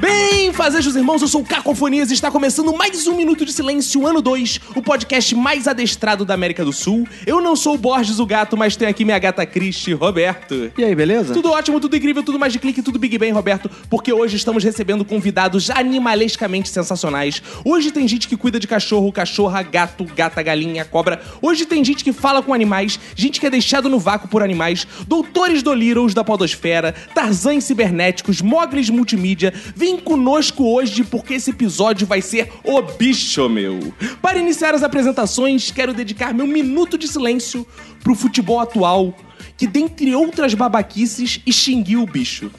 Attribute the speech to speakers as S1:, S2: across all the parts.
S1: Bem, fazejos irmãos, eu sou o Cacofonias e está começando mais um Minuto de Silêncio, ano 2, o podcast mais adestrado da América do Sul. Eu não sou o Borges, o gato, mas tenho aqui minha gata Cristi, Roberto.
S2: E aí, beleza?
S1: Tudo ótimo, tudo incrível, tudo mais de clique, tudo Big Bang, Roberto, porque hoje estamos recebendo convidados animalescamente sensacionais. Hoje tem gente que cuida de cachorro, cachorra, gato, gata, galinha, cobra. Hoje tem gente que fala com animais, gente que é deixado no vácuo por animais, doutores do Littles da podosfera, tarzãs cibernéticos, mogles multimídia. Vem conosco hoje porque esse episódio vai ser o bicho, meu. Para iniciar as apresentações, quero dedicar meu minuto de silêncio pro futebol atual que, dentre outras babaquices, extinguiu o bicho.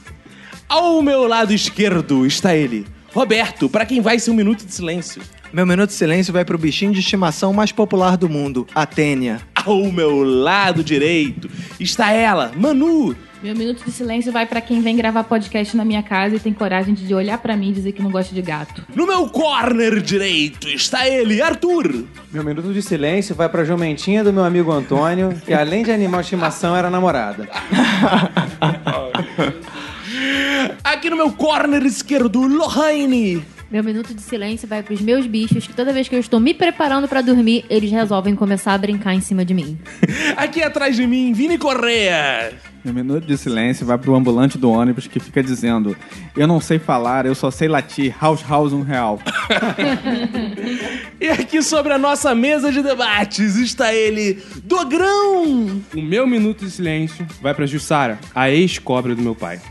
S1: Ao meu lado esquerdo está ele, Roberto, para quem vai ser um minuto de silêncio.
S2: Meu minuto de silêncio vai pro bichinho de estimação mais popular do mundo, a Tênia.
S1: Ao meu lado direito está ela, Manu.
S3: Meu minuto de silêncio vai pra quem vem gravar podcast na minha casa e tem coragem de olhar pra mim e dizer que não gosta de gato.
S1: No meu corner direito está ele, Arthur.
S4: Meu minuto de silêncio vai pra jumentinha do meu amigo Antônio, que além de animal de estimação, era namorada.
S1: Aqui no meu corner esquerdo, Lohane.
S5: Meu minuto de silêncio vai pros meus bichos, que toda vez que eu estou me preparando pra dormir, eles resolvem começar a brincar em cima de mim.
S1: Aqui atrás de mim, Vini Correa.
S6: Meu minuto de silêncio vai pro ambulante do ônibus que fica dizendo: Eu não sei falar, eu só sei latir, house house um real.
S1: E aqui sobre a nossa mesa de debates está ele, Dogrão.
S7: O meu minuto de silêncio vai pra Jussara, a ex-cobra do meu pai.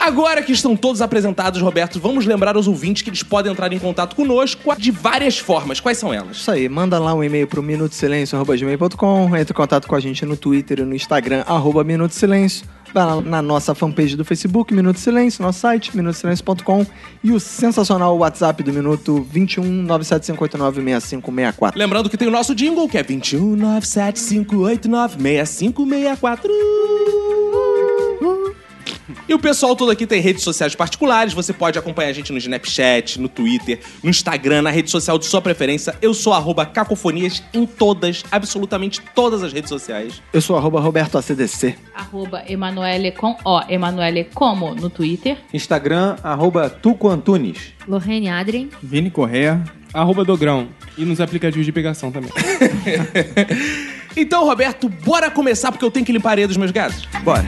S1: Agora que estão todos apresentados, Roberto, vamos lembrar aos ouvintes que eles podem entrar em contato conosco de várias formas. Quais são elas?
S2: Isso aí, manda lá um e-mail pro minutosilencio.com, entra em contato com a gente no Twitter e no Instagram, arroba Minuto de Silêncio. Vai lá na nossa fanpage do Facebook, Minuto de Silêncio, nosso site, minutosilencio.com e o sensacional WhatsApp do Minuto 21 975896564.
S1: Lembrando que tem o nosso jingle, que é 21975896564. E o pessoal todo aqui tem redes sociais particulares. Você pode acompanhar a gente no Snapchat, no Twitter, no Instagram, na rede social de sua preferência. Eu sou arroba cacofonias em todas, absolutamente todas as redes sociais.
S2: Eu sou arroba Roberto ACDC.
S3: Arroba Emanuele com O, Emanuele como no Twitter.
S4: Instagram, arroba Tuco Antunes.
S5: Lorraine Adrien,
S6: Vini Correa,
S7: Arroba Dogrão. E nos aplicativos de pegação também.
S1: Então, Roberto, bora começar porque eu tenho que limpar a areia dos meus gatos.
S2: Bora.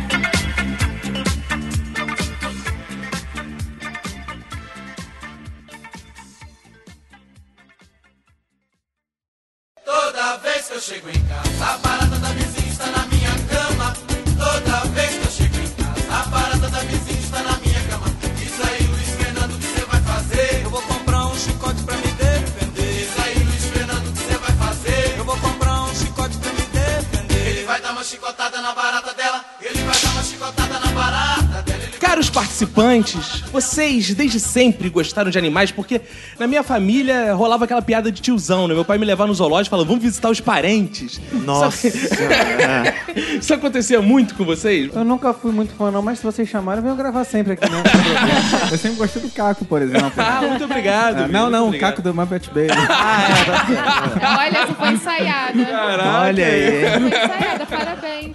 S1: Caros participantes, vocês desde sempre gostaram de animais, porque na minha família rolava aquela piada de tiozão, né? Meu pai me levava no zoológico e falava, vamos visitar os parentes.
S2: Nossa.
S1: Isso, isso acontecia muito com vocês?
S4: Eu nunca fui muito fã, não, mas se vocês chamaram, eu venho gravar sempre aqui, né?
S6: Eu sempre gostei do Caco, por exemplo.
S1: Ah, muito obrigado.
S6: Ah,
S1: Vini,
S6: não,
S1: muito
S6: não, o
S4: tá
S1: obrigado.
S6: Caco do Muppet Baby.
S3: Ah, Olha, essa foi ensaiada.
S2: Olha aí.
S3: Foi ensaiada, parabéns.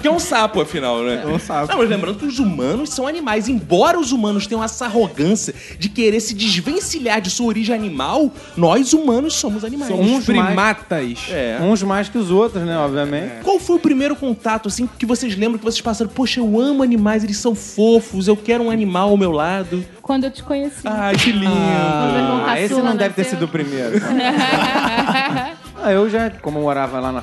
S1: Que é um sapo, afinal, né? É
S6: um sapo.
S1: Não, mas lembrando que os humanos são animais. Embora os humanos tenham essa arrogância de querer se desvencilhar de sua origem animal, nós humanos somos animais.
S7: Uns primatas.
S1: É.
S4: Uns mais que os outros, né, obviamente.
S1: Qual foi o primeiro contato, assim, que vocês lembram que vocês passaram? Poxa, eu amo animais, eles são fofos, eu quero um animal ao meu lado.
S3: Quando eu te conheci.
S1: Ai, que lindo.
S3: tá
S4: Ah, esse
S3: né,
S4: não deve ter sido o primeiro. então. Ah, eu já, como eu morava lá na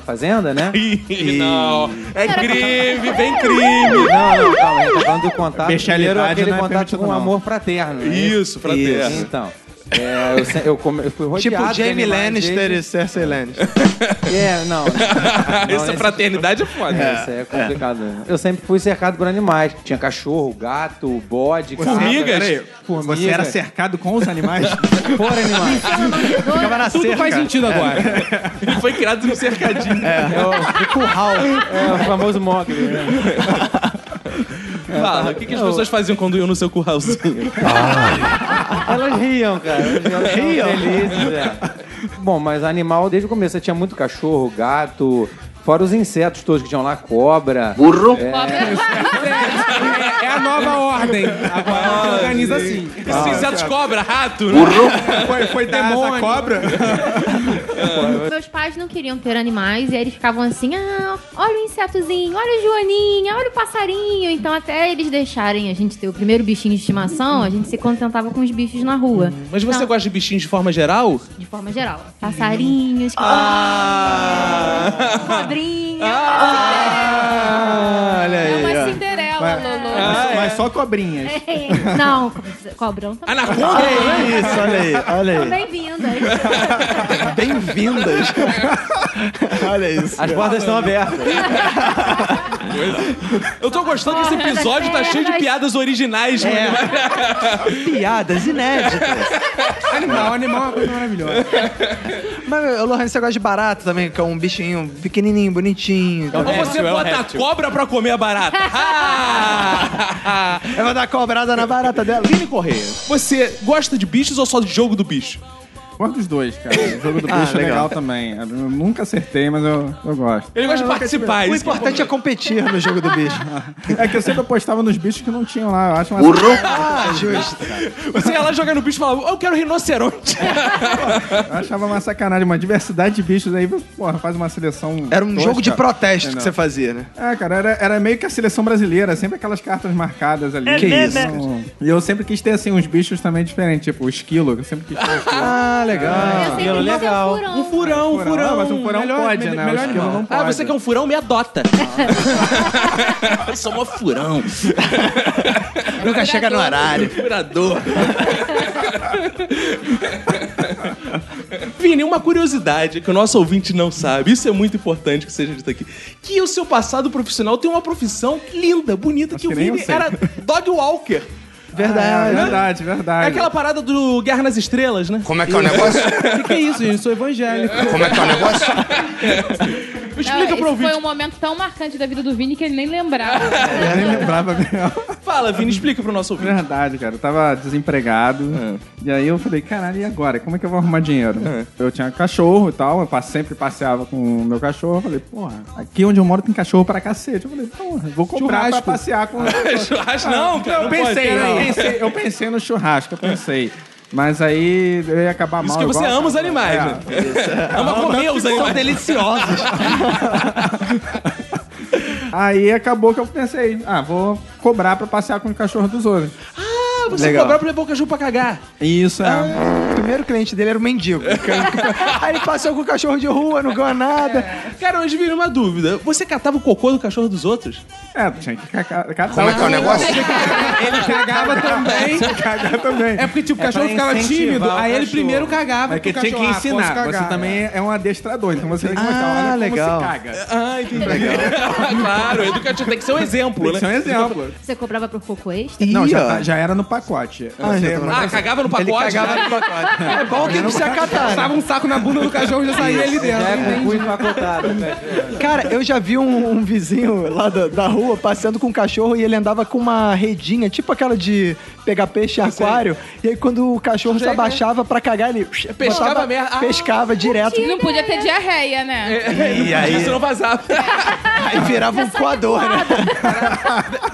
S4: fazenda, né?
S1: Ih, não. É crime, vem crime.
S4: Não, não, calma, a gente tá falando do contato.
S6: Bestialidade
S4: Primeiro, aquele
S6: não é
S4: contato
S6: permitido,
S4: com
S6: não.
S4: amor fraterno. né?
S1: Isso, fraterno.
S4: Então. É, eu, se- eu, come- eu fui rodeado
S2: Tipo
S4: de
S2: Jamie
S4: animais
S2: Lannister
S4: desde-
S2: e Cersei Lannister.
S4: É, não. não
S1: Ah, Essa
S4: esse-
S1: fraternidade é foda.
S4: É, isso aí é complicado. né? Eu sempre fui cercado por animais. Tinha cachorro, gato, bode, cabra.
S1: Formigas?
S4: Peraí, Formigas.
S7: Você era cercado com os animais?
S4: Por animais.
S2: Ficava na
S8: Tudo faz
S2: cerca.
S8: sentido agora.
S1: Ele foi criado num cercadinho.
S4: É o, o curral. É o famoso mogli. Né?
S1: Fala, o que, que as pessoas faziam quando iam no seu curralzinho?
S4: Elas riam, cara. Elas riam. Felizes, é. Bom, mas animal, desde o começo, você tinha muito cachorro, gato... Fora os insetos todos que tinham lá, cobra.
S8: É a nova ordem. Agora se organiza assim.
S1: Esses insetos cobra, rato, né?
S7: foi foi demônio. cobra?
S5: Meus pais não queriam ter animais e aí eles ficavam assim: ah, olha o insetozinho, olha o Joaninha, olha o passarinho. Então, até eles deixarem a gente ter o primeiro bichinho de estimação, a gente se contentava com os bichos na rua.
S1: Mas você
S5: Não,
S1: gosta de bichinhos de forma geral?
S5: De forma geral. Passarinhos,
S1: Ah!
S5: cobrinha.
S7: Olha
S9: É
S7: aí.
S9: uma
S7: ó.
S9: Cinderela,
S7: Vai.
S4: Ah!
S9: Lolo.
S7: Mas, mas só cobrinhas.
S5: Não, co- cobrão também.
S1: Anaconda?
S2: É isso, olha aí,
S4: Ah,
S2: olha aí.
S5: Bem-vindas.
S2: Bem-vindas. olha isso.
S4: As portas estão abertas.
S1: Eu tô gostando que esse episódio tá cheio de piadas originais, mano.
S2: Piadas inéditas.
S8: Animal, animal é uma coisa maravilhosa.
S2: Mas, ô, Lohan, você gosta de barato também, que é um bichinho pequenininho, bonitinho.
S7: Então,
S1: Ou você bota a cobra pra comer a barata. Ah!
S2: Eu vou dar cobrada na barata dela. Vini Correia.
S1: Você gosta de bichos ou só de jogo do bicho?
S7: Gosto dos dois, cara. O jogo do bicho
S2: Ah,
S7: é
S2: legal.
S7: legal também. Eu nunca acertei, mas eu, eu gosto.
S1: Ele gosta de participar.
S2: O
S1: isso que é
S2: importante é competir no jogo do bicho.
S7: É que eu sempre apostava nos bichos que não tinham lá. Eu acho uma...
S2: Ah, justo.
S1: Você ia lá jogar no bicho e falava, eu quero rinoceronte.
S7: Eu achava uma sacanagem, uma diversidade de bichos aí, porra, faz uma seleção.
S2: Era um jogo de
S7: tosca.
S2: protesto que
S7: Não.
S2: você fazia, né?
S7: É, cara, era, era meio que a seleção brasileira, sempre aquelas cartas marcadas ali.
S2: Que
S7: Então,
S2: isso.
S7: E eu sempre quis ter, assim, uns bichos também diferentes, tipo o esquilo, que eu sempre quis ter um esquilo.
S2: Ah, legal.
S5: Eu sempre quis
S4: legal.
S5: ser um furão.
S1: Furão,
S7: é Furão, ah, mas um furão pode, né? O esquilo não
S1: Ah,
S7: pode.
S1: você quer um furão? Me adota. Eu sou mó furão.
S2: Nunca chega
S7: né?
S2: no horário.
S1: Furador. Vini, uma curiosidade que o nosso ouvinte não sabe, isso é muito importante que seja dito aqui, que o seu passado profissional tem uma profissão linda, bonita, que, o
S7: que nem
S1: Vini
S7: eu sei.
S1: era dog walker.
S7: Ah,
S2: Verdade.
S7: verdade, verdade.
S1: É aquela parada do Guerra nas Estrelas, né?
S10: Como é que é o negócio?
S8: O que, que é isso, gente? Eu sou evangélico.
S10: Como é que é o negócio?
S1: Explica
S9: Esse
S1: pro ouvinte.
S9: Foi um momento tão marcante da vida do Vini que ele nem lembrava.
S7: Eu nem lembrava mesmo.
S1: Fala, Vini, explica pro nosso ouvinte.
S7: É Verdade, cara. Eu tava desempregado.
S1: É.
S7: E aí eu falei, caralho, e agora? Como é que eu vou arrumar dinheiro? Eu tinha cachorro e tal, eu pa- sempre passeava com o meu cachorro. Eu falei, porra, aqui onde eu moro tem cachorro pra cacete. Eu falei, porra, vou comprar
S8: Churrasco.
S7: pra passear com o
S1: Churrasco, não, cara, não
S7: eu
S1: pode,
S7: pensei, né?
S1: não.
S7: eu pensei, eu pensei no churrasco, eu pensei. Mas aí eu ia acabar
S1: Isso
S7: mal.
S1: que você
S7: igual- É.
S1: ama os animais, né? Ama comer os animais. deliciosos.
S7: Aí acabou que eu pensei, ah, vou cobrar pra passear com o cachorro dos outros.
S1: Ah, você
S2: Legal.
S1: cobrar pra levar o cachorro pra cagar.
S7: Isso, é.
S2: O primeiro cliente dele era o mendigo. Aí ele passou com o cachorro de rua, não ganhou nada.
S1: Cara, hoje vira uma dúvida. Você catava o cocô do cachorro dos outros?
S7: É, tinha que cagar.
S10: Como é
S7: um
S10: que é o negócio?
S8: Ele cagava também.
S7: Cagar também.
S8: É porque, tipo, o cachorro
S4: pra
S8: ficava
S4: incentivar
S8: tímido,
S4: o
S8: aí ele
S4: cachorro.
S8: primeiro cagava.
S7: Mas É que
S8: pro
S7: tinha que
S8: cachorro, ah, posso
S7: ensinar.
S8: cagar.
S7: Você também é um adestrador, então você tem que mostrar,
S2: Ah,
S7: olha
S2: legal.
S7: como se
S8: É,
S7: caga. é
S1: Ah, entendi. claro, educativo tem que ser um exemplo, né?
S7: Isso é um
S8: então,
S7: exemplo.
S5: Você cobrava por cocô extra?
S7: Não,
S2: Ih,
S7: já,
S2: ó.
S7: tá- já era no pacote.
S2: Ah,
S7: Você-
S2: já tá no
S1: Ah, cagava no pacote?
S2: Ele cagava
S1: né?
S2: no pacote. É bom
S7: tá
S2: que não precisa catar. né?
S8: Passava um saco na bunda do cachorro e já saía ali dentro.
S4: É, com o
S8: Entendi.
S4: cu empacotado.
S2: Cara, eu já vi um, um vizinho lá da, da rua passeando com um cachorro e ele andava com uma redinha, tipo aquela de pegar peixe em aquário. E aí quando o cachorro se abaixava pra cagar, ele
S1: né? Pescava merda. Ah,
S2: pescava direto.
S9: Não podia ter diarreia, né?
S2: E aí,
S1: Isso não vazava.
S2: aí virava um coador, né?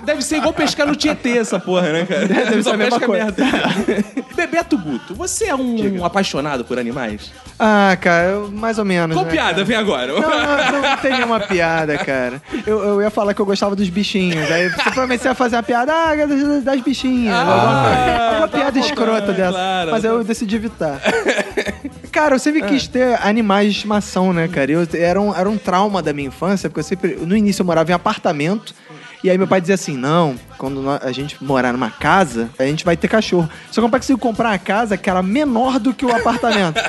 S1: Deve ser igual pescar no Tietê, essa porra, né, cara?
S2: Deve ser
S1: Só
S2: a mesma
S1: pesca
S2: coisa.
S1: merda. Bebeto Guto, você é um apaixonado por animais?
S2: Ah, cara, eu- mais ou menos.
S1: Qual
S2: né,
S1: piada? Vem agora.
S2: Não, não, não tem nenhuma piada, cara. Eu, eu ia falar que eu gostava dos bichinhos. Aí você provavelmente você ia fazer uma piada ah, das, das
S1: Ah,
S2: bichinhas. alguma
S1: é.
S2: coisa. Alguma piada escrota dessa.
S1: Tá claro. tá É.
S2: mas eu decidi evitar. Cara, eu sempre quis ter animais de estimação, né, cara? Eu, era, um, era um trauma da minha infância, porque eu sempre. No início eu morava em apartamento. E aí meu pai dizia assim: não, quando nó- a gente morar numa casa, a gente vai ter cachorro. Só que eu não consigo comprar a casa que era menor do que o apartamento.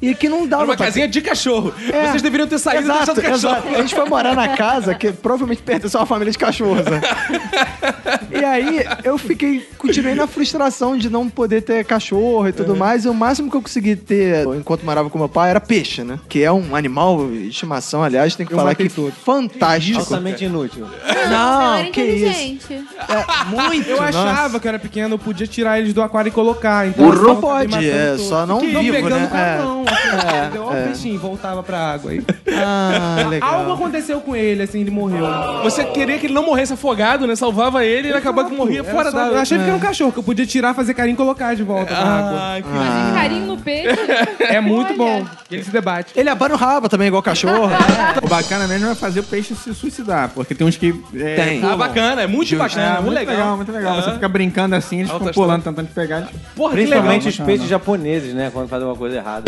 S2: E que não dava
S1: Era uma
S2: pra
S1: casinha de cachorro.
S2: é.
S1: Vocês deveriam ter saído
S2: exato,
S1: e deixado o cachorro.
S2: exato. A gente foi morar na casa que provavelmente pertenceu a uma família de cachorros. né? e aí eu fiquei, continuei na frustração de não poder ter cachorro e tudo mais. E o máximo que eu consegui ter enquanto morava com meu pai era peixe, né? Que é um animal de estimação, aliás, tem que
S4: Eu
S2: falar
S4: matei
S2: que
S4: tudo.
S2: fantástico.
S4: Altamente inútil.
S2: Não,
S5: você era
S2: que
S5: inteligente.
S2: É, muito.
S7: Eu achava que eu era pequeno, eu podia tirar eles do aquário e colocar. Então
S2: Burro
S7: eu tava
S2: pode,
S7: matando
S2: é,
S7: todos.
S2: só não
S7: Fiquei
S2: vivo,
S7: pegando
S2: né?
S7: com a
S2: É.
S7: mão, assim, entendeu? Ó, o peixinho, voltava pra água. aí.
S2: Ah,
S7: Algo
S2: legal.
S7: aconteceu com ele, assim, ele morreu.
S1: Você queria que ele não morresse afogado, né? Salvava ele e ele acabava que morria
S7: Era
S1: fora
S7: só-
S1: da
S7: Eu achei que era um cachorro, que eu podia tirar, fazer carinho e colocar de volta na água.
S1: Ah, que-
S3: Mas carinho no peixe.
S7: É muito
S3: Olha.
S7: bom. Ele se debate.
S2: Ele abana o rabo também, igual cachorro.
S6: O bacana mesmo é fazer o peixe se suicidar, porque tem uns que. é,
S2: Tem.
S6: pulam.
S1: Ah, bacana, é muito bacana,
S6: É,
S1: muito legal.
S6: muito legal. Você
S1: Aham.
S6: fica brincando assim, eles ficam
S1: Altas
S6: pulando, tentando pegar. eles-
S1: Porra, que legal.
S4: Principalmente os
S6: bacana.
S4: peixes japoneses, né? Quando fazem uma coisa errada.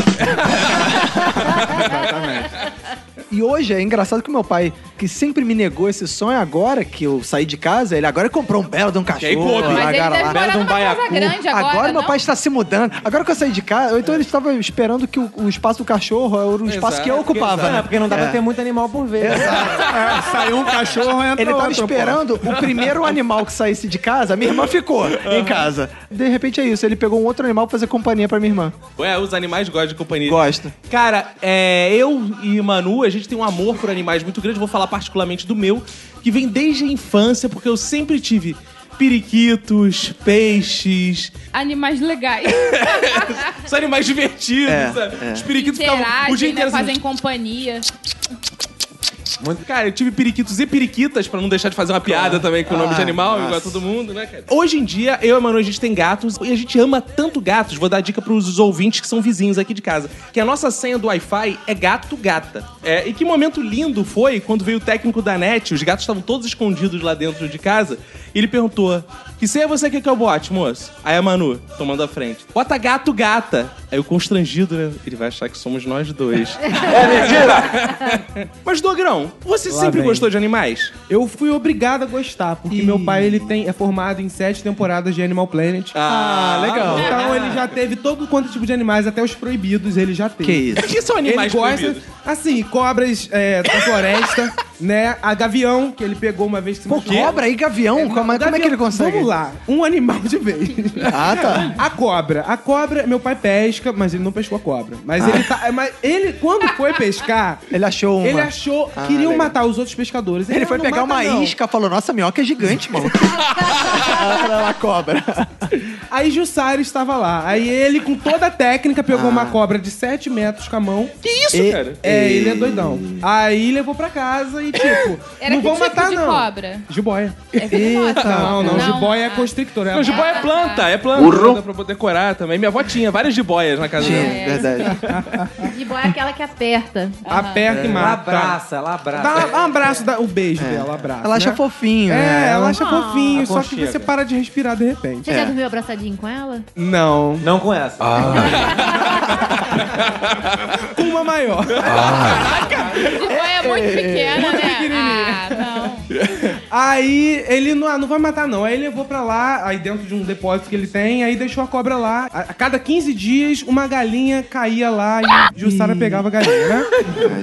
S2: E hoje é engraçado que o meu pai, que sempre me negou esse sonho, agora que eu saí de casa, ele agora comprou um belo de um
S1: aí
S2: cachorro.
S1: coube.
S3: Mas ele
S2: agora
S3: deve
S2: lá.
S3: morar numa casa
S4: baiacu.
S3: Tá grande agora,
S2: Agora meu
S3: não?
S2: pai está se mudando. Agora que eu saí de casa, ou então ele estava esperando que o, o espaço do cachorro era o espaço
S1: Exato,
S2: que eu ocupava.
S4: É,
S2: né?
S4: porque não dá pra ter muito animal por
S7: né?
S4: vez.
S6: É, saiu um cachorro, entra
S2: Ele
S7: Então,
S2: estava
S6: outro, pô.
S2: esperando o primeiro animal que saísse de casa, minha irmã ficou em casa. De repente é isso, ele pegou um outro animal pra fazer companhia pra minha irmã.
S1: Ué, os animais gostam de companhia.
S2: Gosta.
S1: Cara, é, eu e Manu, a gente tem um amor por animais muito grande. Vou falar particularmente do meu, que vem desde a infância, porque eu sempre tive periquitos, peixes,
S3: Animais legais.
S1: são animais divertidos.
S2: É,
S1: sabe?
S2: é.
S1: Os periquitos ficavam o dia
S3: Interagem, né?
S1: inteiro assim,
S3: fazem companhia.
S1: Muito- Cara, eu tive periquitos e periquitas, pra não deixar de fazer uma
S7: Ah,
S1: piada também com o nome de animal, igual a todo mundo, né, cara? Hoje em dia, eu e a Manu, a gente tem gatos e a gente ama tanto gatos. Vou dar dica pros ouvintes que são vizinhos aqui de casa. Que a nossa senha do Wi-Fi é gato-gata. É, e que momento lindo foi quando veio o técnico da net, os gatos estavam todos escondidos lá dentro de casa, e ele perguntou: Que senha você quer que eu bote, moço? Aí a Manu, tomando a frente, bota gato-gata. Aí eu constrangido, né? Ele vai achar que somos nós dois. Mas, Dogrão, você
S7: Lá
S1: sempre
S7: vem.
S1: gostou de animais?
S7: Eu fui obrigado a gostar, porque meu pai ele tem, é formado em sete temporadas de Animal Planet.
S1: Ah, legal.
S7: Então ele já teve todo quanto tipo de animais, até os proibidos ele já teve.
S2: Que isso?
S1: O que são
S7: Ele
S1: animais
S7: gosta,
S1: proibidos?
S7: assim, cobras é, da floresta, né? A gavião, que ele pegou uma vez que se
S2: Pô,
S7: machucou.
S2: cobra e gavião? como, é- como é que ele consegue?
S7: Vamos lá, É. um animal de vez.
S2: Ah, tá.
S7: A cobra. A cobra, meu pai pesca, mas ele não pescou a cobra. Mas ele tá. é, Mas ele, quando foi pescar,
S2: Ah. Ele achou uma.
S7: ele achou.
S2: Ah,
S7: queriam
S2: legal.
S7: matar os outros pescadores.
S2: Ele
S7: "Ah,
S2: foi
S7: não
S2: pegar
S7: mata,
S2: uma
S7: não."
S2: isca e falou: Nossa, a minhoca é gigante, mano. Ela cobra.
S7: Aí Jussara estava lá. Aí ele, com toda a técnica, pegou
S2: Ah.
S7: uma cobra de 7 metros com a mão.
S1: Que isso,
S2: E-
S1: cara?
S7: É, ele é doidão. Aí levou pra casa e, tipo,
S3: Era
S7: não
S3: que
S7: vão
S3: tipo
S7: matar,
S3: de
S7: não.
S3: cobra?
S7: Jiboia.
S3: É venenosa.
S7: Não, não,
S3: Não,
S7: jiboia é
S3: tá.
S7: constrictor. É
S1: Não, jiboia é planta, é planta. Dá pra decorar também. Minha avó tinha várias jiboias na casa dela.
S2: É, verdade.
S5: De boa é aquela que aperta.
S7: Aperta
S2: É.
S7: e
S2: Um
S4: Ela
S7: mata.
S4: abraça, ela abraça.
S7: Dá um abraço, dá o beijo dela, abraço.
S2: Ela acha
S7: né?
S2: fofinho, né?
S7: É,
S6: um
S7: ela acha fofinho, só que
S4: aconchega.
S7: você para de respirar de repente.
S5: Você já dormiu abraçadinho com ela?
S7: Não.
S4: Não com essa.
S6: Ah.
S7: Com uma maior.
S3: Jiboia é muito pequena, né? Ah, não.
S7: Aí ele não, ah, não vai matar, não. Aí ele levou pra lá, aí dentro de um depósito que ele tem, aí deixou a cobra lá. A, a cada 15 dias, uma galinha caía lá e Jussara pegava a galinha, né?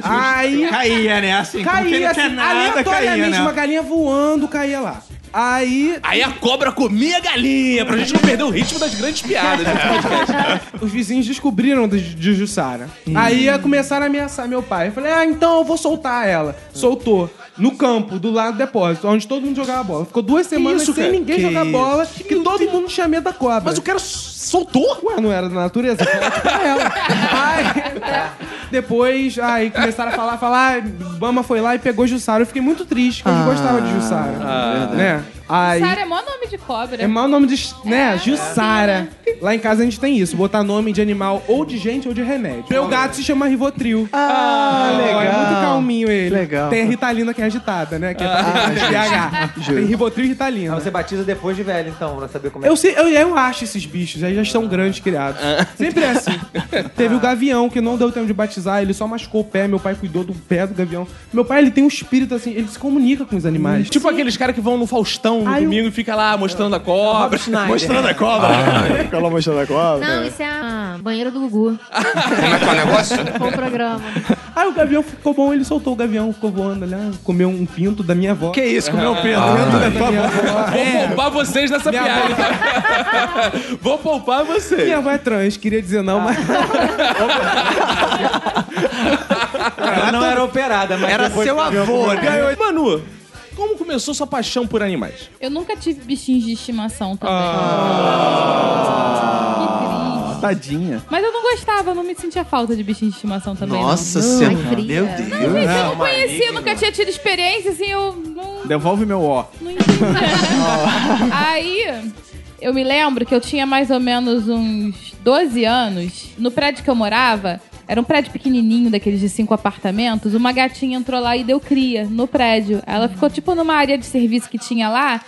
S7: aí
S6: Caía, né? Assim, como que
S7: caía
S6: ele quer
S7: assim, aleatoriamente,
S6: né?
S7: uma galinha voando caía lá. Aí
S1: Aí a cobra comia a galinha, pra gente não perder o ritmo das grandes piadas. desse podcast.
S7: os vizinhos descobriram de, de Jussara. Aí eh, começaram a ameaçar meu pai. Eu falei, ah, então eu vou soltar ela. Soltou. No campo, do lado do depósito, onde todo mundo jogava bola. Ficou duas semanas
S1: isso,
S7: sem
S1: cara?
S7: ninguém
S2: Que
S7: jogar
S2: isso?
S7: bola, que, todo mundo tinha medo da cobra.
S1: Mas o cara soltou?
S7: Ué, não era da natureza? Fala que era ela. Aí, depois, aí começaram a falar, falar. "Ah, Bama foi lá e pegou Jussara. Eu fiquei muito triste, porque eu gostava de Jussara. né? Aí,
S3: Sara é mó nome de cobra.
S7: é mau nome de. né? Jussara.
S2: né?
S7: Lá em casa a gente tem isso, botar nome de animal ou de gente ou de remédio. Meu gato se chama Rivotril.
S2: Ah, legal.
S7: É muito calminho ele.
S2: Legal. Ah,
S7: Tem a Ritalina que é agitada, né? Que é pra
S2: gente. Ah,
S7: TDAH. Tem Rivotril e Ritalina.
S4: Mas você batiza depois de velho, então, pra saber como é.
S7: Eu, sei, eu, eu acho esses bichos, aí já estão grandes criados.
S2: Ah.
S7: Sempre é assim. Teve o gavião, que não deu tempo de batizar, ele só machucou o pé, meu pai cuidou do pé do gavião. Meu pai, ele tem um espírito assim, ele se comunica com os animais.
S2: Hum.
S1: Tipo aqueles caras que vão no Faustão televisão no domingo e fica lá mostrando a cobra.
S2: Mostrando a cobra.
S7: Ah.
S2: Fica lá mostrando a cobra.
S5: Não, isso é a banheira do Gugu.
S11: Como é que é o negócio?
S5: Com o programa.
S7: Aí o gavião ficou bom, ele soltou o gavião, ficou voando ali, ah, comeu um pinto da minha avó.
S2: Que isso, comeu o Pedro?
S7: É.
S1: Vou poupar vocês dessa piada. Vou poupar vocês.
S7: Minha avó é trans, queria
S4: tá.
S7: dizer não, mas
S4: Ela
S6: tá-
S4: não era operada, mas
S2: Era
S4: depois
S2: seu
S4: que viu-
S2: avô,
S7: é
S2: né?
S1: Manu, como começou sua paixão por animais?
S3: Eu nunca tive bichinhos de estimação também. Que triste.
S6: Tadinha.
S3: Mas eu não gostava, eu não me sentia falta de bichinho de estimação também. não.
S2: Nossa senhora.
S5: Ai, fria.
S2: Meu
S3: Não,
S2: Deus.
S3: gente, eu não conhecia, eu nunca tinha tido experiência, assim, eu não,
S6: Devolve meu ó.
S3: não entendi. Aí, eu me lembro que eu tinha mais ou menos uns 12 anos. No prédio que eu morava, era um prédio pequenininho, daqueles de cinco apartamentos. Uma gatinha entrou lá e deu cria no prédio. Ela ficou, tipo, numa área de serviço que tinha lá.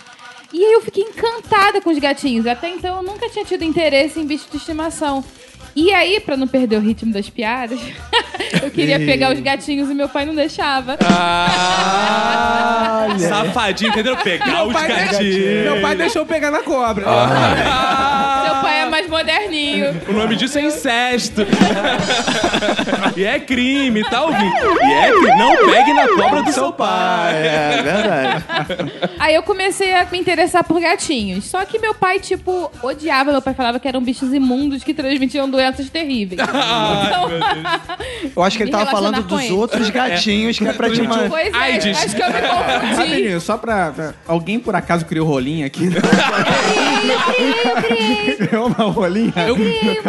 S3: E aí eu fiquei encantada com os gatinhos. Até então eu nunca tinha tido interesse em bicho de estimação. E aí, pra não perder o ritmo das piadas, eu queria pegar os gatinhos e meu pai não deixava.
S7: Ah,
S1: Safadinho, entendeu? Pegar os gatinhos.
S7: é meu pai deixou eu pegar na cobra.
S6: Ah.
S3: Seu pai é mais moderninho.
S1: O nome disso é incesto. e é crime, tá ouvindo? E é crime. Não pegue na cobra do seu pai.
S2: É verdade.
S3: Aí eu comecei a me interessar por gatinhos. Só que meu pai, tipo, odiava. Meu pai falava que eram bichos imundos que transmitiam doenças terríveis. Então,
S2: Eu acho que ele
S3: Me
S2: tava
S3: relacionar
S2: falando
S3: com
S2: dos
S3: ele.
S2: outros gatinhos que é pra te
S3: Então,
S2: mandar.
S3: pois é,
S1: AIDS.
S3: acho que eu me confundi.
S6: Rapidinho, só pra, pra- Alguém por acaso criou rolinha aqui? criou uma rolinha?
S1: Eu,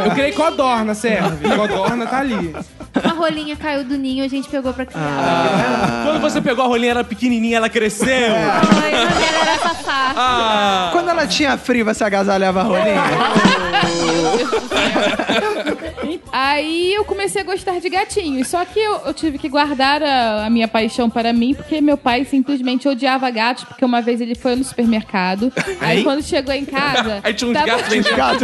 S7: Eu criei codorna, serve. Codorna tá ali.
S5: É. Uma rolinha caiu do ninho, a gente pegou pra criar.
S1: quando você pegou a rolinha, ela era pequenininha, ela cresceu.
S5: Ai, quando ela era safada.
S1: Ah,
S2: Quando ela tinha frio, você agasalhava a rolinha?
S3: Aí eu comecei a gostar de gatinhos. Só que eu, eu tive que guardar a, a minha paixão para mim, porque meu pai simplesmente odiava gatos, porque uma vez ele foi no supermercado. Aí quando chegou em casa.
S1: aí tinha uns
S3: tava-
S1: gatos dentro.
S2: Gato.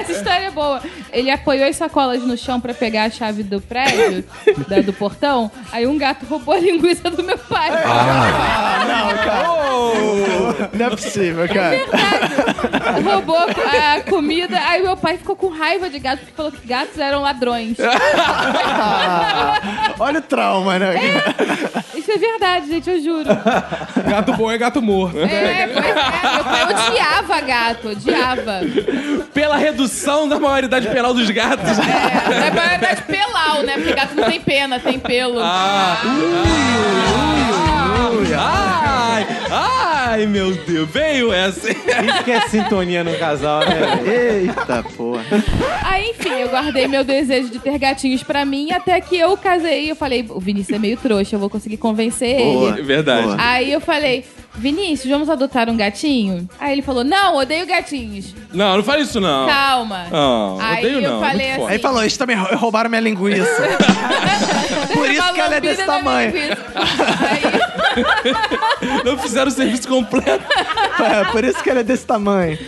S3: Essa história é boa. Ele apoiou as sacolas no chão pra pegar a chave do prédio, da- do portão. Aí um gato roubou a linguiça do meu pai.
S12: Ah.
S2: Não é possível, cara.
S3: Roubou a comida. Aí meu pai ficou com raiva de gato, porque falou que gatos eram ladrões.
S2: Olha o trauma, né?
S3: Isso é verdade, gente, eu juro.
S7: Gato bom é gato morto.
S3: É, pois é. Meu pai odiava gato, odiava.
S1: Pela redução da maioridade penal dos gatos.
S3: É, é verdade, pelau, né? Porque gato não tem pena, tem pelo.
S1: Ai, ai, meu Deus. Veio essa.
S4: Isso que é sintonia no casal, né?
S2: Eita porra.
S3: Aí, enfim, eu guardei meu desejo de ter gatinhos pra mim, até que eu casei e eu falei, o Vinícius é meio trouxa, eu vou conseguir convencer
S2: Boa.
S3: ele.
S1: Verdade.
S2: Boa.
S3: Aí eu falei, Vinícius, vamos adotar um gatinho? Aí ele falou, não, odeio gatinhos.
S1: Não, não fala isso, não.
S5: Tá.
S3: Calma.
S1: Não,
S3: Aí
S1: Ah. odeio
S3: eu
S1: não, é
S3: falei
S1: muito
S3: assim.
S1: forte.
S2: Aí falou, eles também rou- roubaram minha linguiça. Por isso
S3: Uma
S2: que ela é
S3: lambida
S2: desse
S3: na minha
S2: tamanho.
S3: linguiça. Aí,
S1: Não fizeram o serviço completo.
S2: É, por isso que ela é desse tamanho.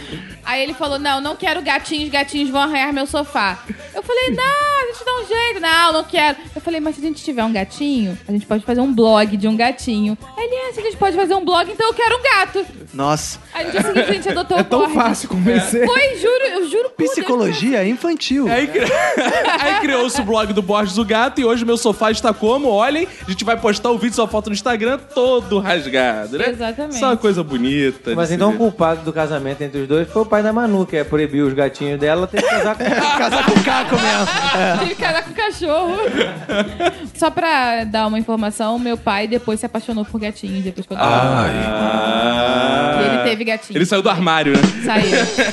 S3: aí ele falou, não, não quero gatinhos, gatinhos vão arranhar meu sofá. Eu falei, não, a gente dá um jeito. Não, não quero. Eu falei, mas se a gente tiver um gatinho, a gente pode fazer um blog de um gatinho. Aí ele, é, se a gente pode fazer um blog, então eu quero um gato.
S2: Nossa,
S3: Aí no dia seguinte a gente adotou
S6: É
S3: o
S6: tão
S3: Borges.
S6: fácil convencer.
S3: Foi, juro, eu juro por Deus.
S2: psicologia infantil.
S1: Aí, cri- Aí criou-se o blog do Borges do Gato e hoje meu sofá está como? Olhem, a gente vai postar o vídeo, sua foto no Instagram, todo rasgado, né?
S3: Exatamente.
S1: Só uma coisa bonita.
S4: Mas
S1: de se
S4: então o
S1: ver.
S4: culpado do casamento entre os dois foi o pai da Manu, que é proibir os gatinhos dela, tem que casar com
S2: Casar com o Caco mesmo.
S3: Tive que casar com o cachorro. Só pra dar uma informação, meu pai depois se apaixonou por gatinhos, depois que eu
S6: Ah,
S13: Ai,
S3: E
S6: é.
S3: ele teve
S1: Ah,
S3: gatinho.
S1: Ele saiu do armário, né?
S3: Saiu.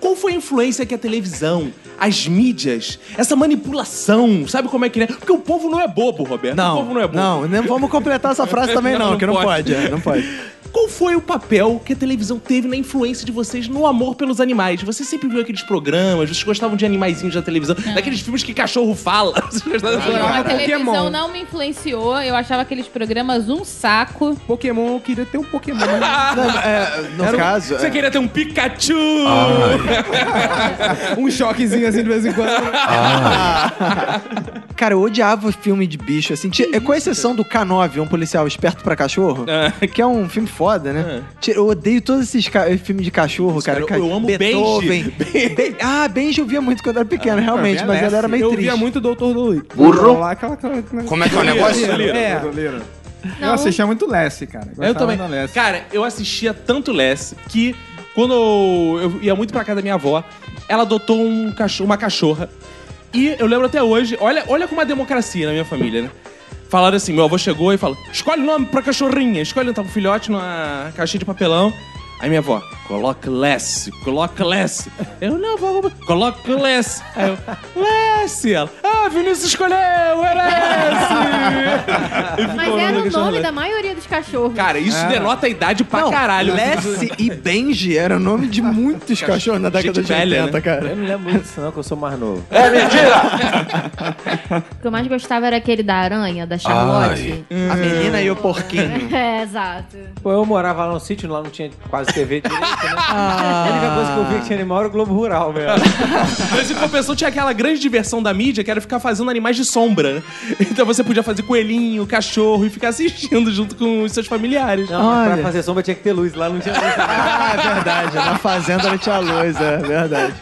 S1: Qual foi a influência que a televisão, as mídias, essa manipulação, sabe como é que é? Porque o povo não é bobo, Roberto. o
S2: Não,
S1: povo não é bobo.
S2: não, não vamos completar essa frase também
S1: Não,
S2: não,
S1: não
S2: que não
S1: pode.
S2: pode. é, não pode.
S1: Qual foi o papel que a televisão teve na influência de vocês no amor pelos animais? Vocês sempre viram aqueles programas, vocês gostavam de animaizinhos da televisão, daqueles filmes que cachorro fala. Vocês gostavam
S3: Nenhum. A
S7: Adorava
S3: televisão
S7: Pokémon.
S3: não me influenciou. Eu achava aqueles programas um saco.
S7: Pokémon, eu queria ter um Pokémon. mas-
S2: Não, é, no
S7: Era um-
S2: caso.
S1: Você
S2: é,
S1: queria ter um Pikachu!
S7: um choquezinho assim de vez em quando.
S2: Cara, eu odiava filme de bicho, assim. tinha- com exceção do K9, um policial esperto pra cachorro, que é um filme foda, né? Tinha- Eu odeio todos esses ca- eh, filmes de cachorro, cara.
S1: É. cara, eu
S2: Ca-
S1: amo
S2: Beethoven. Ben- Ah, Benji eu via muito quando era pequeno,
S1: Ah,
S2: realmente,
S6: eu via
S2: mas ele
S6: Lassie.
S2: era meio
S7: eu
S2: triste.
S7: via muito Doutor Dolittle.
S11: Burro.
S7: Lá, aquela, aquela,
S6: né?
S11: Como é que é o negócio?
S7: É.
S6: Doleiro. Eu
S7: Então,
S5: Não.
S6: assistia muito Lessie, cara.
S1: Eu
S6: Gostava
S1: também.
S6: da Lessie.
S1: Cara, eu assistia tanto Less que quando eu ia muito pra casa da minha avó, ela adotou um cachorro, uma cachorra. E eu lembro até hoje, olha, olha como é a democracia na minha família, né? Falaram assim, meu avô chegou e falou: escolhe o nome pra cachorrinha, escolhe tá um filhote numa caixinha de papelão. Aí minha avó, coloca Less, coloca Less. Eu, não, vó, vó, coloca Less. Aí eu, Less. Ela, ah, Vinícius escolheu, era esse. E ficou
S5: Mas
S1: o
S5: era o
S1: cachorro
S5: nome
S1: Lassie.
S5: da maioria dos cachorros.
S1: Cara, isso denota a idade pra
S2: É. Não,
S1: caralho.
S2: Lassie e Benji era o nome de muitos cachorros na década
S1: Gente
S2: de 80,
S1: velha, né?
S2: cara.
S4: Eu não lembro muito disso, não, que eu sou mais novo.
S5: O que eu mais gostava era aquele da aranha, da Charlotte.
S1: Hum.
S2: A menina e o porquinho.
S5: É, exato.
S4: Pô, eu morava lá no sítio, lá não tinha quase TV direito, né?
S6: Ah.
S4: A única coisa que eu via que tinha animal era o Globo Rural mesmo.
S1: Mas em compensação tinha aquela grande diversão da mídia que era ficar fazendo animais de sombra. né? Então você podia fazer coelhinho, cachorro e ficar assistindo junto com os seus familiares.
S4: Não, mas
S2: Olha.
S4: pra fazer sombra tinha que ter luz, lá não tinha luz.
S2: Ah, é verdade. Na fazenda não tinha luz, é verdade.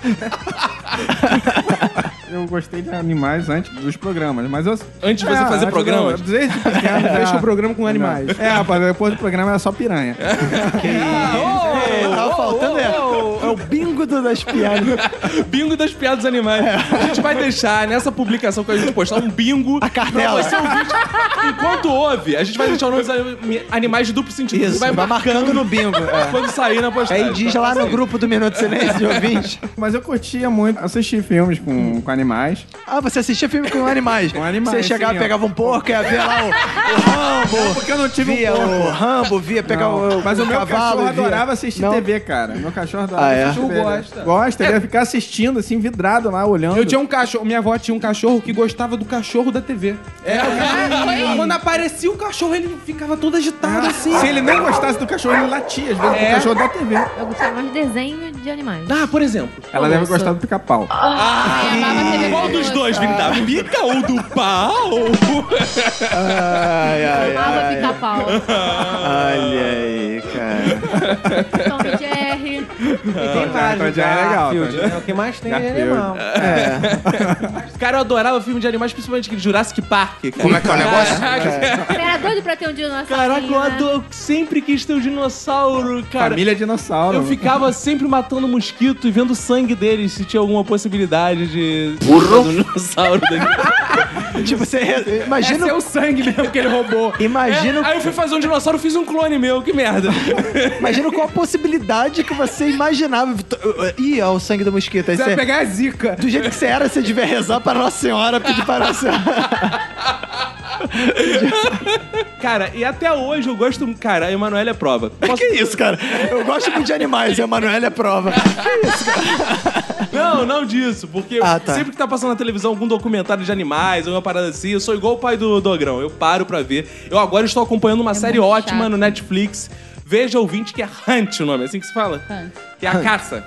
S6: Eu gostei de animais antes dos programas, mas eu...
S1: Antes de você fazer
S6: antes
S1: programas?
S6: do- Desde pequeno já-
S7: Fecha o programa com animais.
S6: É, rapaz, depois do programa era só piranha.
S2: Tava faltando é, é o bingo do- das piadas.
S1: Bingo das piadas animais. A gente vai deixar nessa publicação que a gente postar um bingo. A
S2: cartela.
S1: Enquanto ouve, a gente vai deixar o nome dos ani- animais de duplo sentido.
S2: Isso,
S1: Você vai
S2: vai marcando no bingo. É.
S1: quando sair na postagem.
S2: Aí diz lá no grupo do Minuto de Silêncio de ouvinte.
S6: Mas eu curtia muito assistir filmes com, com animais.
S2: Ah, você assistia filme com animais.
S6: Com animais,
S2: Você chegava,
S6: sim, ó.
S2: pegava um porco, ia ver lá o, o Rambo. porque eu não tive via o Rambo, via pegar
S6: um Não.
S2: o
S6: Mas o, meu
S2: cavalo,
S6: cachorro
S2: via-
S6: adorava assistir
S2: Não.
S6: TV, cara. Meu cachorro adorava
S2: Ah, é?
S6: assistir
S7: Tu
S6: TV.
S7: gosta?
S6: Gosta, ele ia ficar assistindo, assim, vidrado lá, olhando.
S7: Eu tinha um cachorro, minha avó tinha um cachorro que gostava do cachorro da TV. É, o cachorro- quando aparecia o cachorro, ele ficava todo agitado assim.
S6: Ah, Se ele não gostasse do cachorro, ele latia, às vezes,
S7: É.
S6: o cachorro da TV.
S5: Eu gostava mais de desenho de animais.
S1: Ah, por exemplo.
S6: Ela deve gostar do pica-pau.
S4: Ah,
S3: Eu amava a TV
S1: Qual dos
S3: Colosso.
S1: dois, Vini? Da pica ou do pau?
S2: Ai, ai,
S5: Amava
S2: ai.
S5: pica-pau.
S2: Olha aí, cara.
S5: Tom e Jerry.
S4: Tem vários.
S6: então já é legal,
S4: Garfield,
S6: então já-
S4: né? O que mais tem é
S6: Garfield.
S4: animal.
S1: Cara, eu adorava filme de animais, principalmente aquele Jurassic Park. cara.
S11: Como é que é o negócio?
S5: Era doido pra ter um dinossauro.
S1: Caraca, eu adoro. Sempre quis ter um dinossauro, cara.
S6: Família
S4: né?
S6: dinossauro.
S1: Eu ficava sempre matando mosquito e vendo o sangue deles, se tinha alguma possibilidade de.
S11: Burro.
S1: Do dinossauro daqui.
S2: Tipo, você re- imagina,
S1: o sangue mesmo que ele roubou.
S2: imagina,
S1: aí eu fui fazer um dinossauro e fiz um clone meu, que merda.
S2: imagina qual a possibilidade que você imaginava. Ih, ó, o sangue do mosquito. Aí
S7: Você
S2: você,
S7: ia pegar a zica.
S2: do jeito que você era, você devia rezar para Nossa Senhora, pedir para Nossa Senhora.
S1: Cara, e até hoje eu gosto. Cara, a Emanuela é prova. Posso-
S2: Que isso, cara? Eu gosto muito de animais, e a Manuela é prova.
S1: Não, não disso, porque
S2: Ah, tá.
S1: sempre que tá passando na televisão algum documentário de animais, alguma parada assim, eu sou igual o pai do Dogrão, eu paro pra ver. Eu agora estou acompanhando uma série
S3: É muito
S1: ótima
S3: chato.
S1: no Netflix. Veja ouvinte que é Hunt o nome, é assim que se fala?
S3: Hunt.
S1: Que é a caça.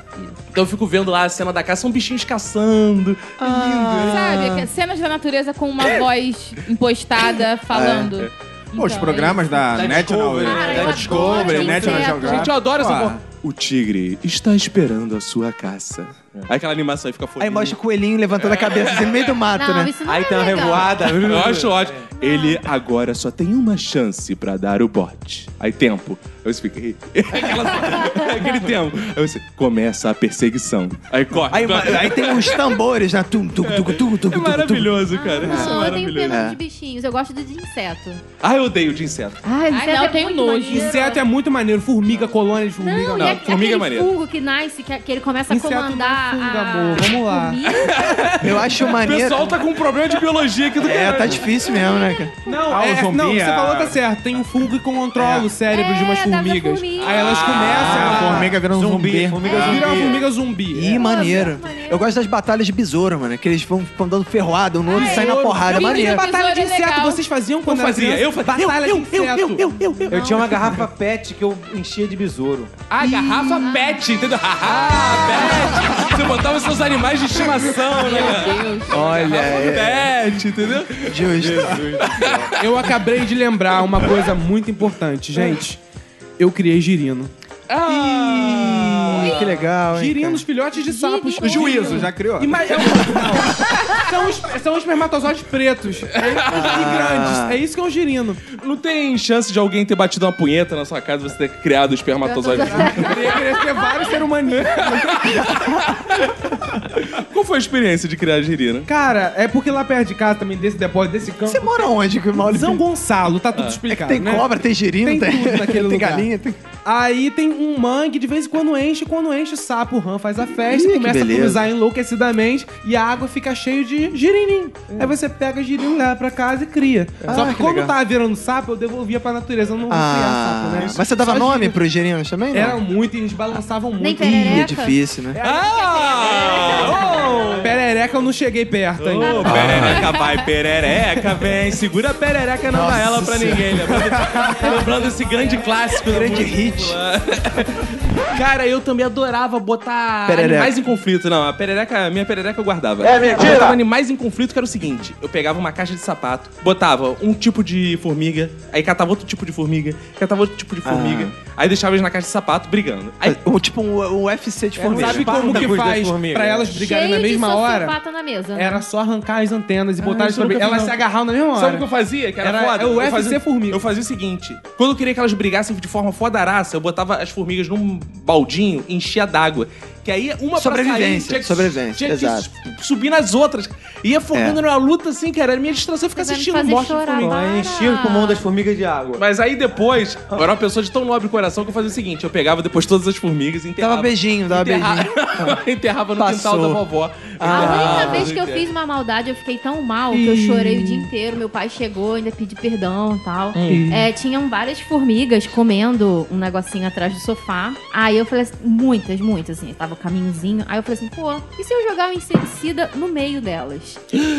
S1: Então eu fico vendo lá a cena da caça, são bichinhos caçando. É
S3: Ah. Sabe? que- é Cenas da natureza com uma voz impostada falando.
S6: Pô, os
S4: tá
S3: Então,
S6: programas da,
S1: Da
S6: National,
S1: Discovery,
S5: Cara, eu
S6: da Discovery,
S5: adoro
S6: National
S5: inseto.
S6: Geographic.
S1: Gente, eu adoro essa
S6: Pô,
S1: porra. O tigre está esperando a sua caça. Aí É. aquela animação aí fica foda.
S2: Aí mostra o coelhinho levantando a cabeça assim, no meio do mato,
S5: Não,
S2: né?
S5: isso não
S4: Aí
S5: é
S4: tem uma
S5: legal.
S4: revoada.
S1: Eu acho ótimo. Ele agora só tem uma chance pra dar o bote. Aí tempo. Eu fiquei. Aquele tempo. Aí você começa a perseguição. Aí É corre.
S2: Aí, ma- aí tem uns tambores, né? Tum, tum, tum, tum, tum, tum,
S1: É
S2: tum, tum.
S1: maravilhoso, cara. Isso é
S5: Não, eu tenho
S1: maravilhoso.
S5: pena de bichinhos. Eu gosto de de inseto.
S1: Ah, eu odeio de inseto.
S5: Ah,
S3: não, eu tenho nojo.
S5: Inseto
S7: Inseto é muito maneiro. Formiga, colônia de formiga.
S5: Não, e
S1: formiga
S5: é,
S1: é
S5: aquele
S1: maneira.
S5: fungo que nasce, que, que ele começa
S7: Inseto
S5: a
S7: não
S5: comandar
S7: funga,
S5: a
S7: amor, vamos lá.
S5: comida.
S2: Eu acho
S1: O
S2: maneiro.
S1: pessoal tá com um problema de biologia aqui do
S2: É,
S1: caralho.
S2: tá difícil mesmo, né, cara?
S7: Não,
S4: Ah, o
S7: é,
S4: zumbi,
S7: não, você
S4: a-
S7: falou tá certo. Tem um fungo que controla o cérebro de umas
S5: É, das
S7: formigas.
S5: formigas.
S7: Aí elas começam
S4: Ah,
S7: a...
S4: a formiga vira um zumbi.
S1: Formiga
S7: Elas viram uma
S1: zumbi.
S7: formiga um zumbi.
S2: Ih,
S7: é.
S2: maneiro. Eu gosto das batalhas de besouro, mano. Que eles vão, vão dando ferroada um no outro e saem na porrada. É
S7: Menina,
S2: maneiro.
S7: batalha de
S3: Tesouro é
S7: inseto,
S3: legal.
S7: vocês faziam quando
S1: Eu
S7: era
S1: fazia,
S7: criança?
S1: eu fazia.
S7: Batalha
S1: Eu,
S7: de inseto.
S14: Eu tinha uma garrafa pet que eu enchia de besouro.
S1: Ah, garrafa pet, entendeu? Ah, pet. Você botava seus animais de estimação, né? cara?
S3: Meu Deus.
S2: Olha, é
S1: Pet, entendeu?
S2: justo.
S7: Eu acabei de lembrar uma coisa muito importante, gente. Eu criei girino.
S2: Ih, que legal, hein?
S7: Girino, os um filhotes de sapos.
S3: Girino.
S4: Juízo, já criou.
S7: E mais- eu- não. é um- são, os, são espermatozoides pretos. É, E grandes. É isso que é um girino.
S1: Não tem chance de alguém ter batido uma punheta na sua casa e você ter criado o espermatozoide.
S7: Queria crescer vários seres humanos.
S1: Qual foi a experiência de criar a girina?
S7: Cara, é porque lá perto de casa também, desse depósito, desse campo.
S2: Você mora onde, que o Mauro?
S7: São Gonçalo, tá tudo
S2: É
S7: explicado.
S2: que tem
S7: né?
S2: cobra, tem girino,
S7: Tem
S2: tem,
S7: tudo naquele
S2: tem
S7: lugar.
S2: galinha, tem...
S7: Aí tem um mangue, de vez em quando enche, quando enche, o sapo, o rã faz a festa,
S2: Ih, que
S7: começa a
S2: beleza.
S7: cruzar enlouquecidamente e a água fica cheia de girinim. Aí você pega girinim, leva pra casa e cria. Só Ah, que
S2: que
S7: como
S2: legal.
S7: tava virando sapo, eu devolvia pra natureza, eu não
S2: Ah,
S7: ah, criar sapo, né?
S2: mas você dava
S7: Só
S2: nome
S7: girino.
S2: pros girinos também, não?
S7: Era muito, e eles balançavam
S5: Nem
S7: muito.
S2: Ih, é
S5: perereca.
S2: difícil, né?
S7: Oh, perereca eu não cheguei perto ainda.
S1: Ô, perereca
S2: Ah!
S1: vai, perereca vem. Segura a perereca, não dá ela pra ninguém. né? Lembrando, lembrando esse grande clássico. da
S2: Grande
S1: música
S2: hit.
S1: popular. Cara, eu também adorava botar
S2: Perereca.
S1: animais em conflito. Não, a perereca, a minha perereca eu guardava. É mentira! Eu botava animais em conflito que era o seguinte. Eu pegava uma caixa de sapato, botava um tipo de formiga, aí catava outro tipo de formiga, catava outro tipo de formiga, aí deixava eles na caixa de sapato brigando. Aí É,
S2: O, tipo Ah. um, um UFC de formiga.
S7: Sabe como que faz pra elas brigarem na
S5: Cheio de
S7: mesma hora?
S5: sociopata na mesa.
S2: É.
S5: né?
S7: Era só arrancar as antenas e botar as
S1: isso eu nunca
S7: sobre.
S1: fiz,
S7: Elas
S1: não.
S7: se agarravam na mesma hora.
S1: Sabe o que eu fazia? Que era,
S7: Era-
S1: foda.
S7: é o
S1: eu
S7: UFC
S1: fazia,
S7: formiga.
S1: Eu fazia o seguinte: quando eu queria que elas brigassem de forma fodaraça, eu botava as formigas num baldinho e enchia d'água. Que aí uma pra
S2: Sobrevivência,
S1: sair, tinha que-
S2: sobrevivência,
S1: tinha que
S2: exato.
S1: su- subir nas outras. Ia formando
S2: É.
S1: numa luta assim, cara. Era minha distração ficar
S5: Vai me
S1: assistindo
S5: fazer
S1: morte de
S5: chorar,
S1: formiga.
S5: vai.
S14: Eu enchia o pulmão das formigas de água.
S1: Mas aí depois, eu era uma pessoa de tão nobre coração que eu fazia o seguinte: eu pegava depois todas as formigas e enterrava.
S2: Dava beijinho, dava
S1: enterrava,
S2: beijinho.
S1: enterrava no
S2: Passou.
S1: quintal da vovó.
S2: Ah,
S5: A
S1: Enterrava,
S5: única vez que eu
S1: enterrava.
S5: fiz uma maldade, eu fiquei tão mal que eu chorei o dia inteiro. Meu pai chegou, ainda pedi perdão e tal. É, tinham várias formigas comendo um negocinho atrás do sofá. Aí eu falei assim, muitas, muitas, assim, tava o caminhozinho. Aí eu falei assim, pô, e se eu jogar um inseticida no meio delas?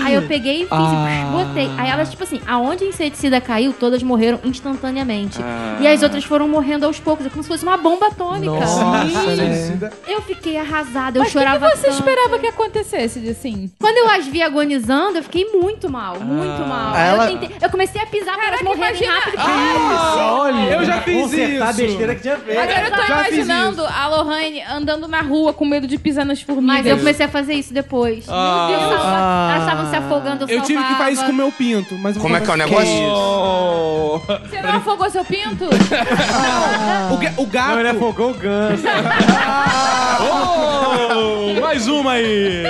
S5: Aí eu peguei e fiz,
S2: Ah.
S5: e botei. Aí elas, tipo assim, aonde o inseticida caiu, todas morreram instantaneamente.
S2: Ah.
S5: E as outras foram morrendo aos poucos, é como se fosse uma bomba atômica.
S2: Nossa, né?
S5: Eu fiquei arrasada, eu
S3: Mas o que, que
S5: chorava
S3: você
S5: tanto.
S3: esperava que acontecesse de assim?
S5: Quando eu as vi agonizando, eu fiquei muito mal, muito mal.
S2: Ah, ela-
S5: Eu, tentei- eu comecei a pisar pra elas
S3: Caraca,
S5: morrerem
S3: imagina- Ah,
S5: rápido.
S7: Eu já fiz
S14: Consertar a
S7: isso.
S14: besteira que tinha
S4: É.
S14: feito.
S3: Agora eu tô
S7: Já fiz
S3: imaginando a Lohane andando na rua com medo de pisar nas formigas.
S5: Mas eu comecei a fazer isso depois. Meu Deus, eu salva-
S2: Ah.
S5: elas estavam se afogando, eu
S7: Eu tive que
S5: salvava.
S7: fazer isso com o meu pinto. Mas Como é que é o
S1: Oh.
S3: Você não afogou seu pinto?
S7: O, ga- o gato...
S14: Ele afogou o ganso.
S1: Oh, mais uma aí!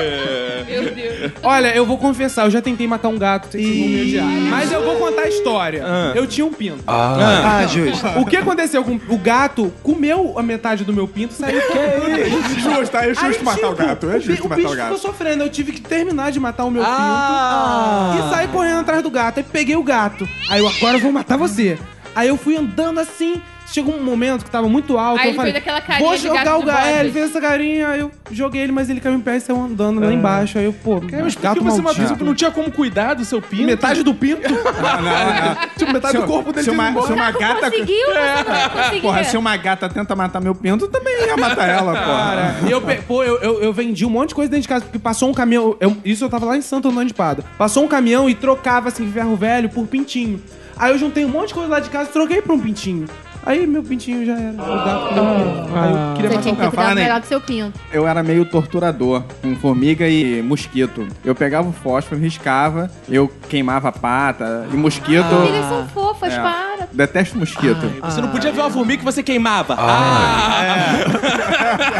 S3: Meu Deus.
S7: Olha, eu vou confessar, eu já tentei matar um gato. Sei que vocês vão me odiar. Mas eu vou contar a história. Eu tinha um pinto.
S2: Ah, justo.
S7: O que aconteceu com o gato? Comeu a metade do meu pinto, saiu todo.
S15: Justo, aí é
S7: Aí,
S15: justo matar
S7: tipo,
S15: o gato. É
S7: bi-
S15: justo matar
S7: bicho
S15: o gato.
S7: ficou sofrendo. Eu tive que terminar de matar o meu
S2: Ah.
S7: pinto e sair correndo atrás do gato. Aí peguei o gato. Aí eu, agora eu vou matar você. Aí eu fui andando assim. Chegou um momento que tava muito alto.
S3: Aí
S7: eu
S3: ele
S7: falei,
S3: fez aquela carinha
S7: Vou
S3: de
S7: jogar
S3: gato
S7: o
S3: de
S7: gato.
S3: botas.
S7: É, ele fez essa carinha. Aí eu joguei ele, mas ele caiu em pé e saiu andando
S15: Ah.
S7: lá embaixo. Aí eu,
S1: Mas
S7: pô,
S1: por que
S7: gato
S1: você
S7: maldito.
S1: matou? tipo, Não tinha como cuidar do seu pinto?
S7: Metade do pinto?
S4: Não, não, não.
S7: tipo, metade do corpo dele
S4: se
S7: tinha ido
S1: um
S4: uma, se
S7: embora.
S4: uma gata.
S5: Conseguiu? Você não vai conseguir.
S4: Porra, se uma gata tenta matar meu pinto, eu também ia matar ela, porra.
S7: Cara, eu, pe- pô, eu, eu, eu vendi um monte de coisa dentro de casa, porque passou um caminhão. eu- isso eu tava lá em Santo Antônio de Pada. Passou um caminhão e trocava assim, ferro velho por pintinho. Aí eu juntei um monte de coisa lá de casa e troquei por um pintinho. Aí meu pintinho já era. O gato comeu o pinto.
S2: Ah,
S7: Aí eu queria
S5: Você tinha que
S7: matar o gato.
S5: ter
S4: Não, fala
S5: cuidado
S4: nem.
S5: melhor do seu pinto.
S4: Eu era meio torturador, com formiga e mosquito. Eu pegava o fósforo, riscava, eu queimava a pata e mosquito.
S5: Formigas são fofas,
S4: É.
S5: para.
S4: Detesto mosquito.
S1: Você não podia ver uma formiga que você queimava. Ah,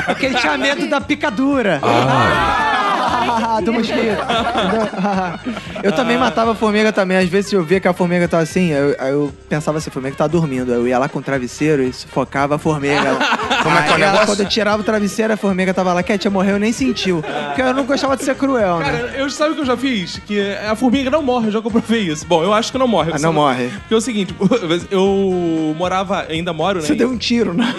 S2: Porque ele tinha medo da picadura. Ah, do mosquito. eu também matava a formiga também. Às vezes eu via que a formiga tava assim, eu, aí eu pensava assim, a formiga tá dormindo. Aí eu ia lá com o travesseiro e sufocava a formiga. Ela Como é que é o negócio? Quando eu tirava o travesseiro, a formiga tava lá, Kétia morreu, nem sentiu. Porque eu não gostava de ser cruel, né?
S11: Cara, eu, sabe o que eu já fiz? Que a formiga não morre, eu já comprovei isso. Bom, eu acho que não morre.
S2: Ah, não morre.
S11: Porque é o seguinte, eu morava, ainda moro, né?
S2: Você
S11: em-
S2: deu um tiro, né?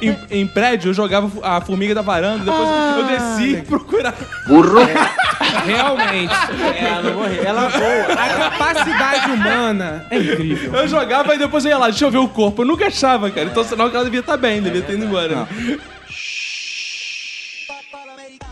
S11: em, em- em prédio, eu jogava a formiga da varanda, depois eu desci procurar. É,
S7: Realmente.
S4: Ela não morreu. Ela
S7: A capacidade humana é incrível.
S11: Eu jogava e depois eu ia lá, deixa eu ver o corpo. Eu nunca achava, cara. Então, sinal que ela devia estar bem, devia ter ido embora. né?
S7: um-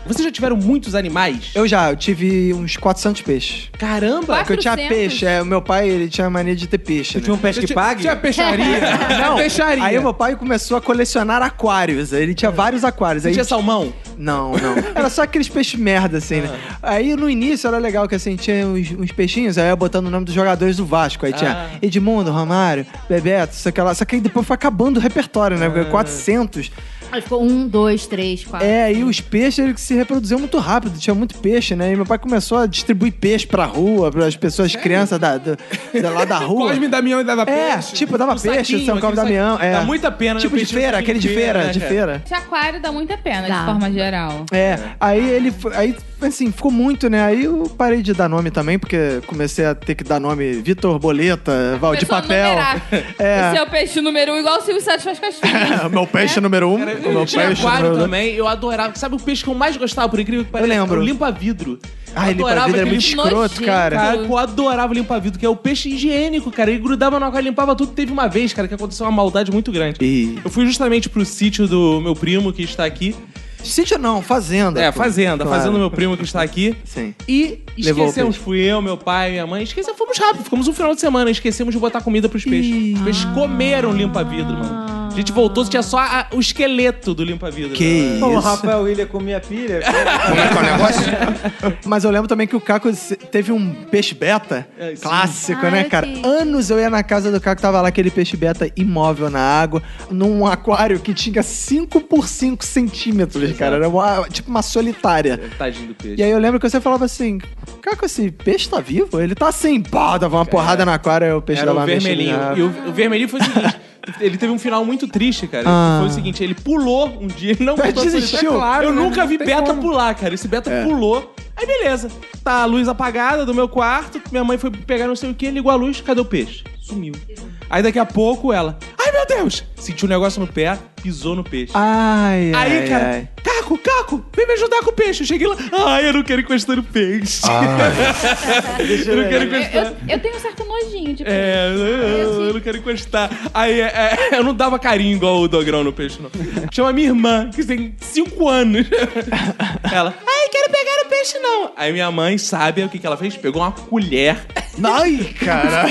S1: Vocês já tiveram muitos animais?
S2: Eu já, eu tive uns 400 peixes.
S1: Caramba!
S2: Porque eu tinha
S3: 400?
S2: peixe, é, o meu pai, ele tinha mania de ter peixe, né?
S4: tinha um peixe que pague?
S7: Tinha peixaria. Não, peixaria.
S2: Aí o meu pai começou a colecionar aquários. Aí Ele tinha vários aquários. Aí
S1: Tinha salmão?
S2: Não, não. Era só aqueles peixes merda, assim, né? Aí no início era legal que assim, tinha uns, uns peixinhos, aí eu ia botando o nome dos jogadores do Vasco. Aí tinha Edmundo, Romário, Bebeto, sei que lá. Só que aí depois foi acabando o repertório, né? Porque 400.
S5: Aí ficou um, dois, três, quatro.
S2: É, e os peixes eles se reproduziam muito rápido, tinha muito peixe, né? E meu pai começou a distribuir peixe pra rua, pras pessoas, crianças da, da- da- lá da rua.
S7: Cosme Damião e dava
S2: É,
S7: peixe.
S2: tipo, dava
S11: Um
S2: peixe,
S11: saquinho,
S2: São Cosme
S11: aquele
S2: Damião.
S11: saquinho.
S2: É.
S11: Dá muita pena, né?
S2: Tipo de
S11: Peixe
S2: feira, aquele de
S11: inteiro,
S2: feira,
S11: né,
S2: de
S1: é.
S11: cara?
S2: feira.
S3: De aquário dá muita pena,
S5: Dá.
S3: de forma geral.
S2: É, aí ele. fo- Aí, assim, ficou muito, né? Aí eu parei de dar nome também, porque comecei a ter que dar nome Vitor Boleta, Val de
S3: Pessoa
S2: Papel.
S3: numerar.
S2: É.
S3: Esse é o peixe número um, igual o Silvio Santos faz com as filhas.
S2: O meu peixe número um. o meu
S1: Eu tinha
S2: peixe
S1: aquário
S2: número um. dois.
S1: também, eu adorava. Sabe o peixe que eu mais gostava, por incrível que pareça? É
S2: lembro.
S1: O limpa-vidro.
S2: Ai, Ah, ele pra vida era muito
S3: aquele
S2: escroto,
S3: nojento.
S2: cara.
S1: Cara, eu adorava limpar-vidro, que é o peixe higiênico, cara. Ele grudava na água, limpava tudo. Teve uma vez, cara, que aconteceu uma maldade muito grande.
S2: Ih.
S1: Eu fui justamente pro sítio do meu primo, que está aqui.
S2: Sítio não, fazenda.
S1: É,
S2: pô.
S1: fazenda.
S2: Claro.
S1: Fazenda do meu primo, que está aqui.
S2: Sim.
S1: E
S2: Levou o
S1: esquecemos, fui eu, meu pai, minha mãe. Esquecemos, fomos rápido, ficamos um final de semana. Esquecemos de botar comida pros peixes. Os peixes comeram limpa-vidro, mano. A gente voltou, tinha só a- o esqueleto do limpa-vidro.
S2: Que
S1: né?
S2: isso.
S4: O Rafael William comia pilha.
S2: Mas eu lembro também que o Caco se- teve um peixe beta
S1: É, sim.
S2: clássico,
S5: Ah,
S2: né,
S5: eu
S2: cara?
S5: tive.
S2: Anos eu ia na casa do Caco, tava lá aquele peixe beta imóvel na água, num aquário que tinha 5 por 5 centímetros, cara. Era uma- tipo uma solitária.
S1: Tadinho do peixe.
S2: E aí eu lembro que você falava assim, Caco, esse peixe tá vivo? Ele tá assim, pá, dava uma porrada no aquário, aí o peixe
S1: Era
S2: dava
S1: o
S2: uma
S1: vermelhinho.
S2: mexidinha.
S1: E o, o vermelhinho foi o seguinte. Ele teve um final muito triste, cara.
S2: Ah.
S1: Foi o seguinte, ele pulou um dia, ele não
S2: Mas
S1: voltou a soltar.
S2: desistiu?
S1: É claro, Eu
S2: né?
S1: nunca
S2: Não
S1: vi
S2: tem
S1: beta
S2: como. É.
S1: pular, cara. Esse beta pulou. Aí beleza. Tá a luz apagada do meu quarto, minha mãe foi pegar não sei o que, ligou a luz, cadê o peixe? Sumiu. Aí daqui a pouco ela, ai meu Deus! Sentiu um negócio no pé, pisou no peixe.
S2: Ai, ai,
S1: Aí, cara,
S2: ai.
S1: Caco, Caco, vem me ajudar com o peixe. Eu cheguei lá, ai, eu não quero encostar no um peixe. eu não quero
S2: É,
S3: Eu,
S1: encostar.
S3: eu- eu tenho um certo nojinho de peixe.
S1: É, eu,
S2: assim.
S1: eu não quero encostar. Aí, é, é, eu não dava carinho igual o dogrão no peixe, não. Chama minha irmã, que tem 5 anos. Ela, ai, quero pegar o peixe, não. Aí minha mãe sabe o que, que ela fez? Pegou uma colher.
S2: Ai, cara.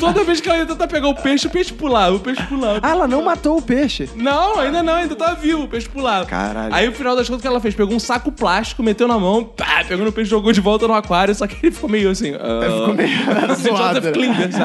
S1: Toda vez que ela ia tentar pegar o peixe, o peixe pulava, o peixe pulava.
S2: ah, ela não matou o peixe.
S1: Não, ainda não, ainda tava vivo, o peixe pulava.
S2: Caralho.
S1: Aí, no final das contas, o que ela fez? Pegou um saco plástico, meteu na mão, pá, pegou no peixe, jogou de volta no aquário, só que ele ficou meio assim... "Ah." ficou meio
S2: zoado, né?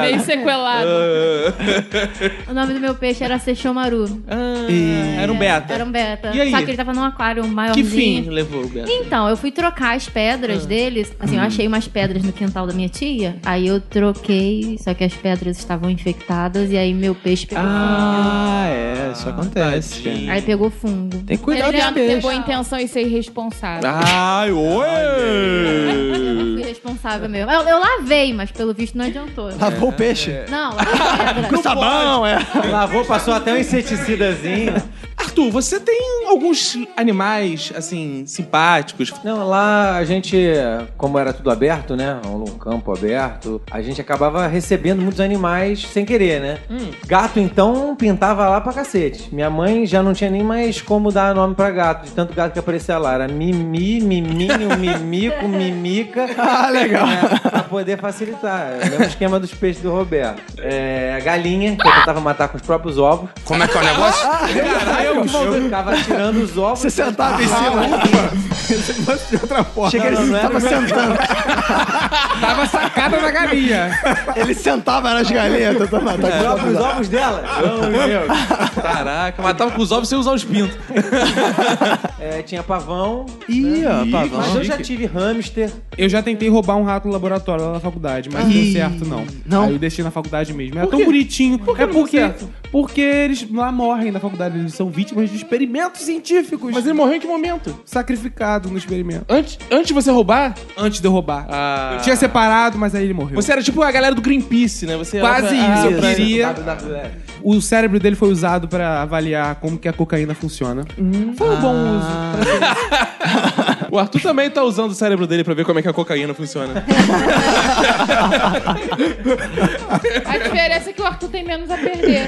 S3: Meio sequelado.
S1: É.
S5: O nome do meu peixe era Sechomaru.
S1: Ah, era um beta.
S5: Era um beta.
S1: E aí?
S5: Só que ele tava num aquário
S1: Que
S5: maiorzinho.
S1: fim levou o beta?
S5: Então, eu fui trocar as
S2: Ah.
S5: pedras deles. Assim,
S2: Uhum.
S5: eu achei umas pedras no quintal da minha tia. Aí eu troquei, só que as pedras estavam infectadas. E aí meu peixe pegou
S2: Ah, é, isso acontece. cara.
S5: fungo. Aí pegou fungo.
S2: Tem que cuidar
S4: é
S2: dos
S3: Leandro ter
S2: peixes.
S3: boa intenção e ser irresponsável.
S1: Ai,
S5: Eu
S1: oi!
S5: fui responsável mesmo. Eu, eu lavei, mas pelo visto não adiantou.
S2: Lavou o peixe.
S5: Não, lavei a pedra.
S2: Com sabão, é.
S4: Lavou, passou até um inseticidazinho.
S1: Arthur, você tem alguns animais, assim, simpáticos?
S4: Não, lá a gente, como era tudo aberto, né? Um campo aberto, a gente acabava recebendo muitos animais sem querer, né?
S1: Hum.
S4: Gato, então, pintava lá pra cacete. Minha mãe já não tinha nem mais como dar nome pra gato, de tanto gato que aparecia lá. Era mimi, miminho, mimico, mimica. Ah, legal. pra poder facilitar. É o mesmo esquema dos peixes do Roberto. É, a galinha, que eu tentava matar com os próprios ovos.
S1: Caralho, eu
S4: Eu ficava tirando os ovos.
S2: Você sentava em cima. Chega, ele
S4: Não, não era
S2: tava sentando.
S7: Tava sacada na galinha.
S2: Ele sentava nas galinhas. Tá, tá,
S4: Os próprios ovos dela. Não, meu.
S1: Caraca, matava com os ovos sem usar os pintos.
S4: É, tinha pavão,
S2: Ih, ó,
S4: mas
S2: pavão.
S4: eu já tive hamster.
S7: Eu já tentei roubar um rato no laboratório, parou na faculdade, mas não deu certo, não.
S2: Não?
S7: Aí eu deixei na faculdade mesmo. Era
S1: Por
S7: tão
S1: quê?
S7: bonitinho.
S1: Por que
S7: é
S1: não deu
S7: porque,
S1: certo?
S7: porque eles lá morrem na faculdade, eles são vítimas de experimentos científicos.
S1: Mas ele morreu em que momento?
S7: Sacrificado no experimento.
S1: Antes, antes de você roubar?
S7: Antes de eu roubar.
S1: Ah.
S7: Eu tinha separado, mas aí ele morreu.
S1: Você era tipo a galera do Greenpeace, né? Você era
S7: Quase
S1: pra-
S7: isso,
S1: ah, é.
S7: eu
S1: pra-
S7: queria. O cérebro dele foi usado pra avaliar como que a cocaína funciona. Foi um bom uso.
S1: Hum. Ah. O Arthur também tá usando o cérebro dele pra ver como é que a cocaína funciona.
S3: A diferença é que o Arthur tem menos a perder.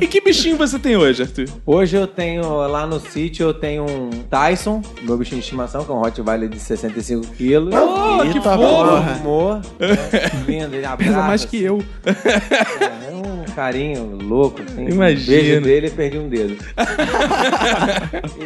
S1: e que bichinho você tem hoje, Arthur?
S4: Hoje eu tenho, lá no sítio, eu tenho um Tyson, meu bichinho de estimação, que é um Rottweiler de 65 quilos. tá
S1: Oh, que
S2: Eita,
S1: fofo!
S2: porra.
S4: Amor. Lindo, ele abraça. assim.
S7: Pesa mais que eu.
S4: É um carinho louco. Assim,
S2: Imagino.
S4: Um beijo dele e perdi um dedo.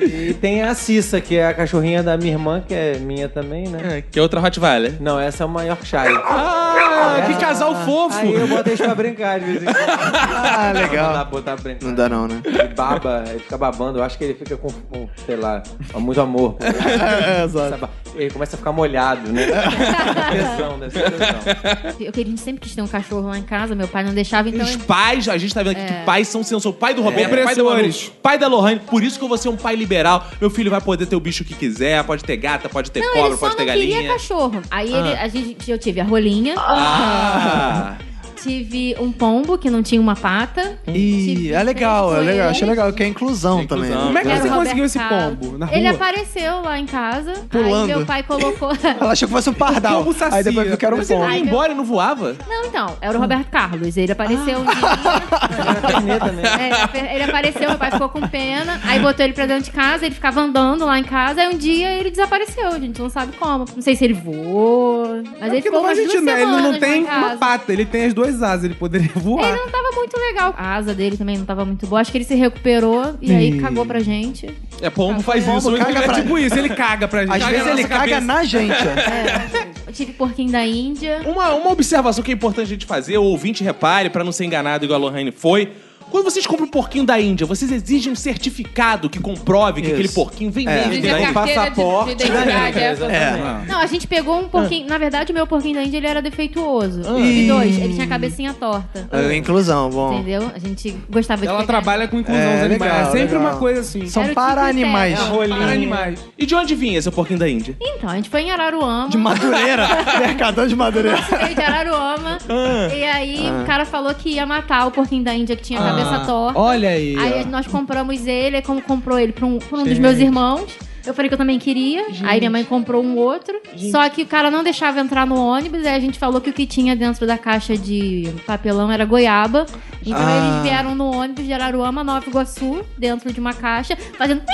S4: e tem a Cissa, que é a cachorrinha da minha irmã, que é minha também, né?
S1: É, que é outra Rottweiler.
S4: Não, essa é uma Yorkshire.
S1: Ah, que casal fofo!
S4: Aí eu boto eles pra brincar de vez em quando.
S2: Ah,
S4: Não dá pra
S2: legal.
S4: botar pra brincar.
S2: Não dá não, né?
S4: Ele baba, ele fica babando. Eu acho que ele fica com, com, sei lá, com muito amor. por ele.
S2: É, exato.
S4: Sabe, Ele começa a ficar molhado, né? tesão, deve ser tesão.
S5: Eu queria, a gente sempre quis ter um cachorro lá em casa, meu pai não deixava, então. É.
S1: Os pais, a gente tá vendo aqui que pais são sensor. Pai do Roberto, pai da Manu,
S7: Opressores.
S1: pai da Lohane. Por isso que eu vou ser um pai liberal. Meu filho vai poder ter o bicho que quiser. Pode ter gata, pode ter
S5: Não,
S1: cobra,
S5: ele só
S1: pode
S5: não
S1: ter
S5: queria
S1: galinha.
S5: cachorro. Aí
S2: Ah.
S5: ele, a gente, eu tive a rolinha,
S1: Ah!
S5: tive um pombo que não tinha uma pata.
S2: Ih,
S7: Tipo,
S2: é legal, é legal. Achei legal, que é inclusão também.
S1: inclusão.
S7: Como é que
S5: Era
S7: você
S5: o Roberto
S7: conseguiu esse
S5: Carlos.
S7: pombo? Na
S5: Ele
S7: rua?
S5: apareceu lá em casa.
S2: Pulando.
S5: Aí meu pai colocou.
S2: Ela achou que fosse um
S1: então. é
S2: pardal.
S7: Como Tipo, sacia.
S2: Aí depois eu quero um
S7: Mas ele
S2: pão.
S5: Ai,
S1: Foi
S5: meu-
S1: embora e não voava?
S5: Não, então, era o Roberto Carlos. Ele apareceu um
S7: Ah.
S5: dia.
S4: Era caneta, né?
S5: É, ele ape- ele apareceu, meu pai ficou com pena. Aí botou ele pra dentro de casa, ele ficava andando lá em casa. Aí um dia ele desapareceu, a gente não sabe como. Não sei se ele voou. Mas ele
S7: Porque
S5: ficou
S7: não, a
S5: umas duas
S7: gente, né,
S5: semanas
S7: ele não tem
S5: lá em casa.
S7: uma pata, ele tem as duas asas, ele poderia voar.
S5: Ele não tava muito legal. A asa dele também não tava muito boa. Acho que ele se recuperou e aí
S7: Ih.
S5: cagou pra gente.
S1: É, pombo faz isso.
S2: Pombo caga
S7: É
S2: pra...
S7: tipo isso, ele caga pra gente.
S2: Às
S7: Caga
S2: vezes
S7: na
S2: ele
S7: nossa
S2: caga
S7: cabeça.
S2: na gente. ó.
S5: É, Eu tive porquinho da Índia.
S1: Uma, uma observação que é importante a gente fazer, o ouvinte repare, pra não ser enganado igual a Lohane foi. Quando vocês compram um porquinho da Índia, vocês exigem um certificado que comprove que
S2: Isso.
S1: aquele porquinho vem
S2: É.
S1: mesmo.
S3: Exige a
S1: né?
S3: carteira de, de identidade. é.
S4: Exatamente.
S5: Não, a gente pegou um
S7: Ah.
S5: porquinho. Na verdade, o meu porquinho da Índia ele era defeituoso. E dois, ele tinha a cabecinha torta.
S2: É, Inclusão, bom.
S5: Entendeu? A gente gostava de.
S7: Tá Ela
S5: pegar.
S7: trabalha com inclusão
S2: É,
S7: dos animais.
S2: legal,
S7: é sempre
S2: legal.
S7: uma coisa assim.
S2: São
S5: Era o
S2: para
S5: tipo
S2: animais.
S5: Terra.
S7: Para animais.
S1: E de onde vinha seu porquinho da Índia?
S5: Então, a gente foi em Araruama.
S2: De Madureira. Mercadão de Madureira.
S5: veio de Araruama.
S7: Ah.
S5: e aí o cara falou que ia matar o porquinho da Índia que tinha a cabeça torta.
S7: Ah. Olha aí.
S5: Aí nós compramos ele, aí como comprou ele pra um, pra um dos meus irmãos. Eu falei que eu também queria. Aí minha mãe comprou um outro. Só que o cara não deixava entrar no ônibus. Aí a gente falou que o que tinha dentro da caixa de papelão era goiaba. Então
S2: Ah.
S5: eles vieram no ônibus de Araruama, Nova Iguaçu, dentro de uma caixa, fazendo pim,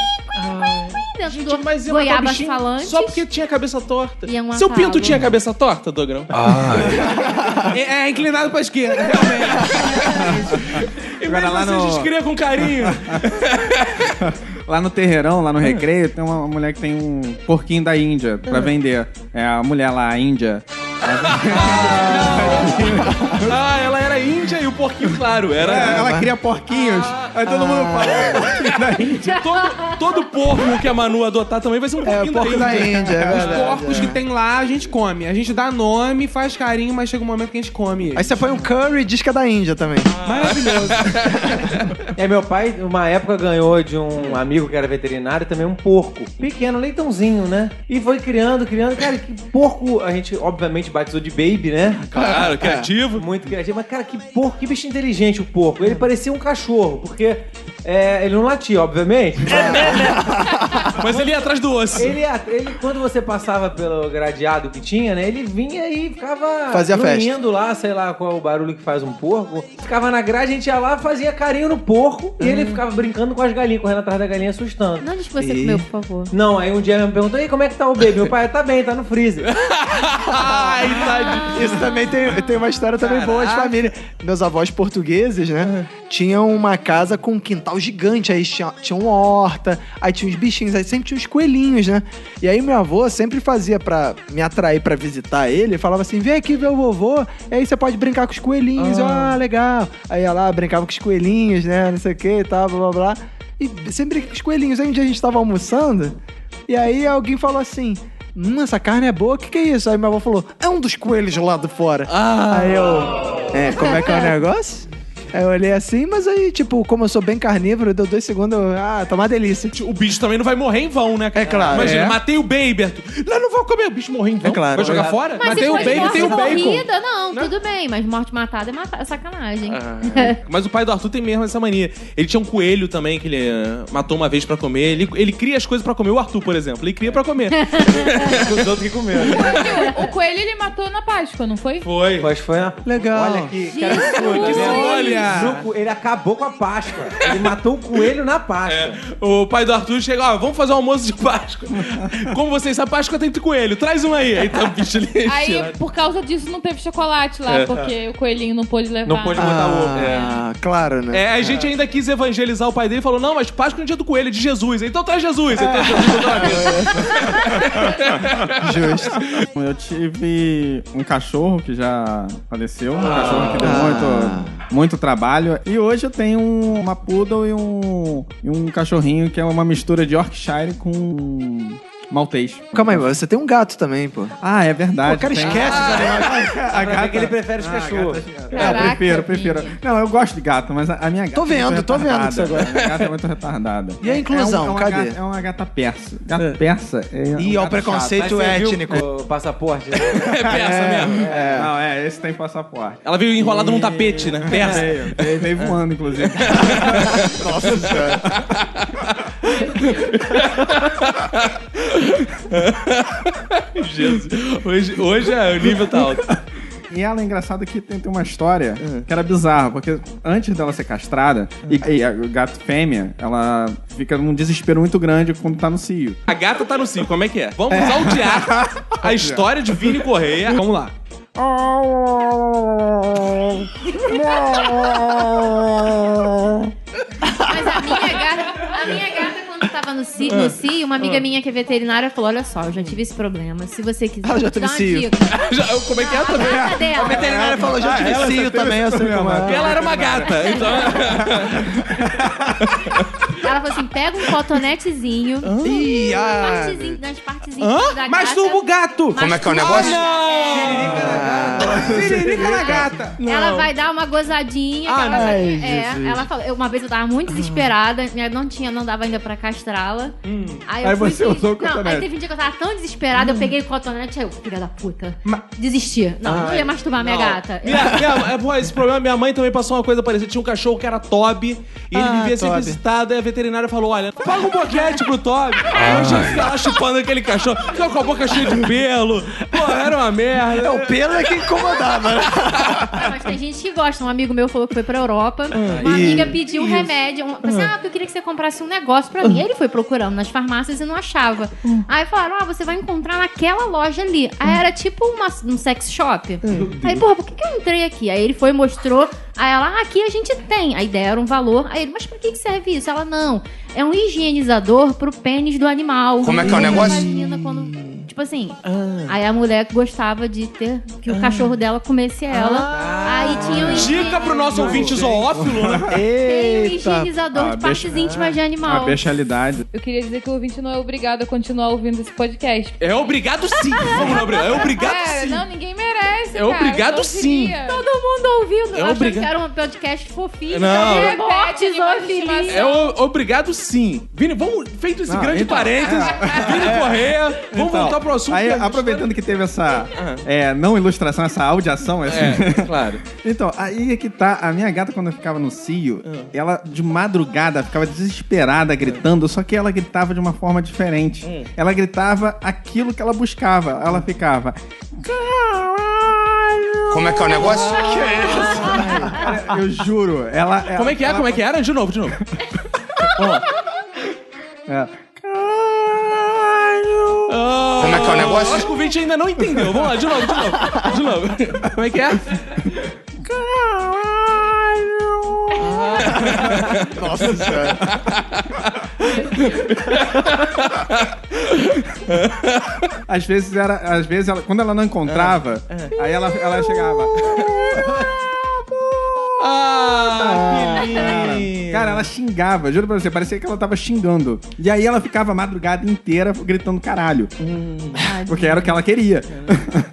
S5: dentro do
S1: Ah. mas ia matar o
S5: goiaba
S1: bichinho
S5: falante.
S1: Só porque tinha cabeça torta.
S5: Ia matá-lo.
S1: Seu pinto tinha cabeça torta, Dogrão?
S2: Ah,
S7: É, é inclinado pra esquerda. Realmente.
S1: Imagina
S6: lá
S1: você
S6: no-
S1: descreva assim, com carinho.
S6: Lá no terreirão, lá no
S3: Hum.
S6: recreio, tem uma mulher que tem um porquinho da Índia pra vender. É a mulher lá, a Índia.
S1: ah, ela era índia e o porquinho, claro, era...
S6: Ela Ah. cria porquinhos.
S3: Ah.
S6: Aí todo mundo fala.
S1: Todo, todo porco que a Manu adotar também vai ser um
S2: É,
S1: porquinho
S2: o
S1: da
S2: porco da
S1: Índia.
S2: Índia, é
S7: Os
S2: verdade.
S7: porcos que tem lá, a gente come. A gente dá nome, faz carinho, mas chega um momento que a gente come.
S2: Aí
S7: eles.
S2: você põe um curry e diz que é da Índia também.
S7: Maravilhoso.
S4: É, meu pai, uma época, ganhou de um amigo que era veterinário também um porco. Pequeno, leitãozinho, né? E foi criando, criando. Cara, que porco. A gente, obviamente, batizou de baby, né?
S1: Claro, criativo.
S4: Muito criativo. Mas, cara, que porco, que bicho inteligente o porco. Ele parecia um cachorro, porque é, ele não latia, obviamente.
S2: É.
S1: Mas ele ia atrás do osso.
S4: Ele, ele, quando você passava pelo gradeado que tinha, né? Ele vinha e ficava
S2: Fazia festa.
S4: dormindo lá, sei lá qual é o barulho que faz um porco. Ficava na grade, a gente ia lá, fazia carinho no porco e
S2: Uhum.
S4: ele ficava brincando com as galinhas, correndo atrás da galinha, assustando.
S5: Não diz que você comeu, por favor.
S4: Não, aí um dia ele me perguntou, e como é que tá o bebê? Meu pai, tá bem, tá no freezer.
S1: Ai, tadinho.
S2: Isso também tem, tem uma história também boa de família. Meus avós portugueses, né?
S1: É.
S2: Tinham uma casa com um quintal gigante. Aí tinha, tinha uma horta, aí tinha uns bichinhos, aí sempre tinha uns coelhinhos, né? E aí meu avô sempre fazia pra me atrair pra visitar ele. Falava assim, vem aqui ver o vovô, aí você pode brincar com os coelhinhos. Eu, Ah, legal. Aí ia lá, brincava com os coelhinhos, né? Não sei o que e tal, blá, blá, blá. E sempre brinca com os coelhinhos. Aí um dia a gente tava almoçando... E aí alguém falou assim: hum, essa carne é boa, o que, que é isso? Aí minha avó falou, é um dos coelhos lá do fora. Aí eu, é, como é que é o negócio? Aí eu olhei assim, mas aí, tipo, como eu sou bem carnívoro, deu dois segundos, eu, ah, tá uma delícia.
S1: O bicho também não vai morrer em vão, né? cara?
S2: É claro.
S1: Imagina,
S2: É.
S1: matei o baby, Arthur. Não, não vou comer. O bicho morreu em vão.
S2: É claro.
S1: Vai jogar
S2: É.
S1: fora?
S5: Mas,
S1: Matei
S5: se
S1: o
S5: fosse
S1: baby,
S5: morte
S1: tem o bacon. Né?
S5: morrida, não, tudo bem. Mas morte matada é mata- sacanagem.
S1: É. Mas o pai do Arthur tem mesmo essa mania. Ele tinha um coelho também que ele eh, matou uma vez pra comer. Ele, ele cria as coisas pra comer. O Arthur, por exemplo, ele cria pra comer.
S4: Os outros que comeram.
S3: assim, O coelho ele matou na Páscoa, não foi?
S1: Foi.
S4: Mas foi a...
S2: Legal.
S4: Olha que cara absurdo, né?
S1: Olha!
S4: No co- Ele acabou com a Páscoa. Ele matou o coelho na
S1: É.
S4: Páscoa.
S1: O pai do Arthur chega, ó, vamos fazer um almoço de Páscoa. Como vocês sabem, Páscoa tem coelho. Traz um aí. Então, bicho, ele
S3: Aí, por causa disso, não teve chocolate lá, porque o coelhinho não pôde levar.
S1: É. Não pôde botar o ovo. É.
S2: Ah, claro, né?
S1: É, a gente ainda quis evangelizar o pai dele e falou: não, mas Páscoa é no dia do coelho, é de Jesus. Então traz Jesus. Aí traz Jesus botou na mesa.
S7: Eu tive um cachorro que já faleceu, um cachorro que
S2: Ah.
S7: deu muito, muito trabalho. E hoje eu tenho um- uma poodle e um, e um cachorrinho que é uma mistura de Yorkshire com maltês.
S2: Calma aí, mas você tem um gato também, pô.
S7: Ah, é verdade.
S2: O cara
S7: tem-
S2: esquece os animais.
S4: Pra
S7: A
S4: ver é que ele
S7: gata...
S1: Ah,
S4: prefere os cachorros.
S7: É, eu prefiro, prefiro. Não, eu gosto de gato, mas a a minha gata.
S2: Tô
S7: é muito
S2: vendo, tô vendo
S7: retardada.
S2: que você gosta.
S7: A minha gata é muito retardada.
S2: E a inclusão,
S7: É um- é uma
S2: cadê?
S7: gata- é uma gata persa. Gata persa é. um
S2: Ih, é o
S7: gato
S2: preconceito
S7: chato. Mas você viu-
S2: étnico.
S4: O passaporte. né?
S1: É peça mesmo.
S7: É. Não, é, esse tem passaporte.
S1: Ela veio enrolada num tapete, né? Peça.
S2: É.
S7: Veio, veio, veio voando, inclusive.
S1: Jesus. Hoje, hoje é, o nível tá alto.
S7: E ela é engraçada que tem, tem uma história que era bizarra, porque antes dela ser castrada, e, e a gato fêmea, ela tá, fica num desespero muito grande quando tá no cio.
S1: A gata tá no cio, como é que é? Vamos saltear a história de Vini Correia. Vamos lá.
S5: Mas a minha gata, a minha gata quando tava no cio,
S2: Ah.
S5: no cio, uma amiga minha que é veterinária falou: olha só, eu já tive esse problema. Se você quiser,
S2: Ela Ah, já
S5: eu te
S2: teve
S5: dar uma
S2: cio.
S5: dica.
S1: Já- como é Ah, que é
S5: A
S1: também?
S5: gata dela.
S2: veterinária falou, já tive cio também, eu sei como é.
S1: Ela era uma gata. Então,
S5: Ela falou assim: pega um cotonetezinho. um
S2: Ih, ah.
S5: partezinho- nas partezinhas da gata.
S16: gato!
S5: Como é que é o
S1: negócio?
S16: Siririca na gata!
S5: Ela vai dar uma gozadinha. que ela, vai- é, ela falou, eu- uma vez eu tava
S7: Hum.
S5: muito desesperada, minha- não tinha, não dava ainda pra castrá-la. Aí, eu
S7: Hum. Aí
S5: fui
S7: você
S5: e-
S7: usou o
S5: Não,
S7: cotonete. Hum.
S5: aí teve um dia que eu tava tão desesperada, eu peguei o cotonete, aí eu, filha da puta, desisti. Não, não ia masturbar minha gata.
S1: Minha, minha- é, pô, esse problema, minha mãe também passou uma coisa parecida. Tinha um cachorro que era Toby, e ele
S2: Ah,
S1: vivia sendo
S2: Toby.
S1: visitado, e a veterinária falou: olha, paga um boquete pro Toby. Aí eu tinha que ficar lá chupando aquele cachorro, ficava com a boca cheia de pelo. Pô, era uma merda.
S2: É, o pelo é que incomodava, né?
S5: Ah, mas tem gente que gosta. Um amigo meu falou que foi pra Europa.
S7: Ah,
S5: Uma
S2: e-
S5: amiga pediu um remédio. Um, falou assim, ah, eu queria que você comprasse um negócio pra mim. Aí ele foi procurando nas farmácias e não achava.
S7: Hum.
S5: Aí falaram, ah, você vai encontrar naquela loja ali. Aí era tipo uma- um sex shop. Aí, porra, por que, que eu entrei aqui? Aí ele foi, mostrou. Aí ela, ah, aqui a gente tem. Aí deram um valor. Aí ele, mas pra que, que serve isso? Ela, não. É um higienizador pro pênis do animal. Como é que é o negócio? Imagina quando... Tipo assim,
S1: Ah.
S5: aí a mulher gostava de ter que o cachorro dela comesse ela.
S1: Ah.
S5: aí tinha um
S1: Dica pro nosso ouvinte zoófilo, né?
S5: tem um
S2: Eita.
S5: higienizador
S7: Ah,
S5: de partes
S7: deixa-
S5: íntimas de
S7: A
S5: animal.
S7: bestialidade.
S3: Eu queria dizer que o ouvinte não é obrigado a continuar ouvindo esse podcast.
S1: É obrigado sim. Vamos lá, Gabriel. é obrigado
S3: Cara,
S1: sim.
S3: não, ninguém merece.
S1: É
S3: cara,
S1: obrigado
S3: só
S1: sim.
S3: queria.
S5: Todo mundo ouvindo.
S1: É
S5: Eu achei que
S1: obrigado.
S5: era um podcast fofinho. então
S1: Não.
S5: que
S3: Repete,
S5: alguém gosta de
S3: animal de
S5: fofinho.
S1: É o- obrigado sim. Vini, vamos feito esse grande parênteses. Vini Correia, vamos
S7: Então,
S1: voltar pro assunto.
S7: Aí,
S1: da-
S7: aproveitando que teve essa é, não ilustração, essa audiação, assim.
S1: É, claro.
S7: Então, aí é que tá. A minha gata, quando eu ficava no cio,
S1: Ah.
S7: ela de madrugada ficava desesperada gritando, só que ela gritava de uma forma diferente.
S1: Hum.
S7: Ela gritava aquilo que ela buscava. Ela ficava. Como é que é o negócio? Cara, eu juro, ela.
S1: Como é que é? Como é que era? De novo, de novo. Vamos lá.
S7: é? Caralho!
S1: Como é que é o negócio? Acho que o ouvinte ainda não entendeu. Vamos lá, de novo, de novo. De novo. Como é que é?
S2: Nossa senhora.
S7: Às vezes era. Às vezes ela. Quando ela não encontrava,
S17: É.
S7: aí ela, ela chegava.
S1: Ah, que lindo.
S17: É.
S7: Cara, Cara, ela xingava, juro pra você, parecia que ela tava xingando. E aí ela ficava a madrugada inteira gritando caralho.
S17: Hum.
S7: porque era o que ela queria.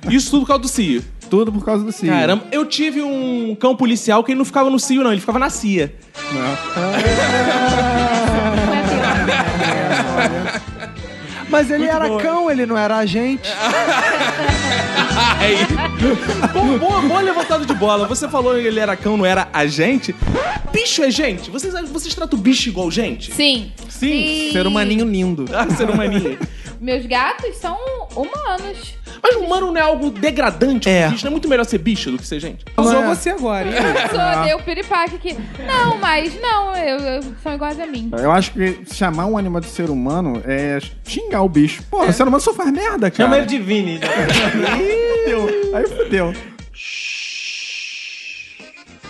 S1: Isso tudo por causa do cio.
S7: Tudo por causa do cio.
S1: Caramba, eu tive um cão policial que ele não ficava no cio, não, ele ficava na cia.
S2: Mas ele era cão, ele não era agente.
S1: Ai. Bom, boa, boa levantada de bola. Você falou que ele era cão, não era a gente. Bicho é gente? Vocês, vocês tratam o bicho igual gente?
S3: Sim.
S1: Sim.
S7: Ser humaninho lindo.
S1: Ah, ser humaninho.
S3: Meus gatos são humanos.
S1: Mas humano não é algo degradante pro bicho. Não é muito melhor ser bicho do que ser gente.
S7: É.
S17: Usou você agora, hein?
S3: Sou, deu piripaque aqui. Não, mas não, eu, eu- são iguais a mim.
S7: Eu acho que chamar um animal de ser humano é xingar o bicho. Pô,
S17: É.
S7: o ser humano só faz merda, cara.
S4: Chama ele de Vini. né?
S7: fudeu. Aí fudeu.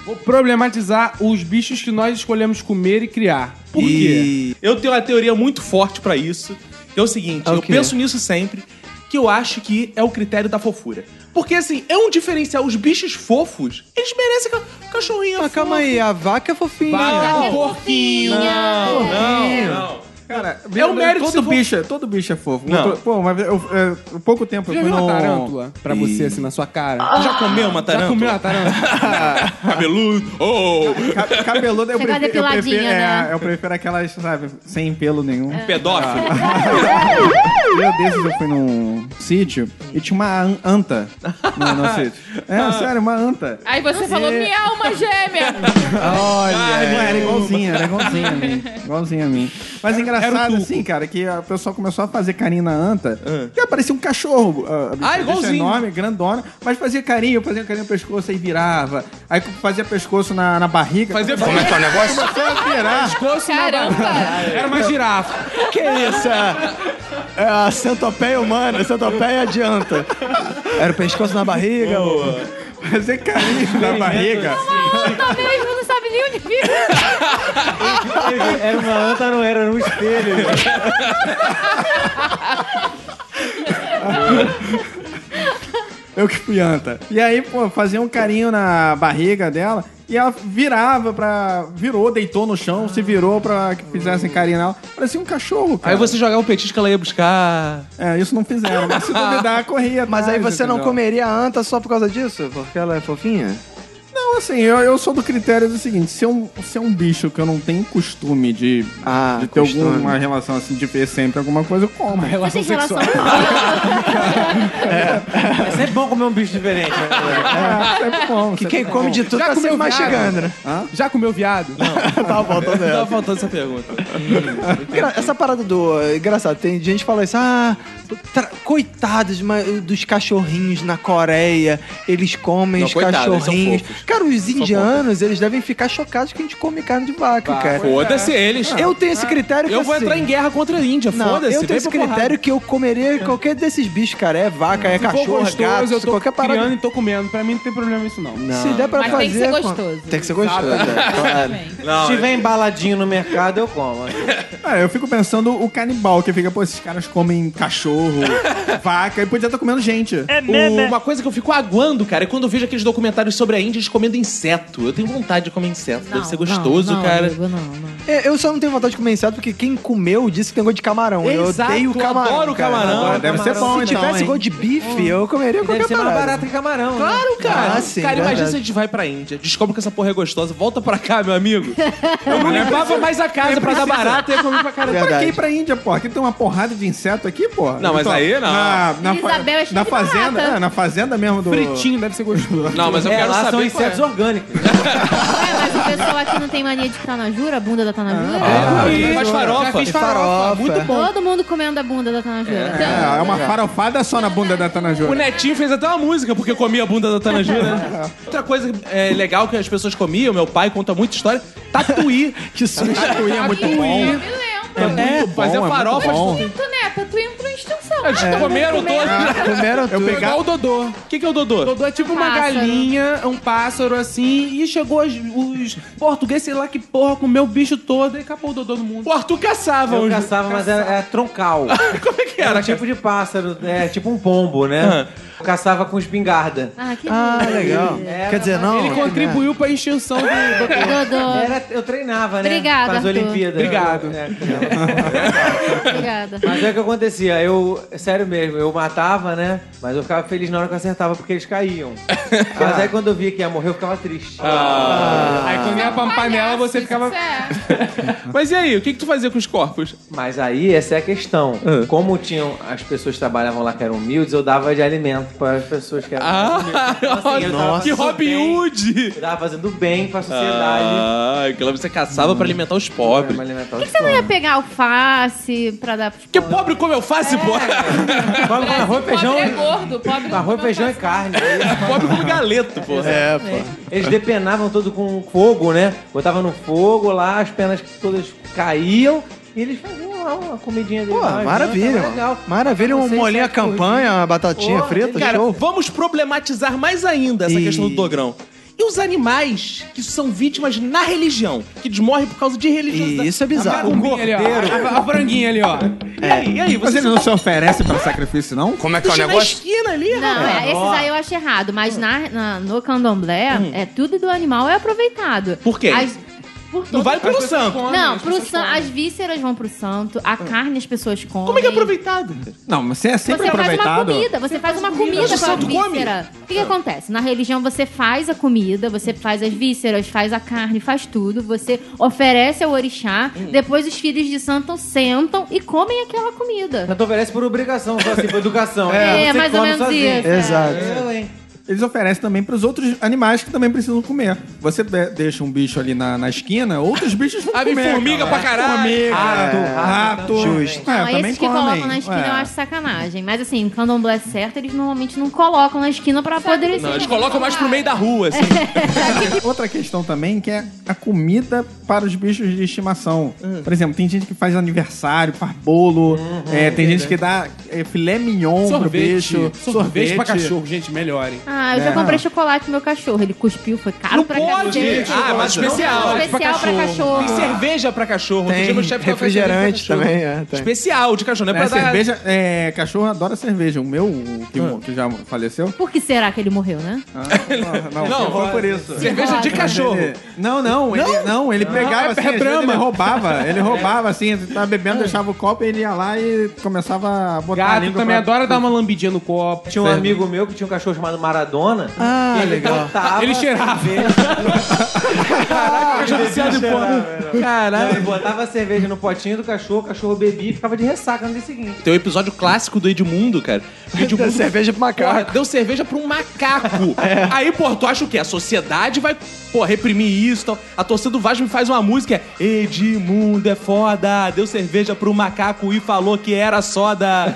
S17: Vou problematizar os bichos que nós escolhemos comer e criar. Por quê?
S1: Eu tenho uma teoria muito forte pra isso, que é o seguinte,
S2: É o
S1: eu
S2: quê?
S1: penso nisso sempre, que eu acho que é o critério da fofura. Porque assim, é um diferencial, os bichos fofos, eles merecem ca- cachorrinho
S2: Ah,
S1: fofo.
S2: calma aí, a vaca é fofinha.
S1: Vaca é
S3: fofinha.
S1: Não, não, não.
S7: Cara,
S1: É o mérito
S7: todo
S1: se for-
S7: bicho, é- todo bicho é fofo.
S1: Não.
S7: Outro- Pô, mas eu, eu- eu- pouco tempo
S17: Já
S7: eu fui
S17: viu
S7: num-
S17: uma tarântula pra você, assim, na sua cara?
S1: Já comeu uma
S17: Já comeu
S1: Ah! tarântula?
S17: uma tarântula?
S1: Cabeludo? Oh,
S7: Ca- Cabeludo, eu
S5: Chegou a
S7: prefiro, eu,
S5: depiladinha,
S7: prefiro, é,
S5: né?
S7: eu prefiro aquelas, sabe, sem pelo nenhum.
S1: É. pedófilo.
S7: Eu desses eu fui num sítio e tinha uma an- anta no, no sítio. É,
S1: Ah.
S7: sério, uma anta.
S3: Aí você falou, minha alma gêmea.
S7: Olha, Ah, era igualzinha, era igualzinha a mim. Igualzinha a mim. Mas engraçado, assim, cara, que o pessoal começou a fazer carinho na anta, que aparecia um cachorro. a- a bicha
S1: igualzinho.
S7: enorme, grandona, mas fazia carinho, fazia carinho no pescoço, aí virava. Aí fazia pescoço na, na barriga.
S1: Fazia-
S7: Como é que é o negócio? Começou a virar.
S3: Caramba.
S17: Era uma girafa.
S2: Que isso? É, é a centopeia humana, centopeia adianta. Era o pescoço na barriga. é
S7: Fazia carinho na barriga.
S3: Tá mesmo, não sabe nem onde fica.
S4: Era uma anta, não era, era um espelho.
S7: Eu que fui anta. E aí, pô, fazia um carinho na barriga dela e ela virava pra. Virou, deitou no chão, se virou pra que fizessem carinho nela. Parecia um cachorro, cara.
S1: Aí você jogava o petisco, ela ia buscar.
S7: É, isso não fizeram, mas se duvidar, corria.
S2: Mas aí
S7: atrás,
S2: você não
S7: entendeu?
S2: comeria a anta só por causa disso? Porque ela é fofinha?
S7: Não, assim, eu, eu sou do critério do seguinte: se é, um, se é um bicho que eu não tenho costume de,
S2: Ah,
S7: de ter
S2: costume.
S7: alguma relação assim, de ver sempre alguma coisa, eu como.
S5: Vocês têm relação
S4: É sempre bom comer um bicho diferente. né?
S7: É, sempre como.
S2: Que quem come de tudo tá sempre mastigando, né?
S17: Já comeu viado?
S2: Tava faltando
S1: Tava faltando essa pergunta.
S2: Engra- Essa parada do. é Engraçado, tem gente que fala isso, ah, tra- coitados ma- dos cachorrinhos na Coreia, eles comem
S1: Não,
S2: os
S1: coitado, eles são
S2: cachorrinhos.
S1: fofos.
S2: Cara, os indianos, eles devem ficar chocados que a gente come carne de vaca, cara.
S1: Foda-se eles.
S2: Eu tenho esse critério
S1: Eu
S2: que
S1: vou
S2: assim,
S1: entrar em guerra contra a Índia,
S2: Não,
S1: foda-se.
S2: eu tenho
S1: vem
S2: esse
S1: pra porrada.
S2: critério que eu comeria qualquer desses bichos, cara. É vaca, é
S17: Se for
S2: cachorro, é gato,
S17: eu tô
S2: qualquer parada.
S17: criando e tô comendo. Pra mim não tem problema isso, não.
S2: Se der pra
S3: Mas
S2: fazer.
S3: tem que ser
S2: com-
S3: gostoso.
S2: Tem que ser gostoso, é, claro.
S1: Não,
S4: Se tiver embaladinho no mercado, eu como.
S7: Ah, eu fico pensando o canibal que fica, pô, esses caras comem cachorro, vaca, e podia estar comendo gente. É.
S1: O- uma coisa que eu fico aguando, cara, é quando eu vejo aqueles documentários sobre a Índia eles comendo inseto. Eu tenho vontade de comer inseto. Deve ser gostoso, cara.
S2: É, Eu só não tenho vontade de comer inseto porque quem comeu disse que tem gosto de camarão.
S1: Exato,
S2: eu odeio
S1: eu
S2: camarão.
S1: adoro
S2: cara.
S1: camarão.
S2: Adoro
S7: Deve ser
S2: camarão.
S7: bom,
S2: Se
S7: então,
S2: tivesse
S7: hein?
S2: gosto de bife, eu comeria
S4: Deve
S2: qualquer
S4: ser mais
S2: parada.
S4: barato que camarão. né?
S1: Claro, cara.
S2: Ah, sim,
S1: cara, imagina
S2: verdade.
S1: se a gente vai pra Índia, descobre que essa porra é gostosa, volta pra cá, meu amigo. Eu não limpava mais a casa pra dar barata e ia comer pra caramba.
S7: Pra
S2: Verdade.
S7: que ir pra Índia, porra? Aqui tem uma porrada de inseto aqui, porra.
S1: Não, mas
S7: Então,
S1: aí não.
S7: Na, na, fa-
S5: Isabel é cheia
S7: na
S5: de
S7: fazenda,
S5: barata.
S7: é, na fazenda mesmo do...
S17: Fritinho deve ser gostoso.
S1: Não, mas eu
S4: É,
S1: quero
S4: lá
S1: saber
S4: são
S1: qual
S4: insetos
S1: é.
S4: orgânicos.
S7: é.
S5: Ué, né? mas o pessoal aqui não tem mania de tanajura, a bunda da
S7: Ah,
S5: tanajura?
S7: é
S1: Ih, Ah, faz farofa.
S17: Faz
S2: Farofa.
S17: farofa. Muito bom.
S5: Todo mundo comendo a bunda da tanajura. Então,
S7: É, é uma farofada só na bunda da
S1: O
S7: Tanajura.
S1: Netinho fez até uma música porque comia a bunda da Tana Jura. né? Outra coisa é, legal que as pessoas comiam, meu pai conta muita história, tatuí.
S7: Que susto. Tatuí é muito bom.
S3: Eu me lembro.
S7: É muito
S1: bom, é muito bom.
S7: farofa.
S3: Tu, né, tatuí entrou em extinção.
S1: Eles
S3: né?
S1: comeram
S3: Comer.
S1: todos.
S2: Comeram
S7: Eu
S2: tudo.
S7: pegar...
S17: Igual o Dodô.
S1: O que, que é o Dodô?
S17: Dodô é tipo uma
S5: Pássaro.
S17: galinha, um pássaro assim, e chegou os, os portugueses, sei lá que porra, comeu o bicho todo e acabou o Dodô do mundo.
S1: O Arthur caçava.
S4: Eu
S1: os-
S4: caçava, mas era, era troncal.
S1: Como é que
S4: Era
S1: era?
S4: um tipo de pássaro, é tipo um pombo, né?
S1: Ah.
S4: Caçava com espingarda.
S5: Ah, que
S2: Ah,
S5: lindo.
S2: legal.
S4: Era-
S2: Quer dizer, não.
S17: né?
S18: Ele contribuiu pra extinção do.
S5: Dodô,
S4: Era, eu treinava, né?
S5: Obrigada,
S4: Para as
S5: Arthur.
S4: Olimpíadas.
S18: Obrigado.
S4: É,
S5: obrigada.
S4: Mas é o que acontecia, eu, sério mesmo, eu matava, né? Mas eu ficava feliz na hora que eu acertava, porque eles caíam. Mas aí quando eu via que ia morrer, eu ficava triste.
S1: Ah.
S4: Ah.
S18: Aí quando ia pra panela, você ficava.
S3: É.
S1: Mas e aí, o que, que tu fazia com os corpos?
S4: Mas aí, essa é a questão.
S1: Ah.
S4: Como tinham as pessoas que trabalhavam lá que eram humildes, eu dava de alimento para as pessoas que eram
S1: Ah,
S4: assim, eu tava
S1: olha, que
S4: fazendo
S1: Robin
S4: bem.
S1: Hood!
S4: Eu tava fazendo bem pra sociedade. um
S1: Ah, aquela você caçava pra alimentar os pobres.
S4: Pra alimentar
S5: Por
S4: os
S5: que você não ia
S4: pobres.
S5: pegar alface pra dar tipo, pros
S1: Porque
S5: pobres?
S1: pobre como eu
S4: É.
S1: faço, pô!
S4: Come com arroz, feijão,
S3: Pobre é gordo, pobre não
S4: arroz,
S3: come
S4: feijão e
S3: alface.
S4: carne. é
S1: Pobre como galeto, pô.
S2: É, pô.
S4: Eles depenavam todo com fogo, né? Botava no fogo lá, as penas todas caíam e eles faziam lá uma comidinha deles. é
S2: Pô,
S4: lá,
S2: maravilha,
S4: tava
S2: mano. Maravilha, um
S4: Vocês
S2: molinho à
S4: sabem corrigir.
S2: campanha, uma batatinha
S4: Pô,
S2: frita,
S1: Cara,
S2: show.
S1: vamos problematizar mais ainda essa
S2: E-
S1: questão do dogrão. E os animais que são vítimas na religião, que eles morrem por causa de Tá
S2: E
S1: religiosidade.
S2: isso é bizarro.
S18: O ali, ó. A, a franguinha ali, ó.
S1: E aí, e aí
S7: Mas
S1: você
S7: ele não se oferece pra sacrifício, não?
S13: Como é que é o
S1: deixa na
S13: negócio?
S1: esquina né, ali,
S5: Não,
S1: rapaz.
S5: é, esses aí eu acho errado, mas na, na- no candomblé,
S7: Hum.
S5: é tudo do animal é aproveitado.
S1: Por quê?
S5: As- por
S1: Não
S5: todo-
S1: vale pelo santo.
S5: Não, pro san... as vísceras vão pro santo,
S7: Ah.
S5: a carne as pessoas comem.
S1: Como é que é aproveitado?
S7: Não, mas você é sempre
S5: você
S7: aproveitado.
S5: faz uma comida, você, faz uma comida,
S1: Mas o
S5: com a
S1: santo come?
S5: víscera. O que, que acontece? Na religião você faz a comida, você faz as vísceras, faz a carne, faz tudo, você oferece ao orixá,
S7: Hum.
S5: depois os filhos de santo sentam e comem aquela comida.
S4: Tanto oferece por obrigação, só assim, por educação.
S5: É,
S4: Você
S5: mais ou
S4: come
S5: menos
S4: sozinho.
S5: isso.
S2: Exato.
S5: É,
S4: Eu, hein?
S7: Eles oferecem também pros outros animais que também precisam comer. Você be- deixa um bicho ali na, na esquina, outros bichos vão
S1: Ah, vem
S7: comer.
S1: formiga
S7: cara.
S1: pra caralho.
S7: Formiga,
S5: Ah,
S4: Rato,
S7: é,
S4: rato,
S7: rato.
S2: justo.
S7: É,
S5: então Não,
S7: também
S5: esses que
S7: comem.
S5: colocam na esquina
S7: É.
S5: eu acho sacanagem. Mas assim, o candomblé certo, eles normalmente não colocam na esquina pra apodrecer.
S1: Não, eles colocam mais pro meio da rua, assim.
S5: É,
S7: Outra questão também que é a comida para os bichos de estimação.
S1: Hum.
S7: Por exemplo, tem gente que faz aniversário, faz bolo, é, tem gente que dá é, filé mignon pro bicho,
S18: Sorvete. Sorvete pra cachorro, gente, melhorem.
S5: Ah,
S7: É.
S5: eu já comprei chocolate pro meu cachorro. Ele cuspiu, foi caro
S1: Não
S5: pra
S1: pode!
S5: cacete.
S1: Ah, mas
S5: Não,
S1: especial.
S5: Especial pra cachorro.
S1: Tem cerveja pra cachorro. Outro dia
S2: Tem
S1: meu chefe tava fazendo
S2: refrigerante
S1: cerveja pra cachorro.
S2: também, é, tem.
S1: Especial de cachorro, não é,
S7: É,
S1: pra dar... Hum.
S7: cerveja, é, cachorro adora cerveja. O meu, o que, que já faleceu,
S5: Por que será que ele morreu, né?
S7: ah, não, não,
S1: Não,
S7: foi por isso.
S1: Cerveja de cachorro.
S7: Ele- não, não, ele, não, ele pegava assim, às vezes ele roubava, ele roubava assim, ele tava bebendo, deixava o copo e ele ia lá e começava a botar a
S18: Gato
S7: língua
S18: também
S7: pra-
S18: adora dar uma lambidinha no copo.
S4: Tinha um amigo meu que tinha um cachorro chamado Maradona.
S2: Ah,
S4: e ele
S2: legal.
S4: botava
S18: Ele cheirava.
S4: cerveja-
S1: Caraca, eu já viciado em porra.
S4: Não,
S1: Caralho.
S4: ele botava a cerveja no potinho do cachorro, o cachorro bebia e ficava de ressaca no dia seguinte.
S1: Tem um episódio clássico do Edmundo, cara. O Edmundo
S2: Dá cerveja pro
S1: Porra,
S2: macaco.
S1: deu cerveja pra um macaco.
S2: É.
S1: Aí, pô, tu acha o quê? A sociedade vai, pô, reprimir isso. Tal. A torcida do Vasco me faz uma música. É, Edmundo é foda. Deu cerveja pro macaco e falou que era soda.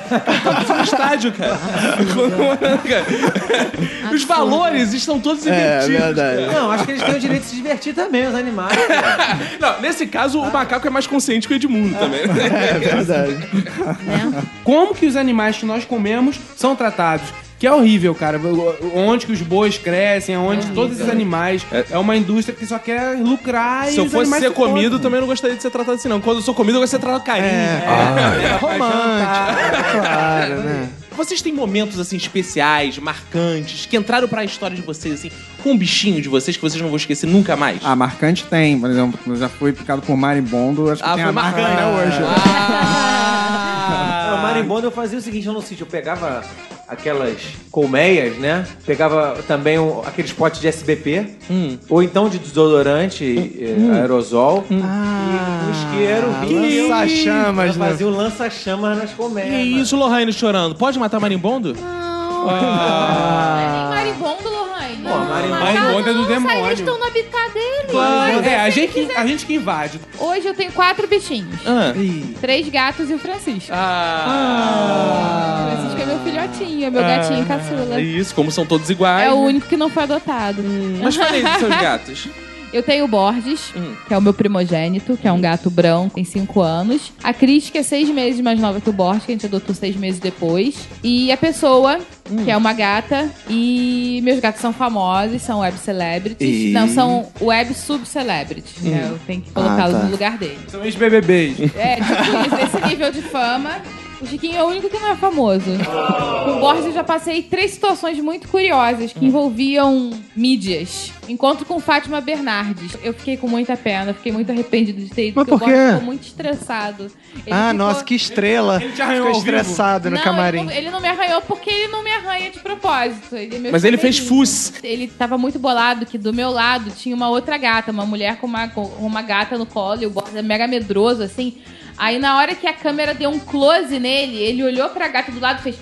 S1: Isso no estádio, cara. Os valores estão todos
S2: É,
S1: invertidos.
S2: verdade.
S4: Não, acho que eles têm o direito de se divertir também, os animais. cara.
S1: Não, nesse caso, o macaco é mais consciente que o Edmundo também. né?
S2: É verdade.
S5: É.
S18: Como que os animais que nós comemos são tratados? Que é horrível, cara. Onde que os bois crescem,
S1: Ah,
S18: onde todos esses animais. É. uma indústria que só quer lucrar e
S1: Se eu
S18: os
S1: fosse
S18: animais
S1: ser
S18: se fodem.
S1: comido, também não gostaria de ser tratado assim, não. Quando eu sou comido, eu gosto de ser tratado com carinho.
S18: É,
S2: É.
S1: É,
S2: Romântico, claro, né?
S1: Vocês têm momentos assim especiais, marcantes, que entraram pra história de vocês assim, com um bichinho de vocês que vocês não vão esquecer nunca mais?
S7: Ah, marcante tem, por exemplo, eu já fui picado por marimbondo, acho que
S1: Ah,
S7: tem
S1: foi
S7: a marca
S1: marcante. Ah.
S7: até hoje.
S4: O marimbondo eu fazia o seguinte, eu no sítio, eu pegava aquelas colmeias, né? Pegava também um- aqueles potes de SBP,
S1: Hum.
S4: ou então de desodorante, eh, aerosol,
S1: Ah.
S4: e um isqueiro, vinho.
S2: lança-chamas,
S4: eu
S2: né?
S4: fazia o lança-chamas nas colmeias.
S1: Que
S4: mano.
S1: isso, Lohane chorando? Pode matar marimbondo?
S3: Tem Maribondo, Lohane.
S4: Pô, marimbondo-
S18: marimbondo é do demônio.
S5: Eles estão no habitat dele.
S18: Claro. É, a gente, que- a gente que invade.
S3: Hoje eu tenho quatro bichinhos.
S1: Ah.
S3: Três gatos e o Francisco. O
S1: Ah.
S3: Francisco é meu filhotinho, é meu gatinho caçula.
S1: É Isso, como são todos iguais.
S3: É o
S1: né?
S3: único que não foi adotado.
S1: Mas falei dos seus gatos.
S3: Eu tenho o Borges, que é o meu primogênito, que é um gato branco, tem 5 anos. A Cris, que é 6 meses mais nova que o Borges, que a gente adotou 6 meses depois. E a Pessoa, que é uma gata. E meus gatos são famosos, são web celebrities.
S2: E- Hum.
S3: Não, são web sub-celebrities. né? Eu tenho que colocá-los
S2: Ah, tá.
S3: no lugar deles.
S18: São ex-BBBs.
S3: É, tipo isso, esse nível de fama. O Chiquinho é o único que não é famoso. Com o Borges eu já passei três situações muito curiosas que envolviam mídias. Encontro com Fátima Bernardes. Eu fiquei com muita pena, fiquei muito arrependido de ter ido,
S2: Mas
S3: porque
S2: por
S3: o
S2: quê?
S3: Borges ficou muito estressado. Ele
S2: Ah,
S3: ficou-
S2: nossa, que estrela.
S7: te arranhou
S2: Ficou
S7: ao vivo.
S2: estressado no
S3: Não,
S2: camarim.
S3: Ele não, ele não me arranhou porque ele não me arranha de propósito. Ele é meu
S1: Mas ele fez
S3: chameguinho.
S1: fus.
S3: Ele tava muito bolado que do meu lado tinha uma outra gata, uma mulher com uma, com uma gata no colo e o Borges é mega medroso, assim. Aí na hora que a câmera deu um close nele, ele olhou pra gata do lado e fez.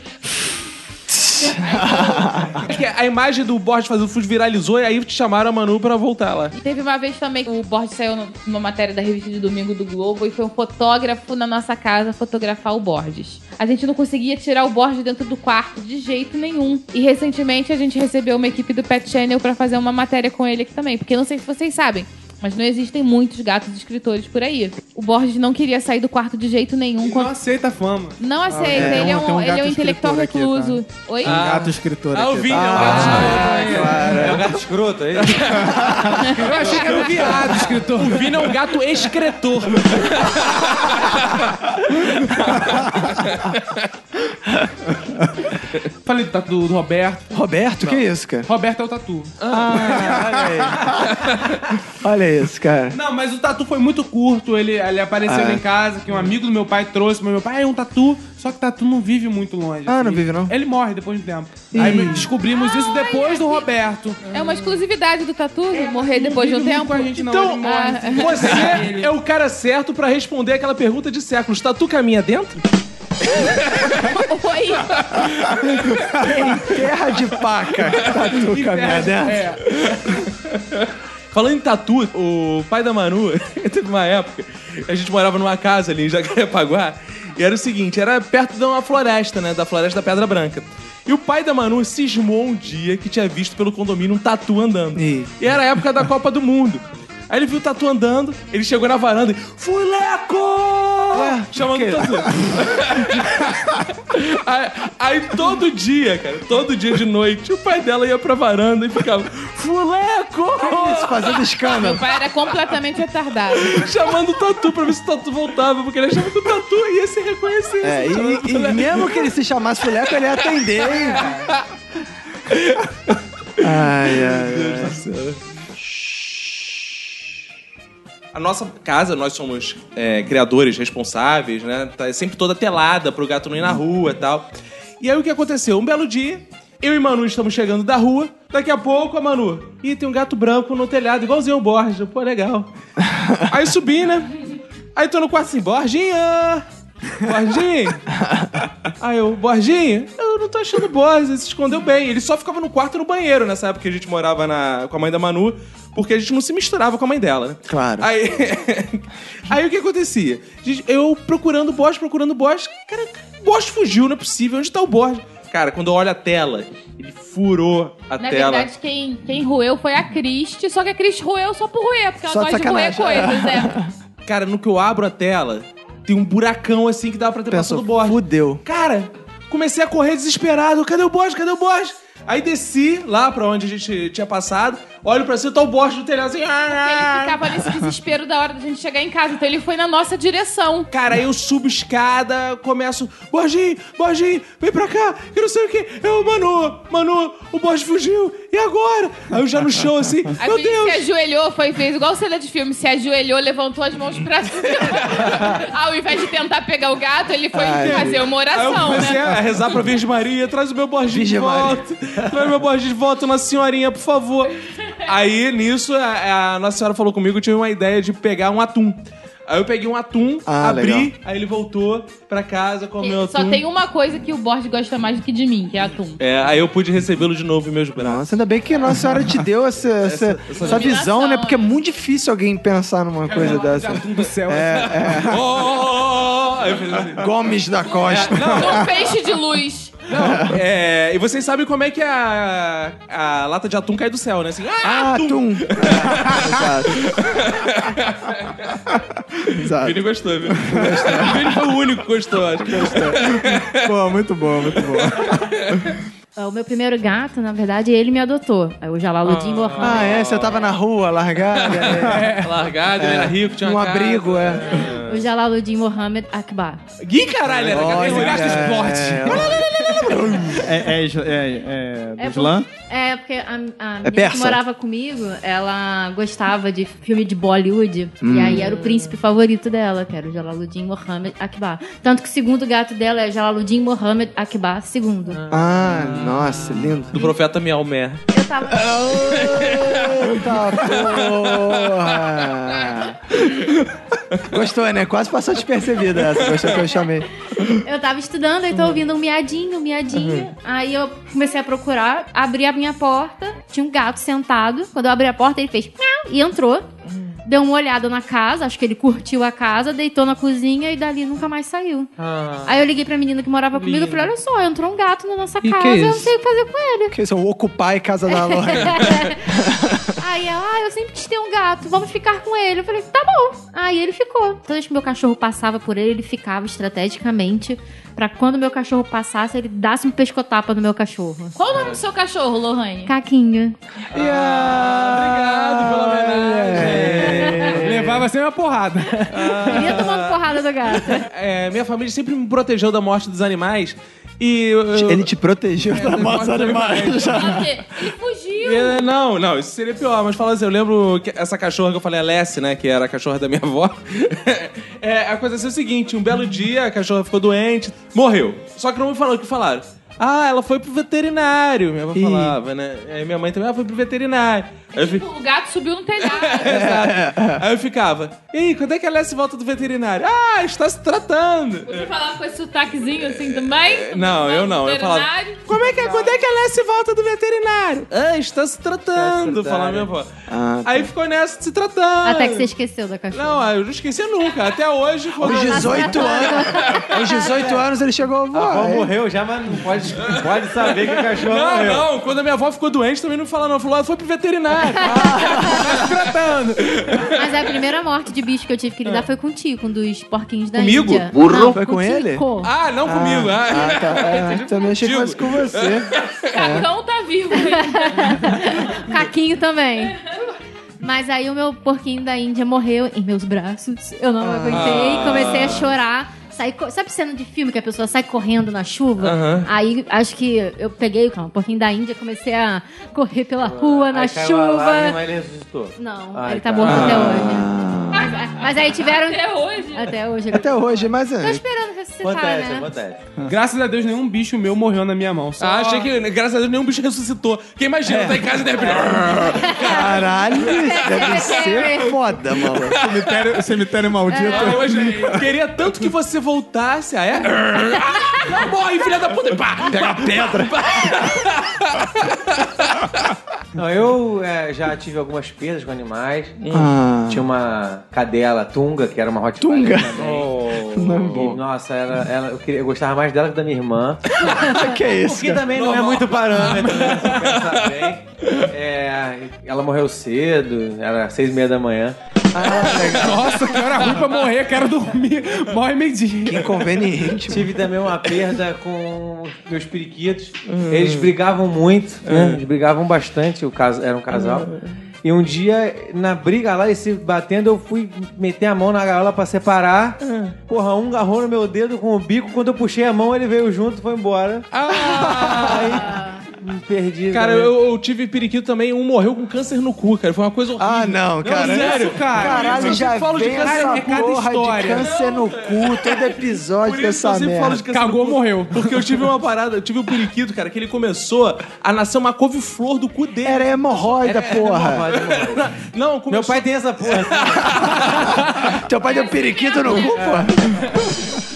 S1: É que a imagem do Borges fazendo fus viralizou e aí te chamaram a Manu pra voltar lá.
S3: E teve uma vez também que o Borges saiu no- numa matéria da revista de domingo do Globo e foi um fotógrafo na nossa casa fotografar o Borges. A gente não conseguia tirar o Borges dentro do quarto de jeito nenhum. E recentemente a gente recebeu uma equipe do Pet Channel pra fazer uma matéria com ele aqui também, porque não sei se vocês sabem. Mas não existem muitos gatos escritores por aí. O Borges não queria sair do quarto de jeito nenhum.
S7: Não
S3: Quando...
S7: aceita a fama.
S3: Não aceita,
S6: é,
S3: ele é
S6: tem um- tem
S3: um,
S6: um
S3: ele é um
S6: gato
S3: intelectual
S6: escritor aqui, tá?
S3: recluso. Oi?
S6: Um gato escritor
S1: Ah,
S6: aqui.
S1: o Vini,
S6: tá?
S1: é um gato
S4: É um gato escroto aí.
S1: Eu achei que era um viado, escritor. O Vini é um gato excretor.
S7: Falei do tatu do Roberto.
S2: Roberto, que isso, cara?
S7: Roberto é o tatu.
S2: Olha isso, cara.
S7: Não, mas o tatu foi muito curto. Ele, ele apareceu lá em casa, que um amigo do meu pai trouxe. Mas meu pai é um tatu, só que tatu não vive muito longe.
S2: Ah, não vive, não?
S7: Ele morre depois de um tempo. Aí me- descobrimos isso depois do Roberto.
S3: É uma exclusividade do Tatu morrer depois de um
S7: Vive muito
S3: tempo.
S7: com a gente, não.
S1: Então,
S7: Ele morre.
S3: Ah.
S1: Você é o cara certo pra responder aquela pergunta de séculos. Tatu caminha dentro?
S3: Oi?
S2: Terra de paca. Tatu caminhada.
S7: É.
S1: É. Falando em tatu, o pai da Manu, teve uma época, a gente morava numa casa ali em Jacarepaguá, e era o seguinte, era perto de uma floresta, né, da floresta da Pedra Branca. E o pai da Manu cismou um dia que tinha visto pelo condomínio um tatu andando.
S2: Ih.
S1: E era a época da Copa do Mundo. Aí ele viu o tatu andando, ele chegou na varanda e... Fuleco!
S2: Ah,
S1: Chamando o tatu. Aí, aí todo dia, cara, todo dia de noite, o pai dela ia pra varanda e ficava... Fuleco!
S2: Isso, fazendo
S3: Meu
S2: escândalo.
S3: pai era completamente retardado.
S1: chamando o Tatu pra ver se o Tatu voltava, porque ele achava que o Tatu ia se reconhecer. né?
S2: É, e, e mesmo que ele se chamasse Fuleco, ele ia atender, hein? Ai, ai, ai.
S1: A nossa casa, nós somos é, criadores responsáveis, né? Tá sempre toda telada pro gato não ir na rua e tal. E aí o que aconteceu? Um belo dia, eu e Manu estamos chegando da rua. Daqui a pouco a Manu. Ih, tem um gato branco no telhado, igualzinho o Borja. Pô, legal. Aí subi, né? Aí tô no quarto assim, Borginha! Borginha! Aí eu, Borginha, eu não tô achando o Borges, ele se escondeu bem. Ele só ficava no quarto e no banheiro nessa época que a gente morava na- com a mãe da Manu, porque a gente não se misturava com a mãe dela, né?
S2: Claro.
S1: Aí, aí o que acontecia? Gente, Eu procurando o Borges, procurando o Borges. Cara, o Borges fugiu, não é possível. Onde tá o Borges? Cara, quando eu olho a tela, ele furou a
S3: Na
S1: tela.
S3: verdade, quem, quem roeu foi a Cristi, só que a Cristi roeu só por roer, porque ela
S2: Só de
S3: gosta de roer
S2: sacanagem.
S3: coisas, né?
S1: Cara, no que eu abro a tela, tem um buracão assim que dava pra ter
S2: Pensou,
S1: passado o Borges.
S2: fudeu.
S1: Cara, comecei a correr desesperado. Cadê o Borges? Cadê o Borges? Aí desci lá pra onde a gente tinha passado. Olho pra cima, tá o Borges no telhado assim.
S3: Porque ele ficava nesse desespero da hora da gente chegar em casa, então ele foi na nossa direção.
S1: Cara, aí eu subo escada, começo. Borginho, Borginho, vem pra cá, que não sei o que. Eu, Manu, Manu, o Borges fugiu, e agora? Aí eu já no chão assim,
S3: A
S1: meu
S3: gente se
S1: Deus!
S3: ajoelhou, foi, fez igual cena de filme, se ajoelhou, levantou as mãos pra cima. Ao invés de tentar pegar o gato, ele foi fazer uma
S1: Aí eu
S3: oração,
S1: comecei
S3: né?
S1: a rezar pra Virgem Maria, traz o meu Borginho de
S2: Virgem Maria.
S1: volta, traz o meu Borginho de volta, Nossa Senhorinha, por favor. Aí nisso, a, a Nossa Senhora falou comigo, eu tive uma ideia de pegar um atum. Aí eu peguei um atum,
S2: Ah,
S1: abri,
S2: legal.
S1: aí ele voltou pra casa, comeu atum.
S3: Só tem uma coisa que o Borges gosta mais do que de mim, que é atum.
S1: É, aí eu pude recebê-lo de novo em meus braços.
S2: Nossa, ainda bem que Nossa Senhora te deu essa, essa, essa É visão, né? Porque é muito difícil alguém pensar numa coisa dessa.
S7: Tatu do céu.
S2: É,
S1: Oh, oh, oh, oh. Aí eu fiz assim.
S2: Gomes da Costa.
S3: Um peixe de luz.
S1: Não, é, e vocês sabem como é que a, a lata de atum cai do céu, né? Assim, ah,
S2: Ah,
S1: atum!
S2: Tum. Ah, exato.
S1: O
S2: exato.
S1: Vini gostou, viu? O Vini foi o único que gostou, acho.
S2: Pô, muito bom, muito bom.
S5: Ah, O meu primeiro gato, na verdade, ele me adotou. Aí o Jalaluddin Mohammed.
S2: Ah, é? Você tava na rua, largada. É.
S1: Largado, ele era rico, tinha
S2: num
S1: uma casa.
S2: abrigo, é.
S5: O Jalaluddin Mohammed Akbar.
S1: Ih, caralho, era esse gato explode.
S6: É, é, é, é,
S5: É
S6: do Islã?
S5: por- É, porque a, a menina
S2: persa?
S5: que morava comigo, ela gostava de filme de Bollywood.
S2: Hum.
S5: E aí era o príncipe favorito dela, que era o Jalaluddin Mohammed Akbar. Tanto que o segundo gato dela é Jalaluddin Mohammed Akbar II.
S2: Ah, nossa, lindo.
S1: Do profeta Miaomé.
S5: Eu tava...
S2: Eita porra! Gostou, né? Quase passou despercebida essa. Gostou que eu chamei.
S5: Eu tava estudando, aí tô ouvindo um miadinho, um miadinho. Aí eu comecei a procurar, abri a minha porta, tinha um gato sentado. Quando eu abri a porta, ele fez miau e entrou. Deu uma olhada na casa, acho que ele curtiu a casa, deitou na cozinha e dali nunca mais saiu. Aí eu liguei pra Ah. menina que morava comigo e falei: Olha só, entrou um gato na nossa casa, eu não sei o que fazer com ele.
S2: Que isso é o Occupy Casa da Loja.
S5: Aí ela, ah, eu sempre quis ter um gato, vamos ficar com ele. Eu falei, tá bom. Aí ele ficou. Toda vez que meu cachorro passava por ele, ele ficava estrategicamente pra quando meu cachorro passasse, ele desse um pescotapa no meu cachorro.
S3: Qual o nome do seu cachorro, Lohane?
S5: Caquinho.
S2: Obrigado pela
S7: Levava sempre uma porrada.
S5: Queria tomar uma porrada do gato.
S1: É, minha família sempre me protegeu da morte dos animais. E. eu- eu-
S2: Ele te protegeu
S1: É,
S2: da mão
S1: morte dos
S2: animais.
S3: Sabe o quê? Ele fugiu.
S1: É, não, não, isso seria pior, mas fala assim, eu lembro que essa cachorra que eu falei, a Lessie, né, que era a cachorra da minha avó. é, aconteceu o seguinte, um belo dia a cachorra ficou doente, morreu. Só que não me falou o que falaram. Ah, ela foi pro veterinário, minha avó falava, né? Aí minha mãe também, ah, foi pro veterinário. Aí eu, fi-
S3: Tipo, o gato subiu no telhado.
S1: Exato. Aí eu ficava, ei, quando é que a Lessie volta do veterinário? Ah, está se tratando.
S3: Podia falar com esse sotaquezinho assim também?
S1: Não, eu não. Eu falava.
S3: Veterinário.
S1: Como é que é? Quando é que a Lessie volta do veterinário? Ah, está se tratando. tá. Falava minha avó.
S2: Ah,
S1: Aí ficou nessa se tratando.
S5: Até que você esqueceu da cachorra.
S1: Não, ah, eu não esqueci nunca. Até hoje. Quando...
S2: Aos 18 anos. Aos 18 anos ele
S1: Ah,
S2: chegou. é
S4: A avó
S2: Vó,
S4: morreu já, mas não pode, não pode saber que o cachorro
S1: é? Não,
S4: morreu.
S1: não. Quando a minha avó ficou doente, também não falou, não. Falou, ela foi pro veterinário. Ah, tá se tratando.
S5: Mas é a primeira morte de bicho que eu tive que lidar foi com o Tico, um dos porquinhos da
S1: Comigo?
S5: Índia.
S2: Burro?
S5: Não,
S2: Foi
S5: o
S2: com ele?
S5: Tico.
S1: Ah, não comigo. Ah.
S2: Ah, tá. É, também achei que fosse com você.
S3: Cacão tá vivo ainda.
S5: Caquinho também. Mas aí o meu porquinho da Índia morreu em meus braços. Eu não
S4: Ah.
S5: aguentei, comecei a chorar. Saí co- Sabe cena de filme que a pessoa sai correndo na chuva? Aí acho que eu peguei o porquinho da Índia, comecei a correr pela rua, na
S4: Aí caiu a lágrima,
S5: chuva.
S4: ele ressuscitou.
S5: Não,
S4: Ai,
S5: ele tá
S4: tá.
S5: morto até hoje. Mas, mas aí tiveram.
S3: Até hoje.
S5: Até hoje.
S2: Até hoje, mas
S5: Tô
S2: é.
S5: esperando ressuscitar,
S4: Acontece,
S5: né?
S4: acontece.
S7: Graças a Deus, nenhum bicho meu morreu na minha mão. Só
S1: Ah, achei que, graças a Deus, nenhum bicho ressuscitou. Quem imagina, tá em casa e de repente.
S2: Caralho, isso deve ser foda, mano.
S6: Cemitério, cemitério maldito.
S1: Ah, hoje, queria tanto que você voltasse. Ah, é? Ah, morre, filha da puta. E Pá, pega a pedra.
S4: Não, eu é, já tive algumas perdas com animais.
S2: Ah.
S4: Tinha uma cadela, Tunga, que era uma hot Tunga?
S2: é
S4: Oh, nossa, ela, ela, eu, queria- eu gostava mais dela que da minha irmã.
S2: Que é isso?
S4: Porque também não é muito parâmetro, né? Se pensar bem. É, ela morreu cedo, era seis e meia da manhã. Ah,
S7: Nossa, que hora ruim pra morrer, quero dormir. Morre meio-dia.
S2: Que inconveniente.
S4: Tive também uma perda com meus periquitos.
S2: Hum.
S4: Eles brigavam muito,
S2: É.
S4: né? Eles brigavam bastante, o caso, era um casal.
S2: Hum.
S4: E um dia, na briga lá, eles se batendo, eu fui meter a mão na gaiola pra separar.
S2: Hum.
S4: Porra, um agarrou no meu dedo com o bico. Quando eu puxei a mão, ele veio junto, foi embora.
S7: Ah!
S4: Aí, me perdi.
S1: Cara,
S4: também.
S1: eu, eu tive periquito também. Um morreu com câncer no cu, cara. Foi uma coisa horrível.
S2: Ah, não, cara.
S1: é
S7: Sério, cara.
S2: Caralho, já
S1: falo de
S2: vem
S1: câncer,
S2: essa
S7: é cada
S2: porra de
S7: história.
S2: câncer no cu, todo episódio
S1: Por isso que eu
S2: dessa
S1: sempre falo de
S2: merda.
S1: câncer
S7: Cagou,
S1: no cu.
S7: morreu.
S1: Porque eu tive uma parada, eu tive um periquito, cara, que ele começou a nascer uma couve-flor do cu dele.
S2: Era hemorroida,
S1: É.
S2: porra.
S1: Não,
S4: Meu
S1: começou...
S4: pai tem essa porra.
S2: Teu pai deu periquito no cu, porra.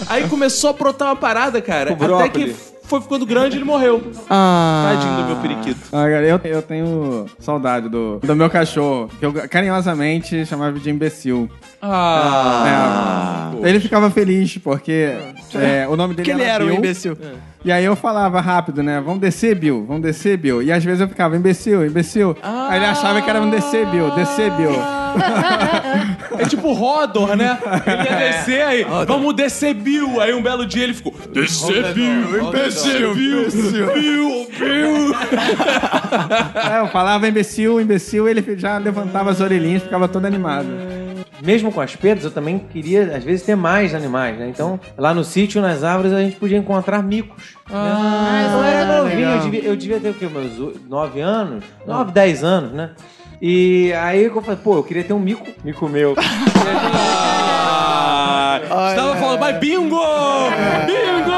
S1: Aí começou a brotar uma parada, cara. Até que foi ficando grande e ele morreu.
S2: Ah.
S1: Tadinho do meu periquito.
S6: Ah, cara, eu, eu tenho saudade do, do meu cachorro, que eu carinhosamente chamava de imbecil.
S1: Ah.
S6: É, ele ficava feliz, porque é, o nome dele
S2: Que ele era um
S6: Bill,
S2: imbecil.
S6: E aí eu falava rápido, né? Vamos descer, Bill. Vamos descer, Bill. E às vezes eu ficava, imbecil, imbecil. Aí ele achava que era um descer, Bill. Descer, Bill.
S2: Ah.
S1: É tipo Rodor, né? Ele ia descer aí. Vamos descer Bill. Aí um belo dia ele ficou. Descer Bill. Descer Bill. Bill. Bill.
S6: Aí eu falava imbecil, imbecil. Ele já levantava as orelhinhas, ficava todo animado.
S4: Mesmo com as perdas, eu também queria, às vezes, ter mais animais, né? Então, lá no sítio, nas árvores, a gente podia encontrar micos. Ah, né? eu era novinho, eu devia, eu devia ter o quê? Meus o- nove anos? nove dez anos, né? E aí eu falei, pô, eu queria ter um mico, mico meu.
S11: Ah, estava falando, vai bingo! Bingo!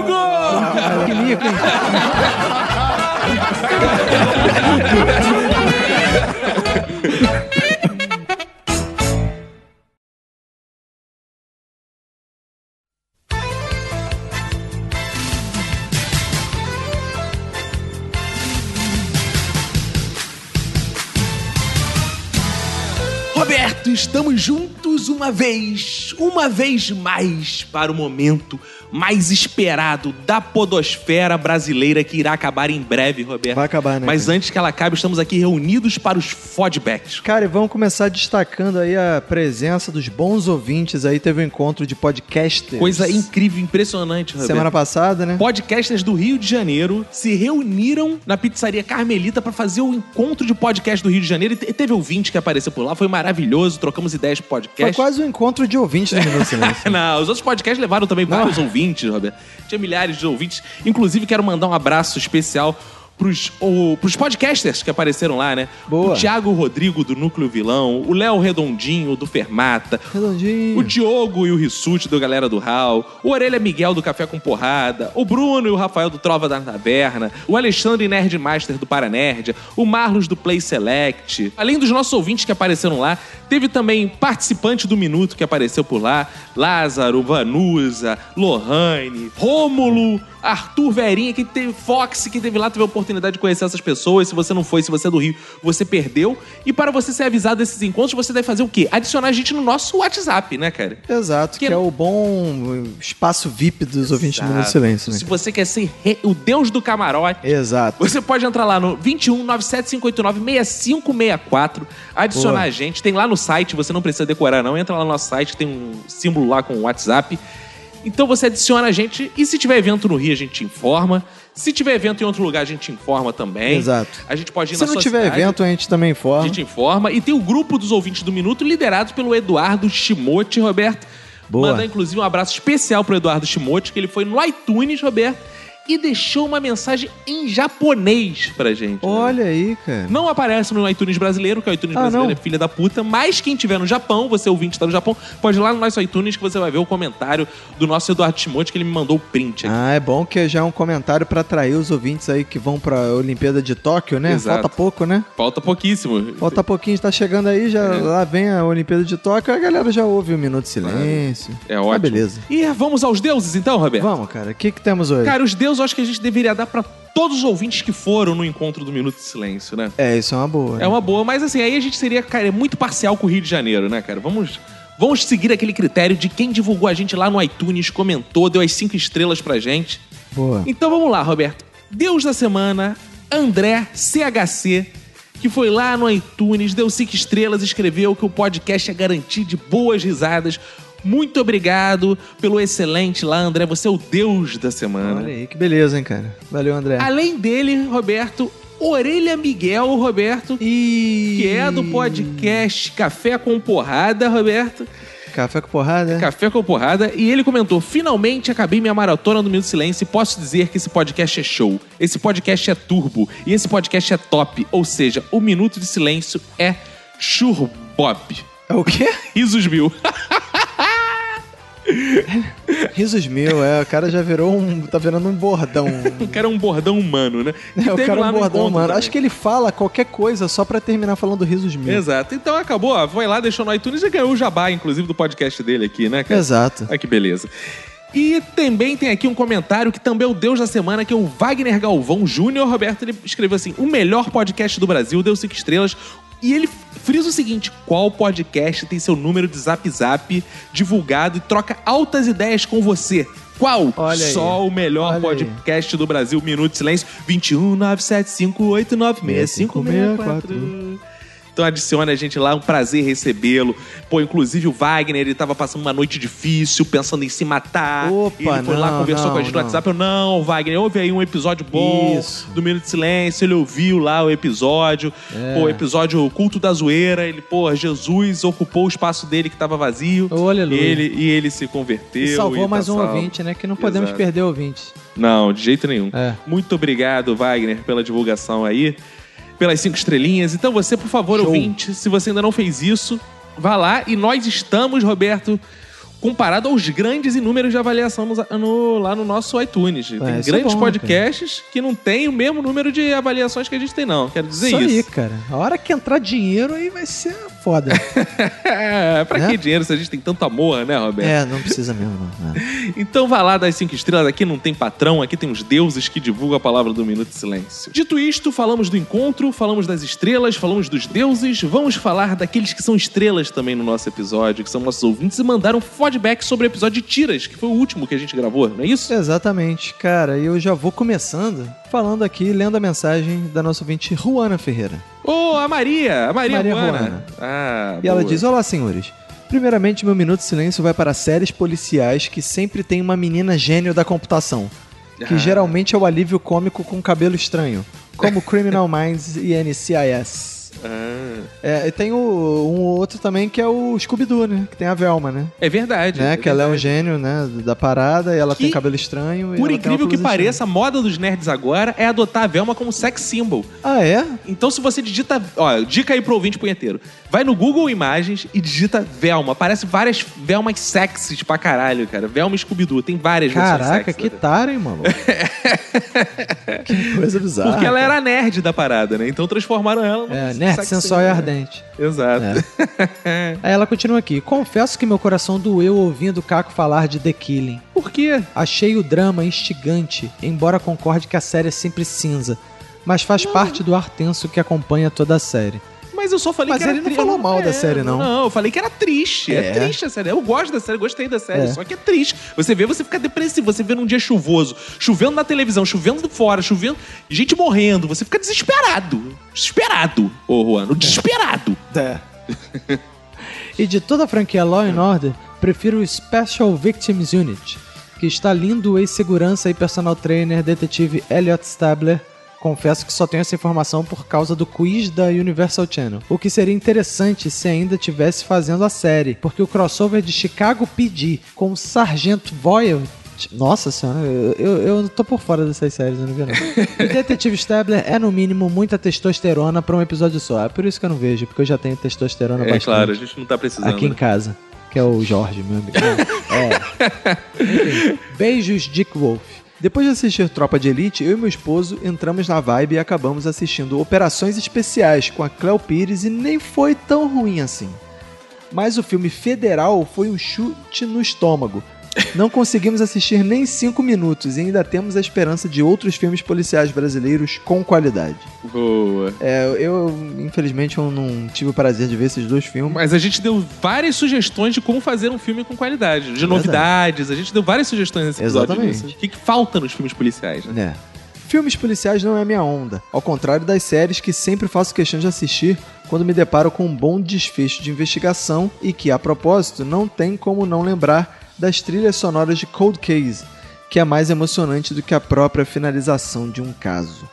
S11: Bingo!
S2: Que mico, hein?
S1: Roberto, estamos juntos uma vez, uma vez mais, para o momento mais esperado da podosfera brasileira que irá acabar em breve, Roberto.
S2: Vai acabar, né,
S1: Mas antes que ela acabe, estamos aqui reunidos para os fodbacks.
S2: Cara, e vamos começar destacando aí a presença dos bons ouvintes aí. Teve um encontro de podcasters.
S1: Coisa incrível, impressionante, Roberto.
S2: Semana passada, né?
S1: Podcasters do Rio de Janeiro se reuniram na pizzaria Carmelita para fazer o encontro de podcast do Rio de Janeiro. E te- teve ouvinte que apareceu por lá, foi maravilhoso, trocamos ideias de
S2: Foi
S1: podcast.
S2: quase um encontro de ouvintes do Minuto do Silêncio. né?
S1: Não, os outros podcasts levaram também vários ouvintes, Roberto. Tinha milhares de ouvintes. Inclusive, quero mandar um abraço especial pros, o, pros podcasters que apareceram lá, né?
S2: Boa.
S1: O Thiago Rodrigo, do Núcleo Vilão, o Léo Redondinho, do Fermata,
S2: Redondinho.
S1: o Diogo e o Rissuti do Galera do Raul, o Orelha Miguel do Café com Porrada, o Bruno e o Rafael do Trova da Taverna, o Alexandre Nerdmaster do Paranerd, o Marlos do Play Select. Além dos nossos ouvintes que apareceram lá, teve também participante do Minuto que apareceu por lá, Lázaro, Vanusa, Lohane, Rômulo, Arthur Verinha, que teve Fox, que teve lá, teve a oportunidade de conhecer essas pessoas. Se você não foi, se você é do Rio, você perdeu. E para você ser avisado desses encontros, você deve fazer o quê? Adicionar a gente no nosso WhatsApp, né, cara?
S2: Exato, que...
S1: Que-
S2: é o bom espaço VIP dos ouvintes do Minuto do Silêncio, né?
S1: Se você quer ser re- o deus do camarote,
S2: Exato.
S1: você pode entrar lá no 21 97589 6564, adicionar
S2: Boa.
S1: a gente. Tem lá no site, você não precisa decorar, não. Entra lá no nosso site, tem um símbolo lá com o WhatsApp. Então você adiciona a gente e se tiver evento no Rio, a gente te informa. Se tiver evento em outro lugar, a gente te informa também.
S2: Exato.
S1: A gente pode ir
S2: Se
S1: na
S2: não
S1: sua
S2: tiver
S1: cidade.
S2: evento, a gente também
S1: A
S2: informa.
S1: gente informa. E tem o grupo dos ouvintes do Minuto, liderado pelo Eduardo Shimote, Roberto.
S2: Boa.
S1: Mandar, inclusive, um abraço especial pro Eduardo Shimote, que ele foi no iTunes, Roberto, e deixou uma mensagem em japonês pra gente.
S2: Olha aí, cara.
S1: Não aparece no iTunes brasileiro, que o iTunes
S2: Ah,
S1: brasileiro
S2: não.
S1: é filha da puta, mas quem tiver no Japão, você ouvinte que tá no Japão, pode ir lá no nosso iTunes que você vai ver o comentário do nosso Eduardo Shimote, que ele me mandou o print aqui.
S2: Ah, é bom que já é um comentário pra atrair os ouvintes aí que vão pra Olimpíada de Tóquio, né?
S1: Exato.
S2: Falta pouco, né?
S1: Falta pouquíssimo.
S2: Falta pouquinho, tá chegando aí, já lá vem a Olimpíada de Tóquio, a galera já ouve o Minuto de Silêncio.
S1: É ótimo.
S2: Ah, beleza.
S1: E vamos aos deuses então, Roberto?
S2: Vamos, É. cara, o que que temos hoje?
S1: Cara, os deuses eu acho que a gente deveria dar pra todos os ouvintes que foram no encontro do Minuto de Silêncio, né?
S2: É, isso é uma boa.
S1: É uma boa, mas assim, aí a gente seria, cara, muito parcial com o Rio de Janeiro, né, cara? Vamos. Vamos seguir aquele critério de quem divulgou a gente lá no iTunes, comentou, deu as cinco estrelas pra gente.
S2: Boa.
S1: Então vamos lá, Roberto. Deus da semana, André CHC, que foi lá no iTunes, deu cinco estrelas, escreveu que o podcast é garantia de boas risadas. Muito obrigado pelo excelente lá, André. Você é o Deus da semana.
S2: Olha aí, que beleza, hein, cara. Valeu, André.
S1: Além dele, Roberto, Orelha Miguel, Roberto,
S2: E...
S1: que é do podcast Café com Porrada, Roberto.
S2: Café com porrada?
S1: Café com Porrada. E ele comentou: Finalmente acabei minha maratona no Minuto de Silêncio e posso dizer que esse podcast é show. Esse podcast é turbo. E esse podcast é top. Ou seja, o Minuto de Silêncio é churbob.
S2: É o quê?
S1: Risos mil.
S2: Risos mil, é. O cara já virou um... Tá virando um bordão.
S1: O cara é um bordão humano, né?
S2: É, o
S1: Teve
S2: cara é
S1: lá
S2: um
S1: no
S2: bordão,
S1: encontro
S2: mano.
S1: também.
S2: Acho que ele fala qualquer coisa só pra terminar falando risos mil.
S1: Exato. Então acabou, ó, foi lá, deixou no iTunes e ganhou o jabá, inclusive, do podcast dele aqui, né, cara?
S2: Exato.
S1: Olha que beleza. E também tem aqui um comentário que também é o Deus da Semana, que é o Wagner Galvão Júnior. Roberto, ele escreveu assim: o melhor podcast do Brasil, deu cinco estrelas. E ele frisa o seguinte: qual podcast tem seu número de zap zap divulgado e troca altas ideias com você? Qual?
S2: Olha aí.
S1: Só o melhor
S2: Olha
S1: podcast do Brasil, um,
S12: É
S1: Minuto de Silêncio, 21 975
S2: 6564.
S1: Então adicione a gente lá, é um prazer recebê-lo. Pô, inclusive o Wagner, ele tava passando uma noite difícil, pensando em se matar.
S2: Opa,
S1: ele foi lá,
S2: não,
S1: conversou
S2: não,
S1: com a gente
S2: não.
S1: no WhatsApp. Eu, não, Wagner, houve aí um episódio bom
S2: Isso.
S1: do Minuto de Silêncio. Ele ouviu lá o episódio.
S12: É.
S1: Pô, o episódio o Culto da Zoeira. Ele, pô, Jesus ocupou o espaço dele que tava vazio.
S12: Ô, aleluia.
S1: E ele, e ele se converteu.
S12: E salvou
S1: tá
S12: mais um
S1: salvo.
S12: ouvinte, né? Que não podemos
S1: Exato.
S12: perder ouvintes.
S1: Não, de jeito nenhum.
S12: É.
S1: Muito obrigado, Wagner, pela divulgação aí, pelas cinco estrelinhas. Então, você, por favor, ouvinte, se você ainda não fez isso, vá lá. E nós estamos, Roberto, comparado aos grandes inúmeros de avaliação no- no- lá no nosso iTunes. tem
S12: isso é
S1: grandes
S12: bom,
S1: podcasts que não tem o mesmo número de avaliações que a gente tem, não. Quero dizer isso.
S12: aí, cara. A hora que entrar dinheiro aí vai ser foda.
S1: É, pra
S12: Né?
S1: que dinheiro se a gente tem tanto amor, né, Roberto?
S12: é, não precisa mesmo. Não. É.
S1: Então vá lá das cinco estrelas, aqui não tem patrão, aqui tem os deuses que divulgam a palavra do Minuto de Silêncio. Dito isto, falamos do encontro, falamos das estrelas, falamos dos deuses, vamos falar daqueles que são estrelas também no nosso episódio, que são nossos ouvintes e mandaram feedback sobre o episódio de tiras, que foi o último que a gente gravou, não é isso?
S12: Exatamente, cara. E eu já vou começando falando aqui, lendo a mensagem da nossa ouvinte Juana Ferreira.
S1: Ô, a Maria, a Maria,
S12: Maria
S1: Juana.
S12: Juana.
S1: Ah,
S12: E ela
S1: boa.
S12: diz: Olá, senhores. Primeiramente, meu minuto de silêncio vai para séries policiais que sempre tem uma menina gênio da computação, que
S1: Ah.
S12: geralmente é o alívio cômico com cabelo estranho, como Criminal Minds e NCIS.
S1: Ah.
S12: É, e tem o, um outro também que é o Scooby-Doo, né? Que tem a Velma, né?
S1: É verdade.
S12: né?
S1: é
S12: Que ela é um gênio, né? Da parada, e ela
S1: Que-
S12: tem cabelo estranho. e ela
S1: Por
S12: é tem
S1: incrível que
S12: óculos
S1: pareça, a moda dos nerds agora é adotar a Velma como sex symbol.
S12: estranhos. Ah, é?
S1: Então, se você digita. Ó, dica aí pro ouvinte punheteiro. Vai no Google Imagens e digita Velma. Aparece várias Velmas sexys pra caralho, cara. Velma e Scooby-Doo. Tem várias
S12: Caraca,
S1: versões
S12: que
S1: sexy. né?
S12: tara, hein, maluco? que coisa bizarra.
S1: Porque ela era nerd da parada, né? Então transformaram ela numa
S12: É, nerd,
S1: sexy. né?
S12: sensual e ardente. É.
S1: Exato.
S12: Aí ela continua aqui. Confesso que meu coração doeu ouvindo o Caco falar de The Killing.
S1: Por quê?
S12: Achei o drama instigante, embora concorde que a série é sempre cinza, mas faz parte do ar tenso que acompanha toda a série.
S1: Mas eu só falei
S12: Mas
S1: que era
S12: ele não
S1: tri-
S12: falou
S1: eu
S12: mal da
S1: é,
S12: série, não.
S1: Não, eu falei que era triste. É,
S12: É.
S1: triste a série. Eu gosto da série, gostei da série.
S12: É.
S1: Só que é triste. Você vê, você fica depressivo. Você vê num dia chuvoso, chovendo na televisão, chovendo fora, chovendo, gente morrendo. Você fica desesperado. Desesperado, ô
S12: É.
S1: Juan. Desesperado.
S12: E de toda a franquia Law and Order, prefiro o Special Victims Unit, que está lindo o ex-segurança e personal trainer detetive Elliot Stabler. Confesso que só tenho essa informação por causa do quiz da Universal Channel. O que seria interessante se ainda tivesse fazendo a série, porque o crossover de Chicago PD com o Sargento Voyage. Nossa senhora, eu, eu, eu tô por fora dessas séries, eu não vi não. E Detetive Stabler é, no mínimo, muita testosterona pra um episódio só. É por isso que eu não vejo, porque eu já tenho testosterona
S1: É
S12: bastante
S1: claro, a gente não tá precisando.
S12: aqui em
S1: né?
S12: casa, que é o Jorge, meu amigo. Não, é. Enfim, beijos, Dick Wolf.
S2: Depois de assistir Tropa de Elite, eu e meu esposo entramos na vibe e acabamos assistindo Operações Especiais com a Cleo Pires e nem foi tão ruim assim. Mas o filme Federal foi um chute no estômago. Não conseguimos assistir nem 5 minutos e ainda temos a esperança de outros filmes policiais brasileiros com qualidade.
S1: Boa.
S2: É, eu, infelizmente, eu não tive o prazer de ver esses dois filmes.
S1: Mas a gente deu várias sugestões de como fazer um filme com qualidade, de novidades. A gente deu várias sugestões nesse episódio.
S2: Exatamente.
S1: disso. O que, que falta nos filmes policiais, né?
S2: É. Filmes policiais não é minha onda, ao contrário das séries que sempre faço questão de assistir quando me deparo com um bom desfecho de investigação e que, a propósito, não tem como não lembrar das trilhas sonoras de Cold Case, que é mais emocionante do que a própria finalização de um caso.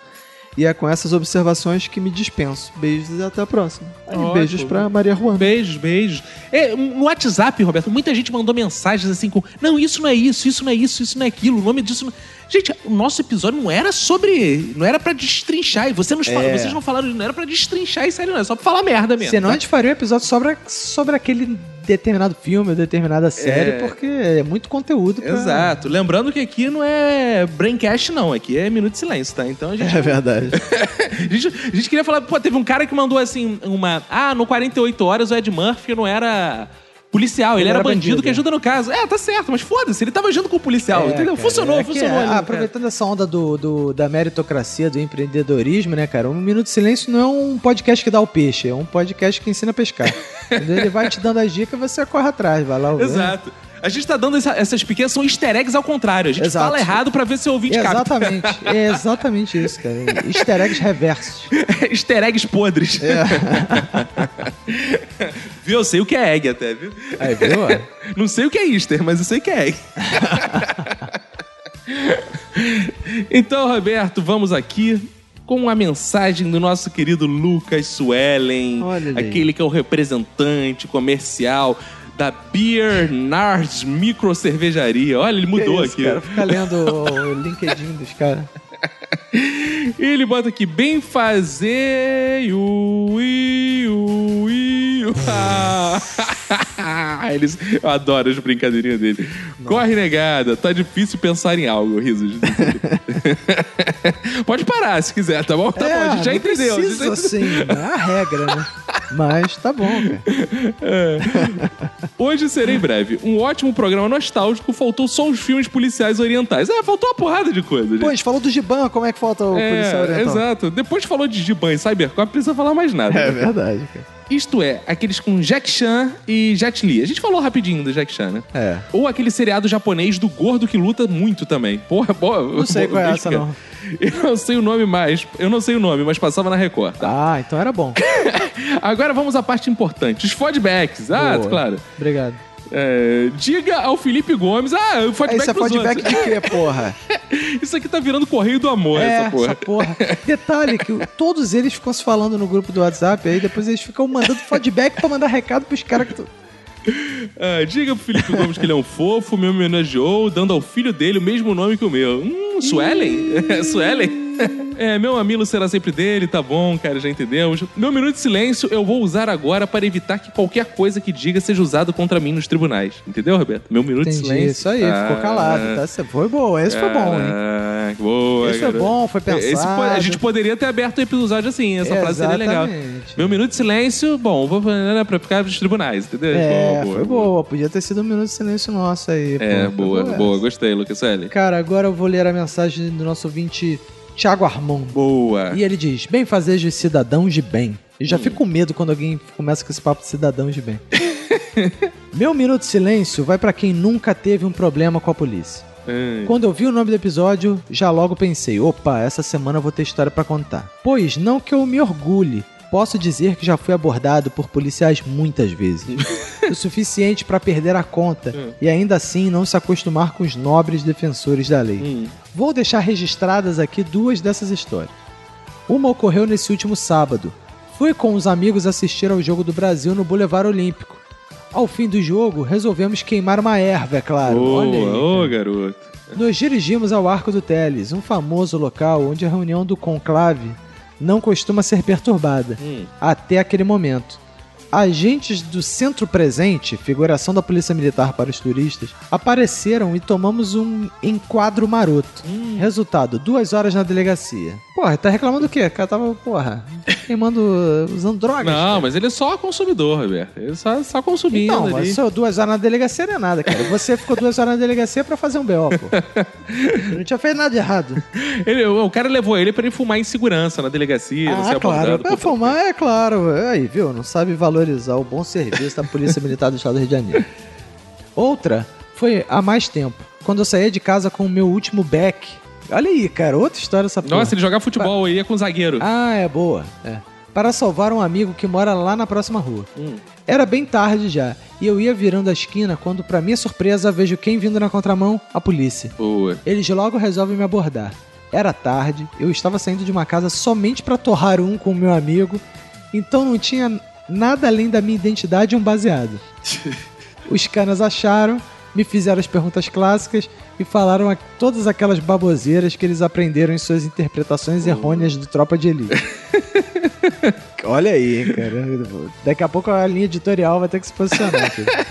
S2: E é com essas observações que me dispenso. Beijos e até a próxima. Aí,
S1: Ótimo.
S2: beijos pra Maria Juana.
S1: Uhum. Beijos, beijos. É, no WhatsApp, Roberto, muita gente mandou mensagens assim com: não, isso não é isso, isso não é isso, isso não é aquilo, o nome disso. Não... Gente, o nosso episódio não era sobre. Não era pra destrinchar. E você nos fala- vocês não falaram, não era pra destrinchar isso aí, não. É só pra falar merda mesmo.
S12: Senão a
S1: tá?
S12: gente faria um episódio sobre, sobre aquele determinado filme ou determinada série, porque é muito conteúdo pra...
S1: Exato. Lembrando que aqui não é Braincast, não. Aqui é Minuto de Silêncio, tá? Então a gente
S12: É verdade.
S1: A gente, a gente queria falar, pô, teve um cara que mandou assim, uma. Ah, no 48 horas o Ed Murphy não era policial, ele, era, bandido, que ajuda no caso. É, tá certo, mas foda-se, ele tava agindo com o policial,
S12: É,
S1: entendeu?
S12: cara,
S1: funcionou,
S12: é que,
S1: funcionou.
S12: é,
S1: ali,
S12: ah,
S1: cara.
S12: aproveitando essa onda do, do- da meritocracia, do empreendedorismo, né, cara? Um Minuto de Silêncio não é um podcast que dá o peixe, é um podcast que ensina a pescar. Entendeu? Ele vai te dando as dicas e você corre atrás, vai lá ouvir.
S1: Exato. A gente tá dando essa- essas pequenas, são easter eggs ao contrário. A gente
S12: Exato.
S1: fala errado pra ver se o ouvinte capta.
S12: Exatamente, é exatamente isso, cara. Easter eggs reversos.
S1: easter eggs podres.
S12: É.
S1: viu? Eu sei o que é egg até, viu?
S12: Aí, viu?
S1: Não sei o que é easter, mas eu sei o que é egg. então, Roberto, vamos aqui com a mensagem do nosso querido Lucas Suellen,
S12: Olha ele aí.
S1: aquele que é o representante comercial da Beer Nards Micro Cervejaria. Olha, ele mudou
S12: isso,
S1: aqui.
S12: Cara, fica lendo o o LinkedIn dos caras.
S1: E ele bota aqui, bem fazer. iu, iu, iu. Ah. Eles, eu adoro as brincadeirinhas dele. Corre, negada. Tá difícil pensar em algo, risos. Pode parar se quiser, tá bom? Tá bom, a gente já
S12: É, não
S1: entendeu. a gente já
S12: Precisa, assim, não é a regra, né? Mas tá bom, cara.
S1: Hoje serei breve. Um ótimo programa nostálgico. Faltou só os filmes policiais orientais. É, faltou uma porrada de coisa. gente.
S12: Pô, a gente falou do Giban, como é que falta o policial
S1: é,
S12: oriental?
S1: exato. Depois que falou de Giban e Cybercop, precisa falar mais nada.
S12: É verdade, cara.
S1: Isto é, aqueles com Jack Chan e Jet Li. A gente falou rapidinho do Jack Chan, né?
S12: É.
S1: Ou aquele seriado japonês do gordo que luta muito também. Porra, boa.
S12: Não sei qual é essa, não.
S1: Eu não sei o nome mais. Eu não sei o nome, mas passava na Record. tá?
S12: Ah, então era bom.
S1: Agora vamos à parte importante. Os fodbacks. Ah,
S12: Ah. Boa.
S1: claro.
S12: Obrigado.
S1: É, diga ao Felipe Gomes. Ah, o fodback
S12: Isso é
S1: pros
S12: feedback de quê, porra?
S1: outros. Isso aqui tá virando correio do amor,
S12: é,
S1: essa porra.
S12: Detalhe que o- todos eles ficam se falando no grupo do WhatsApp, aí depois eles ficam mandando feedback pra mandar recado pros caras que tu...
S1: Ah, diga pro Felipe Gomes que ele é um fofo, me homenageou, dando ao filho dele o mesmo nome que o meu. Hum, Suelen? Suelen? É, meu mamilo será sempre dele, tá bom, cara, já entendemos. Meu minuto de silêncio eu vou usar agora para evitar que qualquer coisa que diga seja usada contra mim nos tribunais. Entendeu, Roberto? Meu minuto de
S12: Entendi,
S1: silêncio.
S12: isso aí, ficou
S1: Ah,
S12: calado, tá? Isso Foi bom, esse foi bom, hein?
S1: Caraca, boa,
S12: Esse foi
S1: garoto.
S12: bom, foi pensado.
S1: Esse po- a gente poderia ter aberto o episódio assim, essa frase seria legal.
S12: Exatamente.
S1: Meu minuto de silêncio, bom, vou né, pra ficar nos tribunais, entendeu?
S12: É, foi boa. Podia ter sido um minuto de silêncio nosso aí. pô. Foi
S1: É, boa,
S12: essa.
S1: boa. Gostei, Lucas L.
S12: Cara, agora eu vou ler a mensagem do nosso ouvinte Thiago Armando.
S1: Boa.
S12: E ele diz: bem fazer de cidadãos de bem. E já fico com medo quando alguém começa com esse papo de cidadãos de bem. Meu minuto de silêncio vai pra quem nunca teve um problema com a polícia. Quando eu vi o nome do episódio, já logo pensei: opa, essa semana eu vou ter história pra contar. Pois não que eu me orgulhe, posso dizer que já fui abordado por policiais muitas vezes. o suficiente pra perder a conta
S1: Hum.
S12: e ainda assim não se acostumar com os nobres defensores da lei.
S1: Hum.
S12: Vou deixar registradas aqui duas dessas histórias. Uma ocorreu nesse último sábado. Fui com os amigos assistir ao jogo do Brasil no Boulevard Olímpico. Ao fim do jogo, resolvemos queimar uma erva, é claro. Olha aí,
S1: Boa, ô
S12: cara.
S1: garoto.
S12: Nos dirigimos ao Arco do Teles, um famoso local onde a reunião do conclave não costuma ser perturbada,
S1: Hum.
S12: até aquele momento. Agentes do Centro Presente, figuração da Polícia Militar para os turistas, apareceram e tomamos um enquadro maroto.
S1: Hum.
S12: Resultado, duas horas na delegacia. Porra, tá reclamando o quê? O cara tava, porra, queimando, usando drogas.
S1: Não, mas ele é só consumidor, Roberto. Ele é só, só consumindo
S12: Então,
S1: ali.
S12: mas só duas horas na delegacia não é nada, cara. Você ficou duas horas na delegacia pra fazer um B.O., pô. Não tinha feito nada de errado.
S1: Ele- o cara levou ele pra ele fumar em segurança na delegacia, não ser
S12: ah, claro.
S1: abordado.
S12: Pra
S1: por-
S12: fumar, é claro. Aí, viu? Não sabe valorizar o bom serviço da Polícia Militar do Estado do Rio de Janeiro. Outra foi há mais tempo, quando eu saía de casa com o meu último back. Olha aí, cara. Outra história essa porra.
S1: Nossa, ele jogava futebol aí ia com zagueiro.
S12: Ah, é boa. É. Para salvar um amigo que mora lá na próxima rua. Era bem tarde já, e eu ia virando a esquina quando, para minha surpresa, vejo quem vindo na contramão? A polícia.
S1: Boa.
S12: Eles logo resolvem me abordar. Era tarde, eu estava saindo de uma casa somente para torrar um com o meu amigo, então não tinha nada além da minha identidade e um baseado. Os caras acharam, me fizeram as perguntas clássicas e falaram a- todas aquelas baboseiras que eles aprenderam em suas interpretações errôneas do Tropa de Elite. Olha aí, hein, cara. Daqui a pouco a linha editorial vai ter que se posicionar. cara.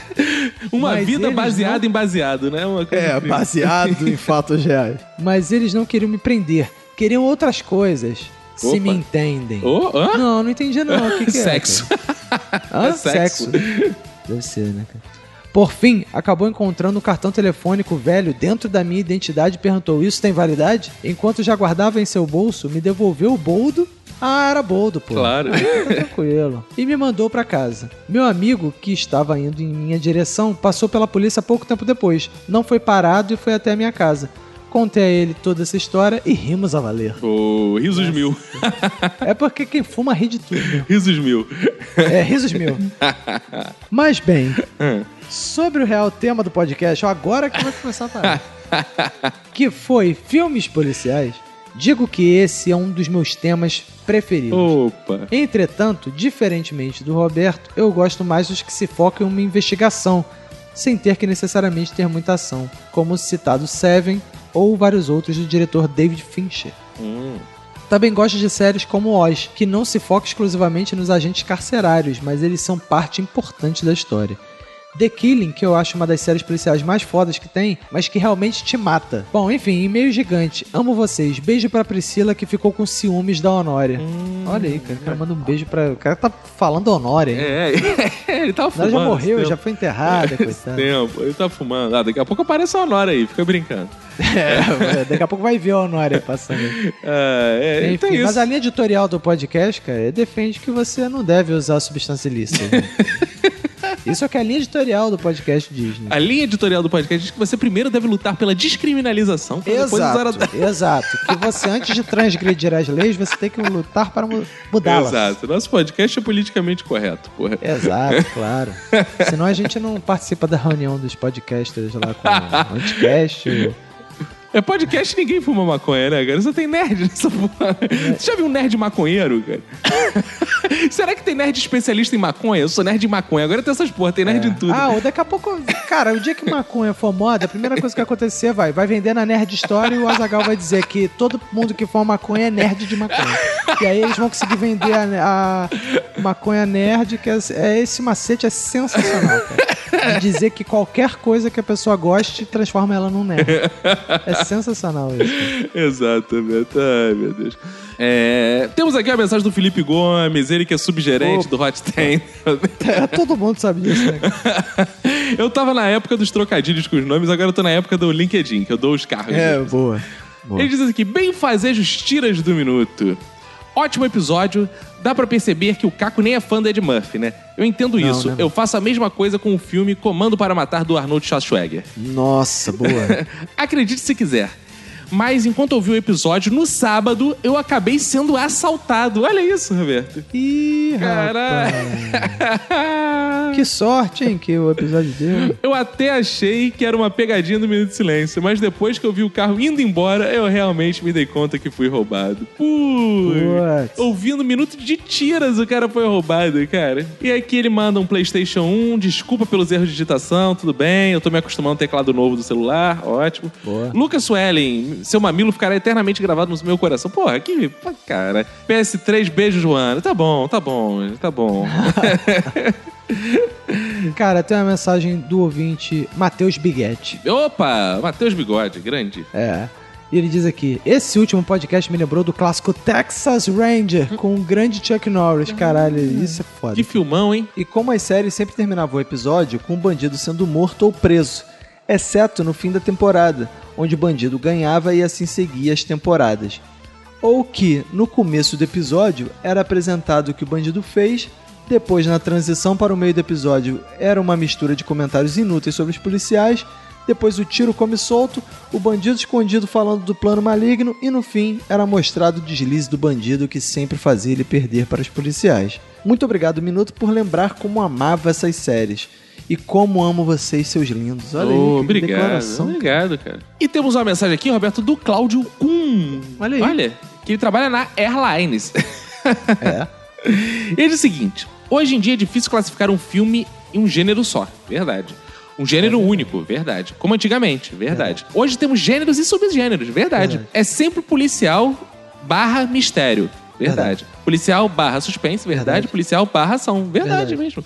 S1: Uma
S12: Mas
S1: vida
S12: eles
S1: baseada
S12: não-
S1: em baseado, né? Uma coisa
S12: É,
S1: assim.
S12: baseado em fatos reais. Mas eles não queriam me prender. Queriam outras coisas.
S1: Opa.
S12: Se me entendem.
S1: Ô, hã?
S12: Não, não entendi não. O que, que
S1: Sexo.
S12: É, cara? Hã?
S1: É sexo.
S12: sexo. Deve ser, né, cara? Por fim, acabou encontrando um cartão telefônico velho dentro da minha identidade e perguntou: Isso tem validade? Enquanto já guardava em seu bolso, me devolveu o boldo Ah, era boldo, pô.
S1: Claro.
S12: Tá tranquilo. E me mandou pra casa. Meu amigo, que estava indo em minha direção, passou pela polícia pouco tempo depois. Não foi parado e foi até a minha casa. Contei a ele toda essa história e rimos a valer.
S1: Ô, risos mil.
S12: É porque quem fuma ri de tudo. né?
S1: Risos mil.
S12: É, risos mil. Mas bem, sobre o real tema do podcast, ó, agora que vai começar a parar. Que foi filmes policiais. Digo que esse é um dos meus temas preferidos.
S1: Opa.
S12: Entretanto, diferentemente do Roberto, eu gosto mais dos que se focam em uma investigação, sem ter que necessariamente ter muita ação, como o citado Seven ou vários outros do diretor David Fincher. Também gosto de séries como Oz, que não se foca exclusivamente nos agentes carcerários, mas eles são parte importante da história. The Killing, que eu acho uma das séries policiais mais fodas que tem, mas que realmente te mata. Bom, enfim, e-mail gigante. Amo vocês. Beijo pra Priscila, que ficou com ciúmes da Honória. Olha aí, cara. O cara manda um beijo pra... O cara tá falando Honória, hein?
S1: É, ele tava
S12: Ela
S1: fumando.
S12: já
S1: esse
S12: morreu,
S1: tempo.
S12: já foi enterrada,
S1: Esse
S12: coitada.
S1: Tempo. Ele tá fumando. Ah, daqui a pouco aparece a Honora aí, fica brincando.
S12: É, daqui a pouco vai ver a Honória passando.
S1: Ah, é,
S12: Enfim,
S1: então é
S12: mas
S1: isso.
S12: a linha editorial do podcast, cara, é defende que você não deve usar substância ilícita. né? Isso é o que a linha editorial do podcast diz, né?
S1: A linha editorial do podcast diz que você primeiro deve lutar pela descriminalização, pra depois usar a...
S12: Exato, exato. Que você, antes de transgredir as leis, você tem que lutar para mu- mudá-las.
S1: Exato. Nosso podcast é politicamente correto, porra.
S12: É. Exato, claro. Senão a gente não participa da reunião dos podcasters lá com o Anticast.
S1: É podcast ninguém fuma maconha, né, cara? Só tem nerd nessa porra.
S12: É.
S1: Você já viu um nerd maconheiro, cara? Será que tem nerd especialista em maconha? Eu sou nerd em maconha. Agora tem essas porra, tem nerd em tudo.
S12: Ah, ou daqui a pouco. Cara, o dia que maconha for moda, a primeira coisa que vai acontecer vai, vai vender na Nerd Story e o Azagal vai dizer que todo mundo que for maconha é nerd de maconha. E aí eles vão conseguir vender a, a maconha nerd, que é, é- esse macete é sensacional, cara. De dizer que qualquer coisa que a pessoa goste transforma ela num nerd. É sensacional isso. cara.
S1: Exatamente. Ai, meu Deus. É, Temos aqui a mensagem do Felipe Gomes, ele que é subgerente do Hot Ten.
S12: É, todo mundo sabe disso, né? cara?
S1: eu tava na época dos trocadilhos com os nomes, agora eu tô na época do LinkedIn, que eu dou os cargos.
S12: É, boa.
S1: Ele diz aqui, bem fazejos tiras do minuto. Ótimo episódio. Dá pra perceber que o Caco nem é fã da Ed Murphy, né? Eu entendo
S12: Não,
S1: isso.
S12: né?
S1: Eu faço a mesma coisa com o filme Comando para Matar do Arnold Schwarzenegger.
S12: Nossa, boa.
S1: Acredite se quiser. Mas enquanto ouvi o episódio, no sábado eu acabei sendo assaltado. Olha isso, Roberto.
S12: Ih,
S1: Caralho.
S12: rapaz. Que sorte, hein, que o episódio deu.
S1: Eu até achei que era uma pegadinha do Minuto de Silêncio, mas depois que eu vi o carro indo embora, eu realmente me dei conta que fui roubado. Putz.
S12: Putz.
S1: Ouvindo Minuto de Tiras, o cara foi roubado, cara. E aqui ele manda um PlayStation 1, desculpa pelos erros de digitação, tudo bem, eu tô me acostumando ao teclado novo do celular, ótimo.
S12: Boa.
S1: Lucas Suelen, seu mamilo ficará eternamente gravado no meu coração. Porra, que. pô, Cara. PS3, beijo, Joana. Tá bom, tá bom, tá bom.
S12: Cara, tem uma mensagem do ouvinte Matheus Biguete.
S1: Opa, Matheus Bigode, grande.
S12: É. E ele diz aqui: esse último podcast me lembrou do clássico Texas Ranger com o grande Chuck Norris. Caralho, isso é foda.
S1: Que filmão, hein?
S2: E como as séries sempre terminavam o episódio com o bandido sendo morto ou preso, exceto no fim da temporada, onde o bandido ganhava e assim seguia as temporadas. Ou que, no começo do episódio, era apresentado o que o bandido fez, depois, na transição para o meio do episódio, era uma mistura de comentários inúteis sobre os policiais, depois o tiro come solto, o bandido escondido falando do plano maligno e no fim era mostrado o deslize do bandido que sempre fazia ele perder para os policiais. Muito obrigado, Minuto, por lembrar como amava essas séries. E como amo vocês, seus lindos. Olha
S1: Ô,
S2: aí, que
S1: obrigado.
S2: declaração.
S1: Obrigado, cara. E temos uma mensagem aqui, Roberto, do Cláudio Kuhn.
S12: Olha aí.
S1: Olha, que ele trabalha na Airlines. é. Ele diz o seguinte: hoje em dia é difícil classificar um filme em um gênero só. Verdade. Um gênero único, verdade. Como antigamente, verdade. Hoje temos gêneros e subgêneros, verdade. É sempre policial barra mistério. Verdade. Policial barra suspense, verdade. Policial barra ação, verdade
S12: Verdade.
S1: mesmo.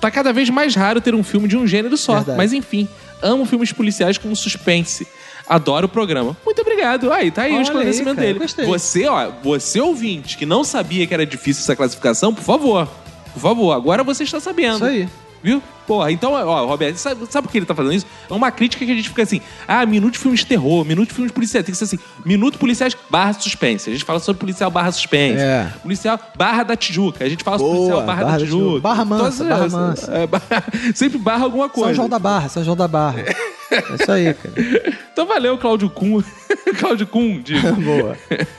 S1: Tá cada vez mais raro ter um filme de um gênero só.
S12: Verdade.
S1: Mas enfim, amo filmes policiais com suspense. Adoro o programa. Muito obrigado. Aí, tá aí
S12: Olha
S1: o
S12: aí,
S1: esclarecimento
S12: cara,
S1: dele.
S12: gostei.
S1: Você, ó, você ouvinte que não sabia que era difícil essa classificação, por favor. Por favor, agora você está sabendo.
S12: Isso aí.
S1: Viu? Porra, então, ó, Roberto, sabe, sabe por que ele tá fazendo isso? É uma crítica que a gente fica assim: ah, minuto de filmes de terror, minuto de filmes policiais. Tem que ser assim: minuto policiais barra suspense. A gente fala sobre policial barra suspense.
S2: É.
S1: Policial barra da Tijuca. A gente fala sobre
S2: Boa,
S1: policial barra, da Tijuca.
S2: Barra Mansa,
S1: Todas
S2: Barra
S1: essas.
S2: Mansa.
S1: É, barra- sempre barra alguma coisa.
S2: São João da Barra, São João da Barra. É isso aí, cara.
S1: Então valeu, Cláudio Kuhn. Cláudio Kuhn, digo.
S2: Boa.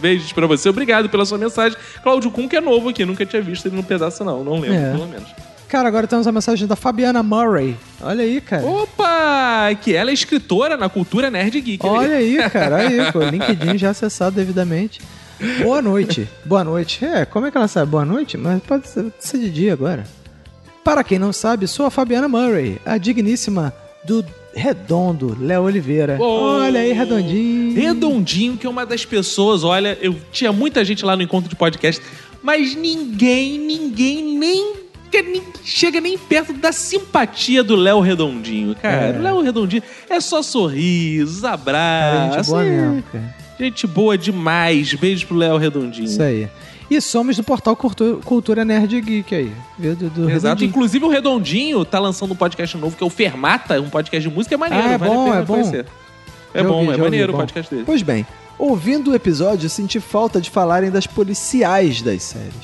S1: Beijos pra você. Obrigado pela sua mensagem. Cláudio Kuhn, que é novo aqui, nunca tinha visto ele num pedaço, não. Não lembro,
S2: É.
S1: pelo menos.
S2: Cara, agora temos a mensagem da Fabiana Murray. Olha aí, cara.
S1: Opa! Que ela é escritora na cultura nerd geek.
S2: Olha aí, cara. Olha aí, pô. LinkedIn já acessado devidamente. Boa noite. Boa noite. É, como é que ela sabe boa noite? Mas pode ser, ser de dia agora. Para quem não sabe, sou a Fabiana Murray, a digníssima do Redondo, Léo Oliveira.
S1: Oh.
S2: Olha aí, Redondinho.
S1: Redondinho, que é uma das pessoas, olha, eu tinha muita gente lá no encontro de podcast, mas ninguém, ninguém nem, que- nem- chega nem perto da simpatia do Léo Redondinho, cara. O Léo Redondinho é só sorrisos,
S2: Cara, gente
S1: abraços.
S2: boa
S1: é,
S2: mesmo, cara.
S1: gente boa demais. Beijo pro Léo Redondinho.
S2: Isso aí. E somos do portal Cultu- Cultura Nerd Geek aí. Viu? Do, do
S1: Exato.
S2: Redondinho.
S1: Inclusive o Redondinho tá lançando um podcast novo que é o Fermata, um podcast de música é maneiro,
S2: Ah, é
S1: vale
S2: bom,
S1: a pena
S2: é bom.
S1: conhecer. É
S2: Já
S1: bom,
S2: ouvi, já
S1: é
S2: ouvi,
S1: maneiro
S2: bom.
S1: o podcast dele.
S2: Pois bem, ouvindo o episódio, senti falta de falarem das policiais das séries.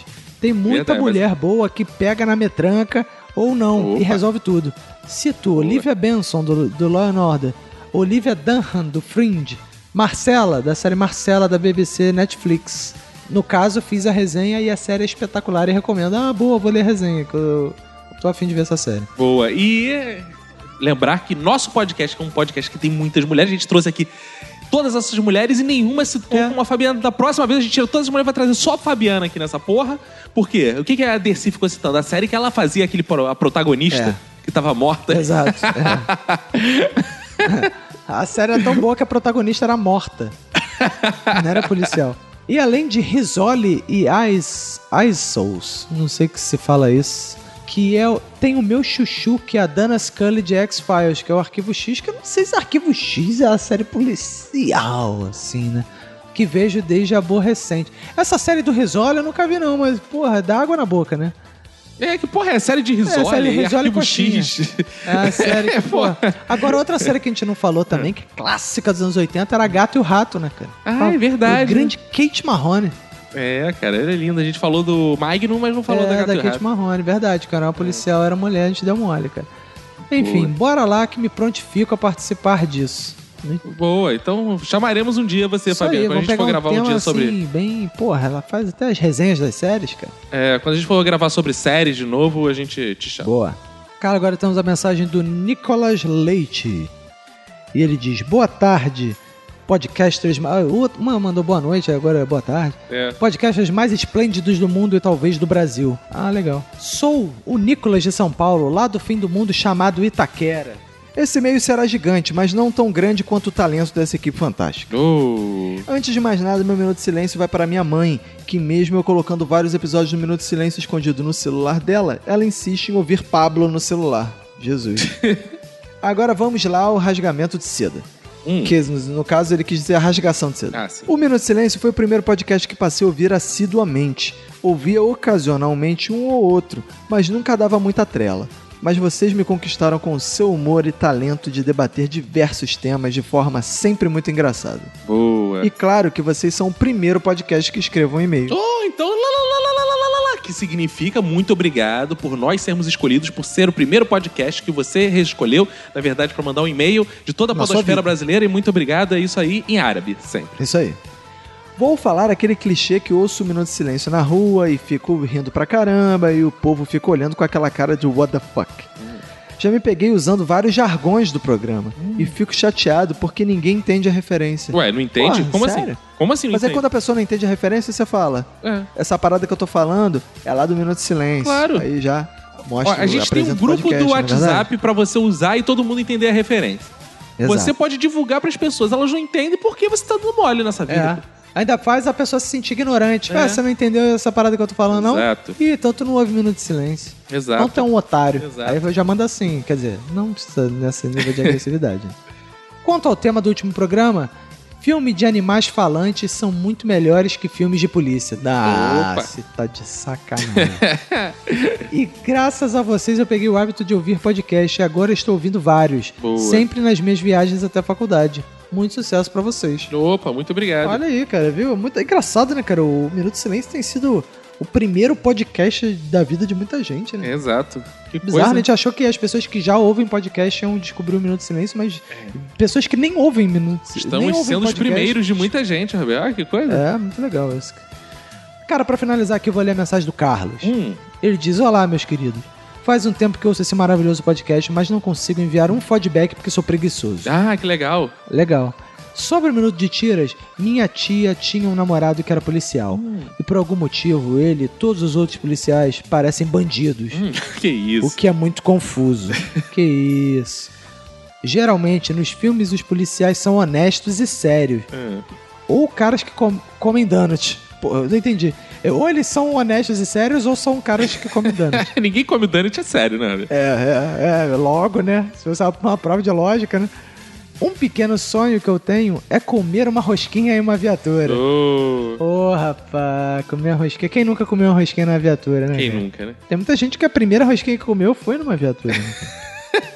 S2: Tem muita
S1: Verdade,
S2: mulher boa que pega na metranca ou não e resolve tudo. Cito Olivia Benson do, do Law and Order, Olivia Dunham do Fringe, Marcela da série Marcela da BBC Netflix. No caso, fiz a resenha e a série é espetacular e recomendo. Ah, boa, vou ler a resenha, que eu tô afim de ver essa série.
S1: Boa. E é, lembrar que nosso podcast, que é um podcast que tem muitas mulheres, a gente trouxe aqui todas essas mulheres e nenhuma citou
S2: É.
S1: como a Fabiana. Da próxima vez a gente tira todas as mulheres e vai trazer só a Fabiana aqui nessa porra. Por quê? O que, que a Dercy ficou citando? A série que ela fazia, aquele pro- a protagonista
S2: É.
S1: que tava morta.
S2: Exato. é. A série era tão boa que a protagonista era morta. Não era policial. E além de Risoli e Ice, Ice Souls, não sei que se fala isso, que é, o- tem o meu chuchu, que é a Dana Scully de X-Files, que é o Arquivo X, que eu não sei se Arquivo X é a série policial, assim, né? Que vejo desde a boa recente. Essa série do Risoli eu nunca vi não, mas, porra, dá água na boca, né?
S1: É, que porra, é série de Risoli,
S2: É, série de
S1: é
S2: Risoli
S1: Arquivo
S2: coxinha.
S1: X.
S2: É a série que, pô. Agora, outra série que a gente não falou também, que é clássica dos anos 80, era Gato e o Rato, né, cara?
S1: Ah, é verdade.
S2: O grande Kate Marrone.
S1: É, cara, era linda. A gente falou do Magnum, mas não falou
S2: é,
S1: da, Gato e o
S2: Kate
S1: Rato.
S2: Marrone, verdade, cara. Era uma policial, era mulher, a gente deu mole, cara. Enfim, bora lá que me prontifico a participar disso.
S1: Boa, então chamaremos um dia você,
S2: Isso aí,
S1: Fabiana, quando a
S2: vamos
S1: gente for
S2: pegar
S1: gravar um,
S2: tema,
S1: dia sobre.
S2: Assim, bem, porra, ela faz até as resenhas das séries, cara.
S1: É, quando a gente for gravar sobre séries de novo, a gente te chama.
S2: Boa. Cara, agora temos a mensagem do Nicolas Leite. E ele diz: Boa tarde, podcasters. ma- Ah, outro- Uma mandou boa noite, agora é boa tarde.
S1: É.
S2: Podcasters mais esplêndidos do mundo e talvez do Brasil. Ah, legal. Sou o Nicolas de São Paulo, lá do fim do mundo chamado Itaquera. Esse meio será gigante, mas não tão grande quanto o talento dessa equipe fantástica.
S1: Oh.
S2: Antes de mais nada, meu minuto de silêncio vai para minha mãe, que mesmo eu colocando vários episódios do minuto de silêncio escondido no celular dela, ela insiste em ouvir Pablo no celular. Jesus. Agora vamos lá ao rasgamento de seda.
S1: Hum.
S2: Que no no caso ele quis dizer a rasgação de seda.
S1: Ah, sim.
S2: O Minuto de Silêncio foi o primeiro podcast que passei a ouvir assiduamente. Ouvia ocasionalmente um ou outro, mas nunca dava muita trela. Mas vocês me conquistaram com o seu humor e talento de debater diversos temas de forma sempre muito engraçada.
S1: Boa.
S2: E claro que vocês são o primeiro podcast que escrevam um e-mail.
S1: Oh, então, lá, lá, lá, lá, lá, lá, lá, lá, lá, que significa muito obrigado por nós sermos escolhidos por ser o primeiro podcast que você escolheu, na verdade, para mandar um e-mail de toda a
S2: Na sua
S1: podosfera
S2: vida.
S1: brasileira. E muito obrigado, é isso aí, em árabe, sempre.
S2: Isso aí. Vou falar aquele clichê que ouço um minuto de silêncio na rua e fico rindo pra caramba e o povo fica olhando com aquela cara de what the fuck.
S1: Hum.
S2: Já me peguei usando vários jargões do programa e fico chateado porque ninguém entende a referência.
S1: Ué, Hum. não entende?
S2: Porra,
S1: Como
S2: sério?
S1: assim? Como assim não
S2: Mas é
S1: entende?
S2: quando a pessoa não entende a referência, você fala.
S1: É.
S2: Essa parada que eu tô falando é lá do Minuto de Silêncio.
S1: Claro.
S2: Aí já
S1: Ó,
S2: mostra
S1: a gente tem um
S2: apresenta o
S1: grupo
S2: podcast,
S1: do
S2: não é verdade?
S1: WhatsApp pra você usar e todo mundo entender a referência.
S2: Exato.
S1: Você pode divulgar pras pessoas, elas não entendem porque você tá dando mole nessa
S2: É.
S1: vida.
S2: Ainda faz a pessoa se sentir ignorante.
S1: É.
S2: Ah, você não entendeu essa parada que eu tô falando, não?
S1: Exato.
S2: Ih, então tu não ouve Minuto de Silêncio.
S1: Exato.
S2: Então tu é um otário.
S1: Exato.
S2: Aí eu já manda assim, quer dizer, não precisa nesse nível de agressividade. Quanto ao tema do último programa, Filmes de animais falantes são muito melhores que filmes de polícia. Ah, você tá de sacanagem. e graças a vocês eu peguei o hábito de ouvir podcast e agora estou ouvindo vários. Sempre nas minhas viagens até a faculdade. Muito sucesso pra vocês.
S1: Opa, muito obrigado.
S2: Olha aí, cara, viu? Muito é engraçado, né, cara? O Minuto de Silêncio tem sido o primeiro podcast da vida de muita gente, né?
S1: Exato. Que
S2: Bizarro, né? a
S1: coisa.
S2: gente achou que as pessoas que já ouvem podcast iam descobrir o Minuto de Silêncio, mas pessoas que nem ouvem Minuto de Silêncio. nem
S1: É. Estamos
S2: ouvem
S1: sendo os
S2: podcast.
S1: primeiros de muita gente, Roberto. Olha que coisa.
S2: É, muito legal isso. Cara, pra finalizar aqui, eu vou ler a mensagem do Carlos.
S1: Hum.
S2: Ele diz: Olá, meus queridos. Faz um tempo que eu ouço esse maravilhoso podcast, mas não consigo enviar um feedback porque sou preguiçoso.
S1: Ah, que legal.
S2: Legal. Sobre o minuto de tiras, minha tia tinha um namorado que era policial.
S1: Hum.
S2: E por algum motivo, ele e todos os outros policiais parecem bandidos.
S1: Hum, que isso.
S2: O que é muito confuso. que isso. Geralmente, nos filmes, os policiais são honestos e sérios. Ou caras que com- comem donuts. Pô, eu não entendi. É, Ou eles são honestos e sérios, ou são caras que comem donuts.
S1: Ninguém come donut, é sério, né?
S2: É, é, é, logo, né? Se você for uma prova de lógica, né? Um pequeno sonho que eu tenho é comer uma rosquinha em uma viatura. Ô,
S1: Ô,
S2: rapaz, comer uma rosquinha. Quem nunca comeu uma rosquinha na viatura, né?
S1: quem
S2: cara?
S1: nunca, né?
S2: Tem muita gente que a primeira rosquinha que comeu foi numa viatura. né?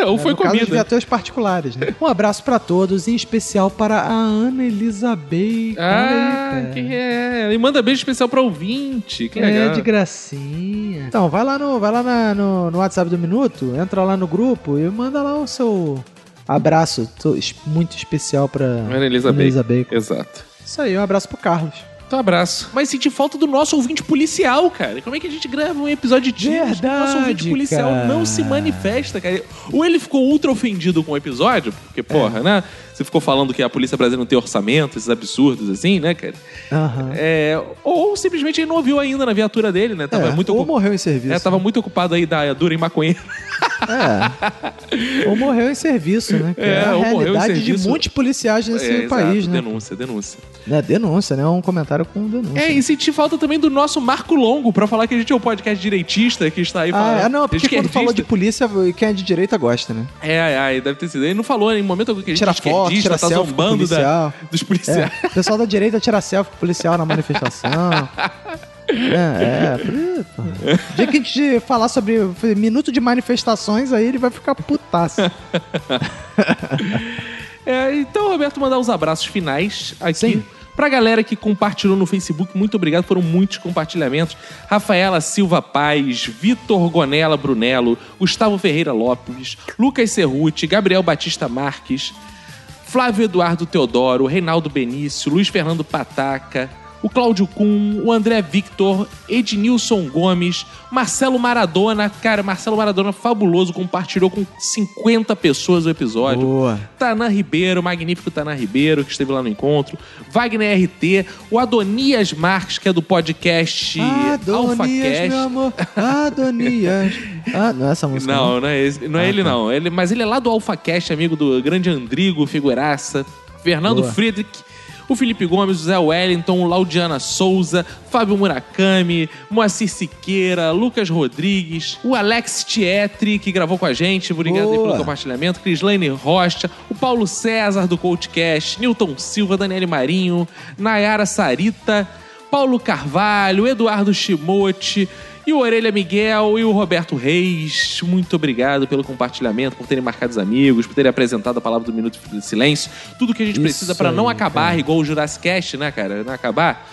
S1: É, Ou foi
S2: no caso de
S1: comida.
S2: viaturas particulares, né? Um abraço pra todos, em especial para a Ana Elizabeth. Olha aí,
S1: Ah,
S2: cara.
S1: que é. E manda beijo especial pra ouvinte. Que
S2: É,
S1: legal.
S2: de gracinha. Então, vai lá, no, vai lá na- no, no WhatsApp do Minuto, entra lá no grupo e manda lá o seu abraço to- es- muito especial pra
S1: Ana Elizabeth.
S2: Elizabeth.
S1: Exato.
S2: Isso aí, um abraço pro Carlos.
S1: Então, abraço. Mas senti falta do nosso ouvinte policial, cara. Como é que a gente grava um episódio de tiros?
S2: Verdade,
S1: Nosso ouvinte policial
S2: cara.
S1: não se manifesta, cara. Ou ele ficou ultra ofendido com o episódio, porque,
S2: É.
S1: porra, né? Você ficou falando que a polícia brasileira não tem orçamento, esses absurdos assim, né, cara?
S2: Aham.
S1: É, ou simplesmente ele não ouviu ainda na viatura dele, né? Tava
S2: É,
S1: muito
S2: ou
S1: ocu-
S2: morreu em serviço.
S1: É, tava muito ocupado aí da dura em maconheiro.
S2: É. ou morreu em serviço, né? cara?
S1: É,
S2: a
S1: ou morreu em
S2: realidade de
S1: serviço.
S2: muitos policiais nesse
S1: É,
S2: país,
S1: exato,
S2: né?
S1: Denúncia, denúncia.
S2: É, denúncia, né? Um comentário com denúncia.
S1: É, e senti falta também do nosso Marco Longo, pra falar que a gente é o podcast direitista que está aí falando.
S2: Ah, é, não, porque quando falou de
S1: esquerdista.
S2: polícia, quem é de direita gosta, né?
S1: É, é, é, deve ter sido. Ele não falou em momento algum que a gente
S2: Tira
S1: é
S2: foto, tira
S1: esquerdista, tá
S2: selfie com
S1: zombando da-
S2: policial.
S1: dos
S2: É,
S1: policiais.
S2: o pessoal da direita tira selfie com o policial na manifestação. É, é. por- porra. O dia que a gente falar sobre minuto de manifestações, aí ele vai ficar putaço.
S1: É, então, Roberto, mandar os abraços finais aqui.
S2: Sim.
S1: Pra galera que compartilhou no Facebook, muito obrigado. Foram muitos compartilhamentos. Rafaela Silva Paz, Vitor Gonella Brunello, Gustavo Ferreira Lopes, Lucas Cerruti, Gabriel Batista Marques, Flávio Eduardo Teodoro, Reinaldo Benício, Luiz Fernando Pataca, o Cláudio Kuhn, o André Victor, Ednilson Gomes, Marcelo Maradona. Cara, Marcelo Maradona, fabuloso, compartilhou com 50 pessoas o episódio.
S2: Boa.
S1: Tanã Ribeiro, magnífico Tanã Ribeiro, que esteve lá no encontro. Wagner RT, o Adonias Marques, que é do podcast
S2: Adonias,
S1: AlphaCast.
S2: meu amor. Adonias. Ah, não é essa música. né?
S1: Não, não é, esse- não é ele, não. Ele, mas ele é lá do AlphaCast, amigo do grande Andrigo, figuraça. Fernando
S2: Boa.
S1: Friedrich. O Felipe Gomes, o Zé Wellington, o Laudiana Souza, Fábio Murakami, Moacir Siqueira, Lucas Rodrigues, o Alex Tietri, que gravou com a gente, obrigado aí
S2: Boa.
S1: pelo compartilhamento, Crislaine Rocha, o Paulo César do Coachcast, Newton Silva, Daniele Marinho, Nayara Sarita, Paulo Carvalho, Eduardo Shimote e o Orelha Miguel e o Roberto Reis. Muito obrigado pelo compartilhamento, por terem marcado os amigos, por terem apresentado a palavra do Minuto de Silêncio. Tudo que a gente
S2: Isso
S1: precisa pra não
S2: aí,
S1: acabar, igual o Jurassic Cast, né, cara? Não acabar.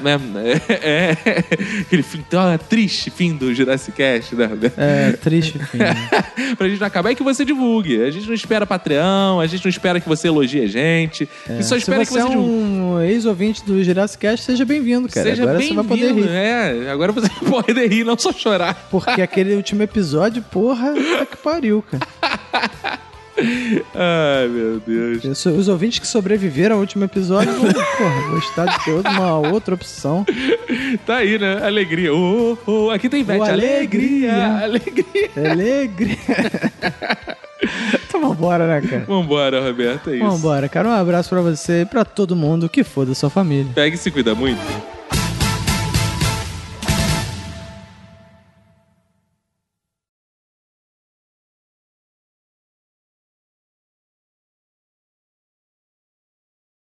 S1: né? É, é. aquele fim tão triste fim do Jurassic Cast, né, Roberto?
S2: É, triste, enfim.
S1: pra gente não acabar, é que você divulgue. A gente não espera Patreon, a gente não espera que você elogie a gente. A gente só
S2: Se
S1: espera que
S2: você
S1: você
S2: é
S1: divulgue.
S2: um ex-ouvinte do Jurassic Cast, seja bem-vindo, cara.
S1: Seja
S2: Agora você vai poder
S1: bem-vindo,
S2: rir.
S1: é. Agora você vai poder rir, não só chorar.
S2: Porque aquele último episódio, porra, tá que pariu, cara.
S1: Ai, meu Deus.
S2: Os os ouvintes que sobreviveram ao último episódio vão porra, gostar de ter uma outra opção.
S1: Tá aí, né? Alegria. Oh, oh. Aqui tem Ivete.
S2: Oh,
S1: alegria, alegria.
S2: Alegria. então vambora, né, cara?
S1: Vambora, Roberto, é isso.
S2: Vambora, cara. Um abraço pra você e pra todo mundo que for da sua família.
S1: Pega e se cuida muito.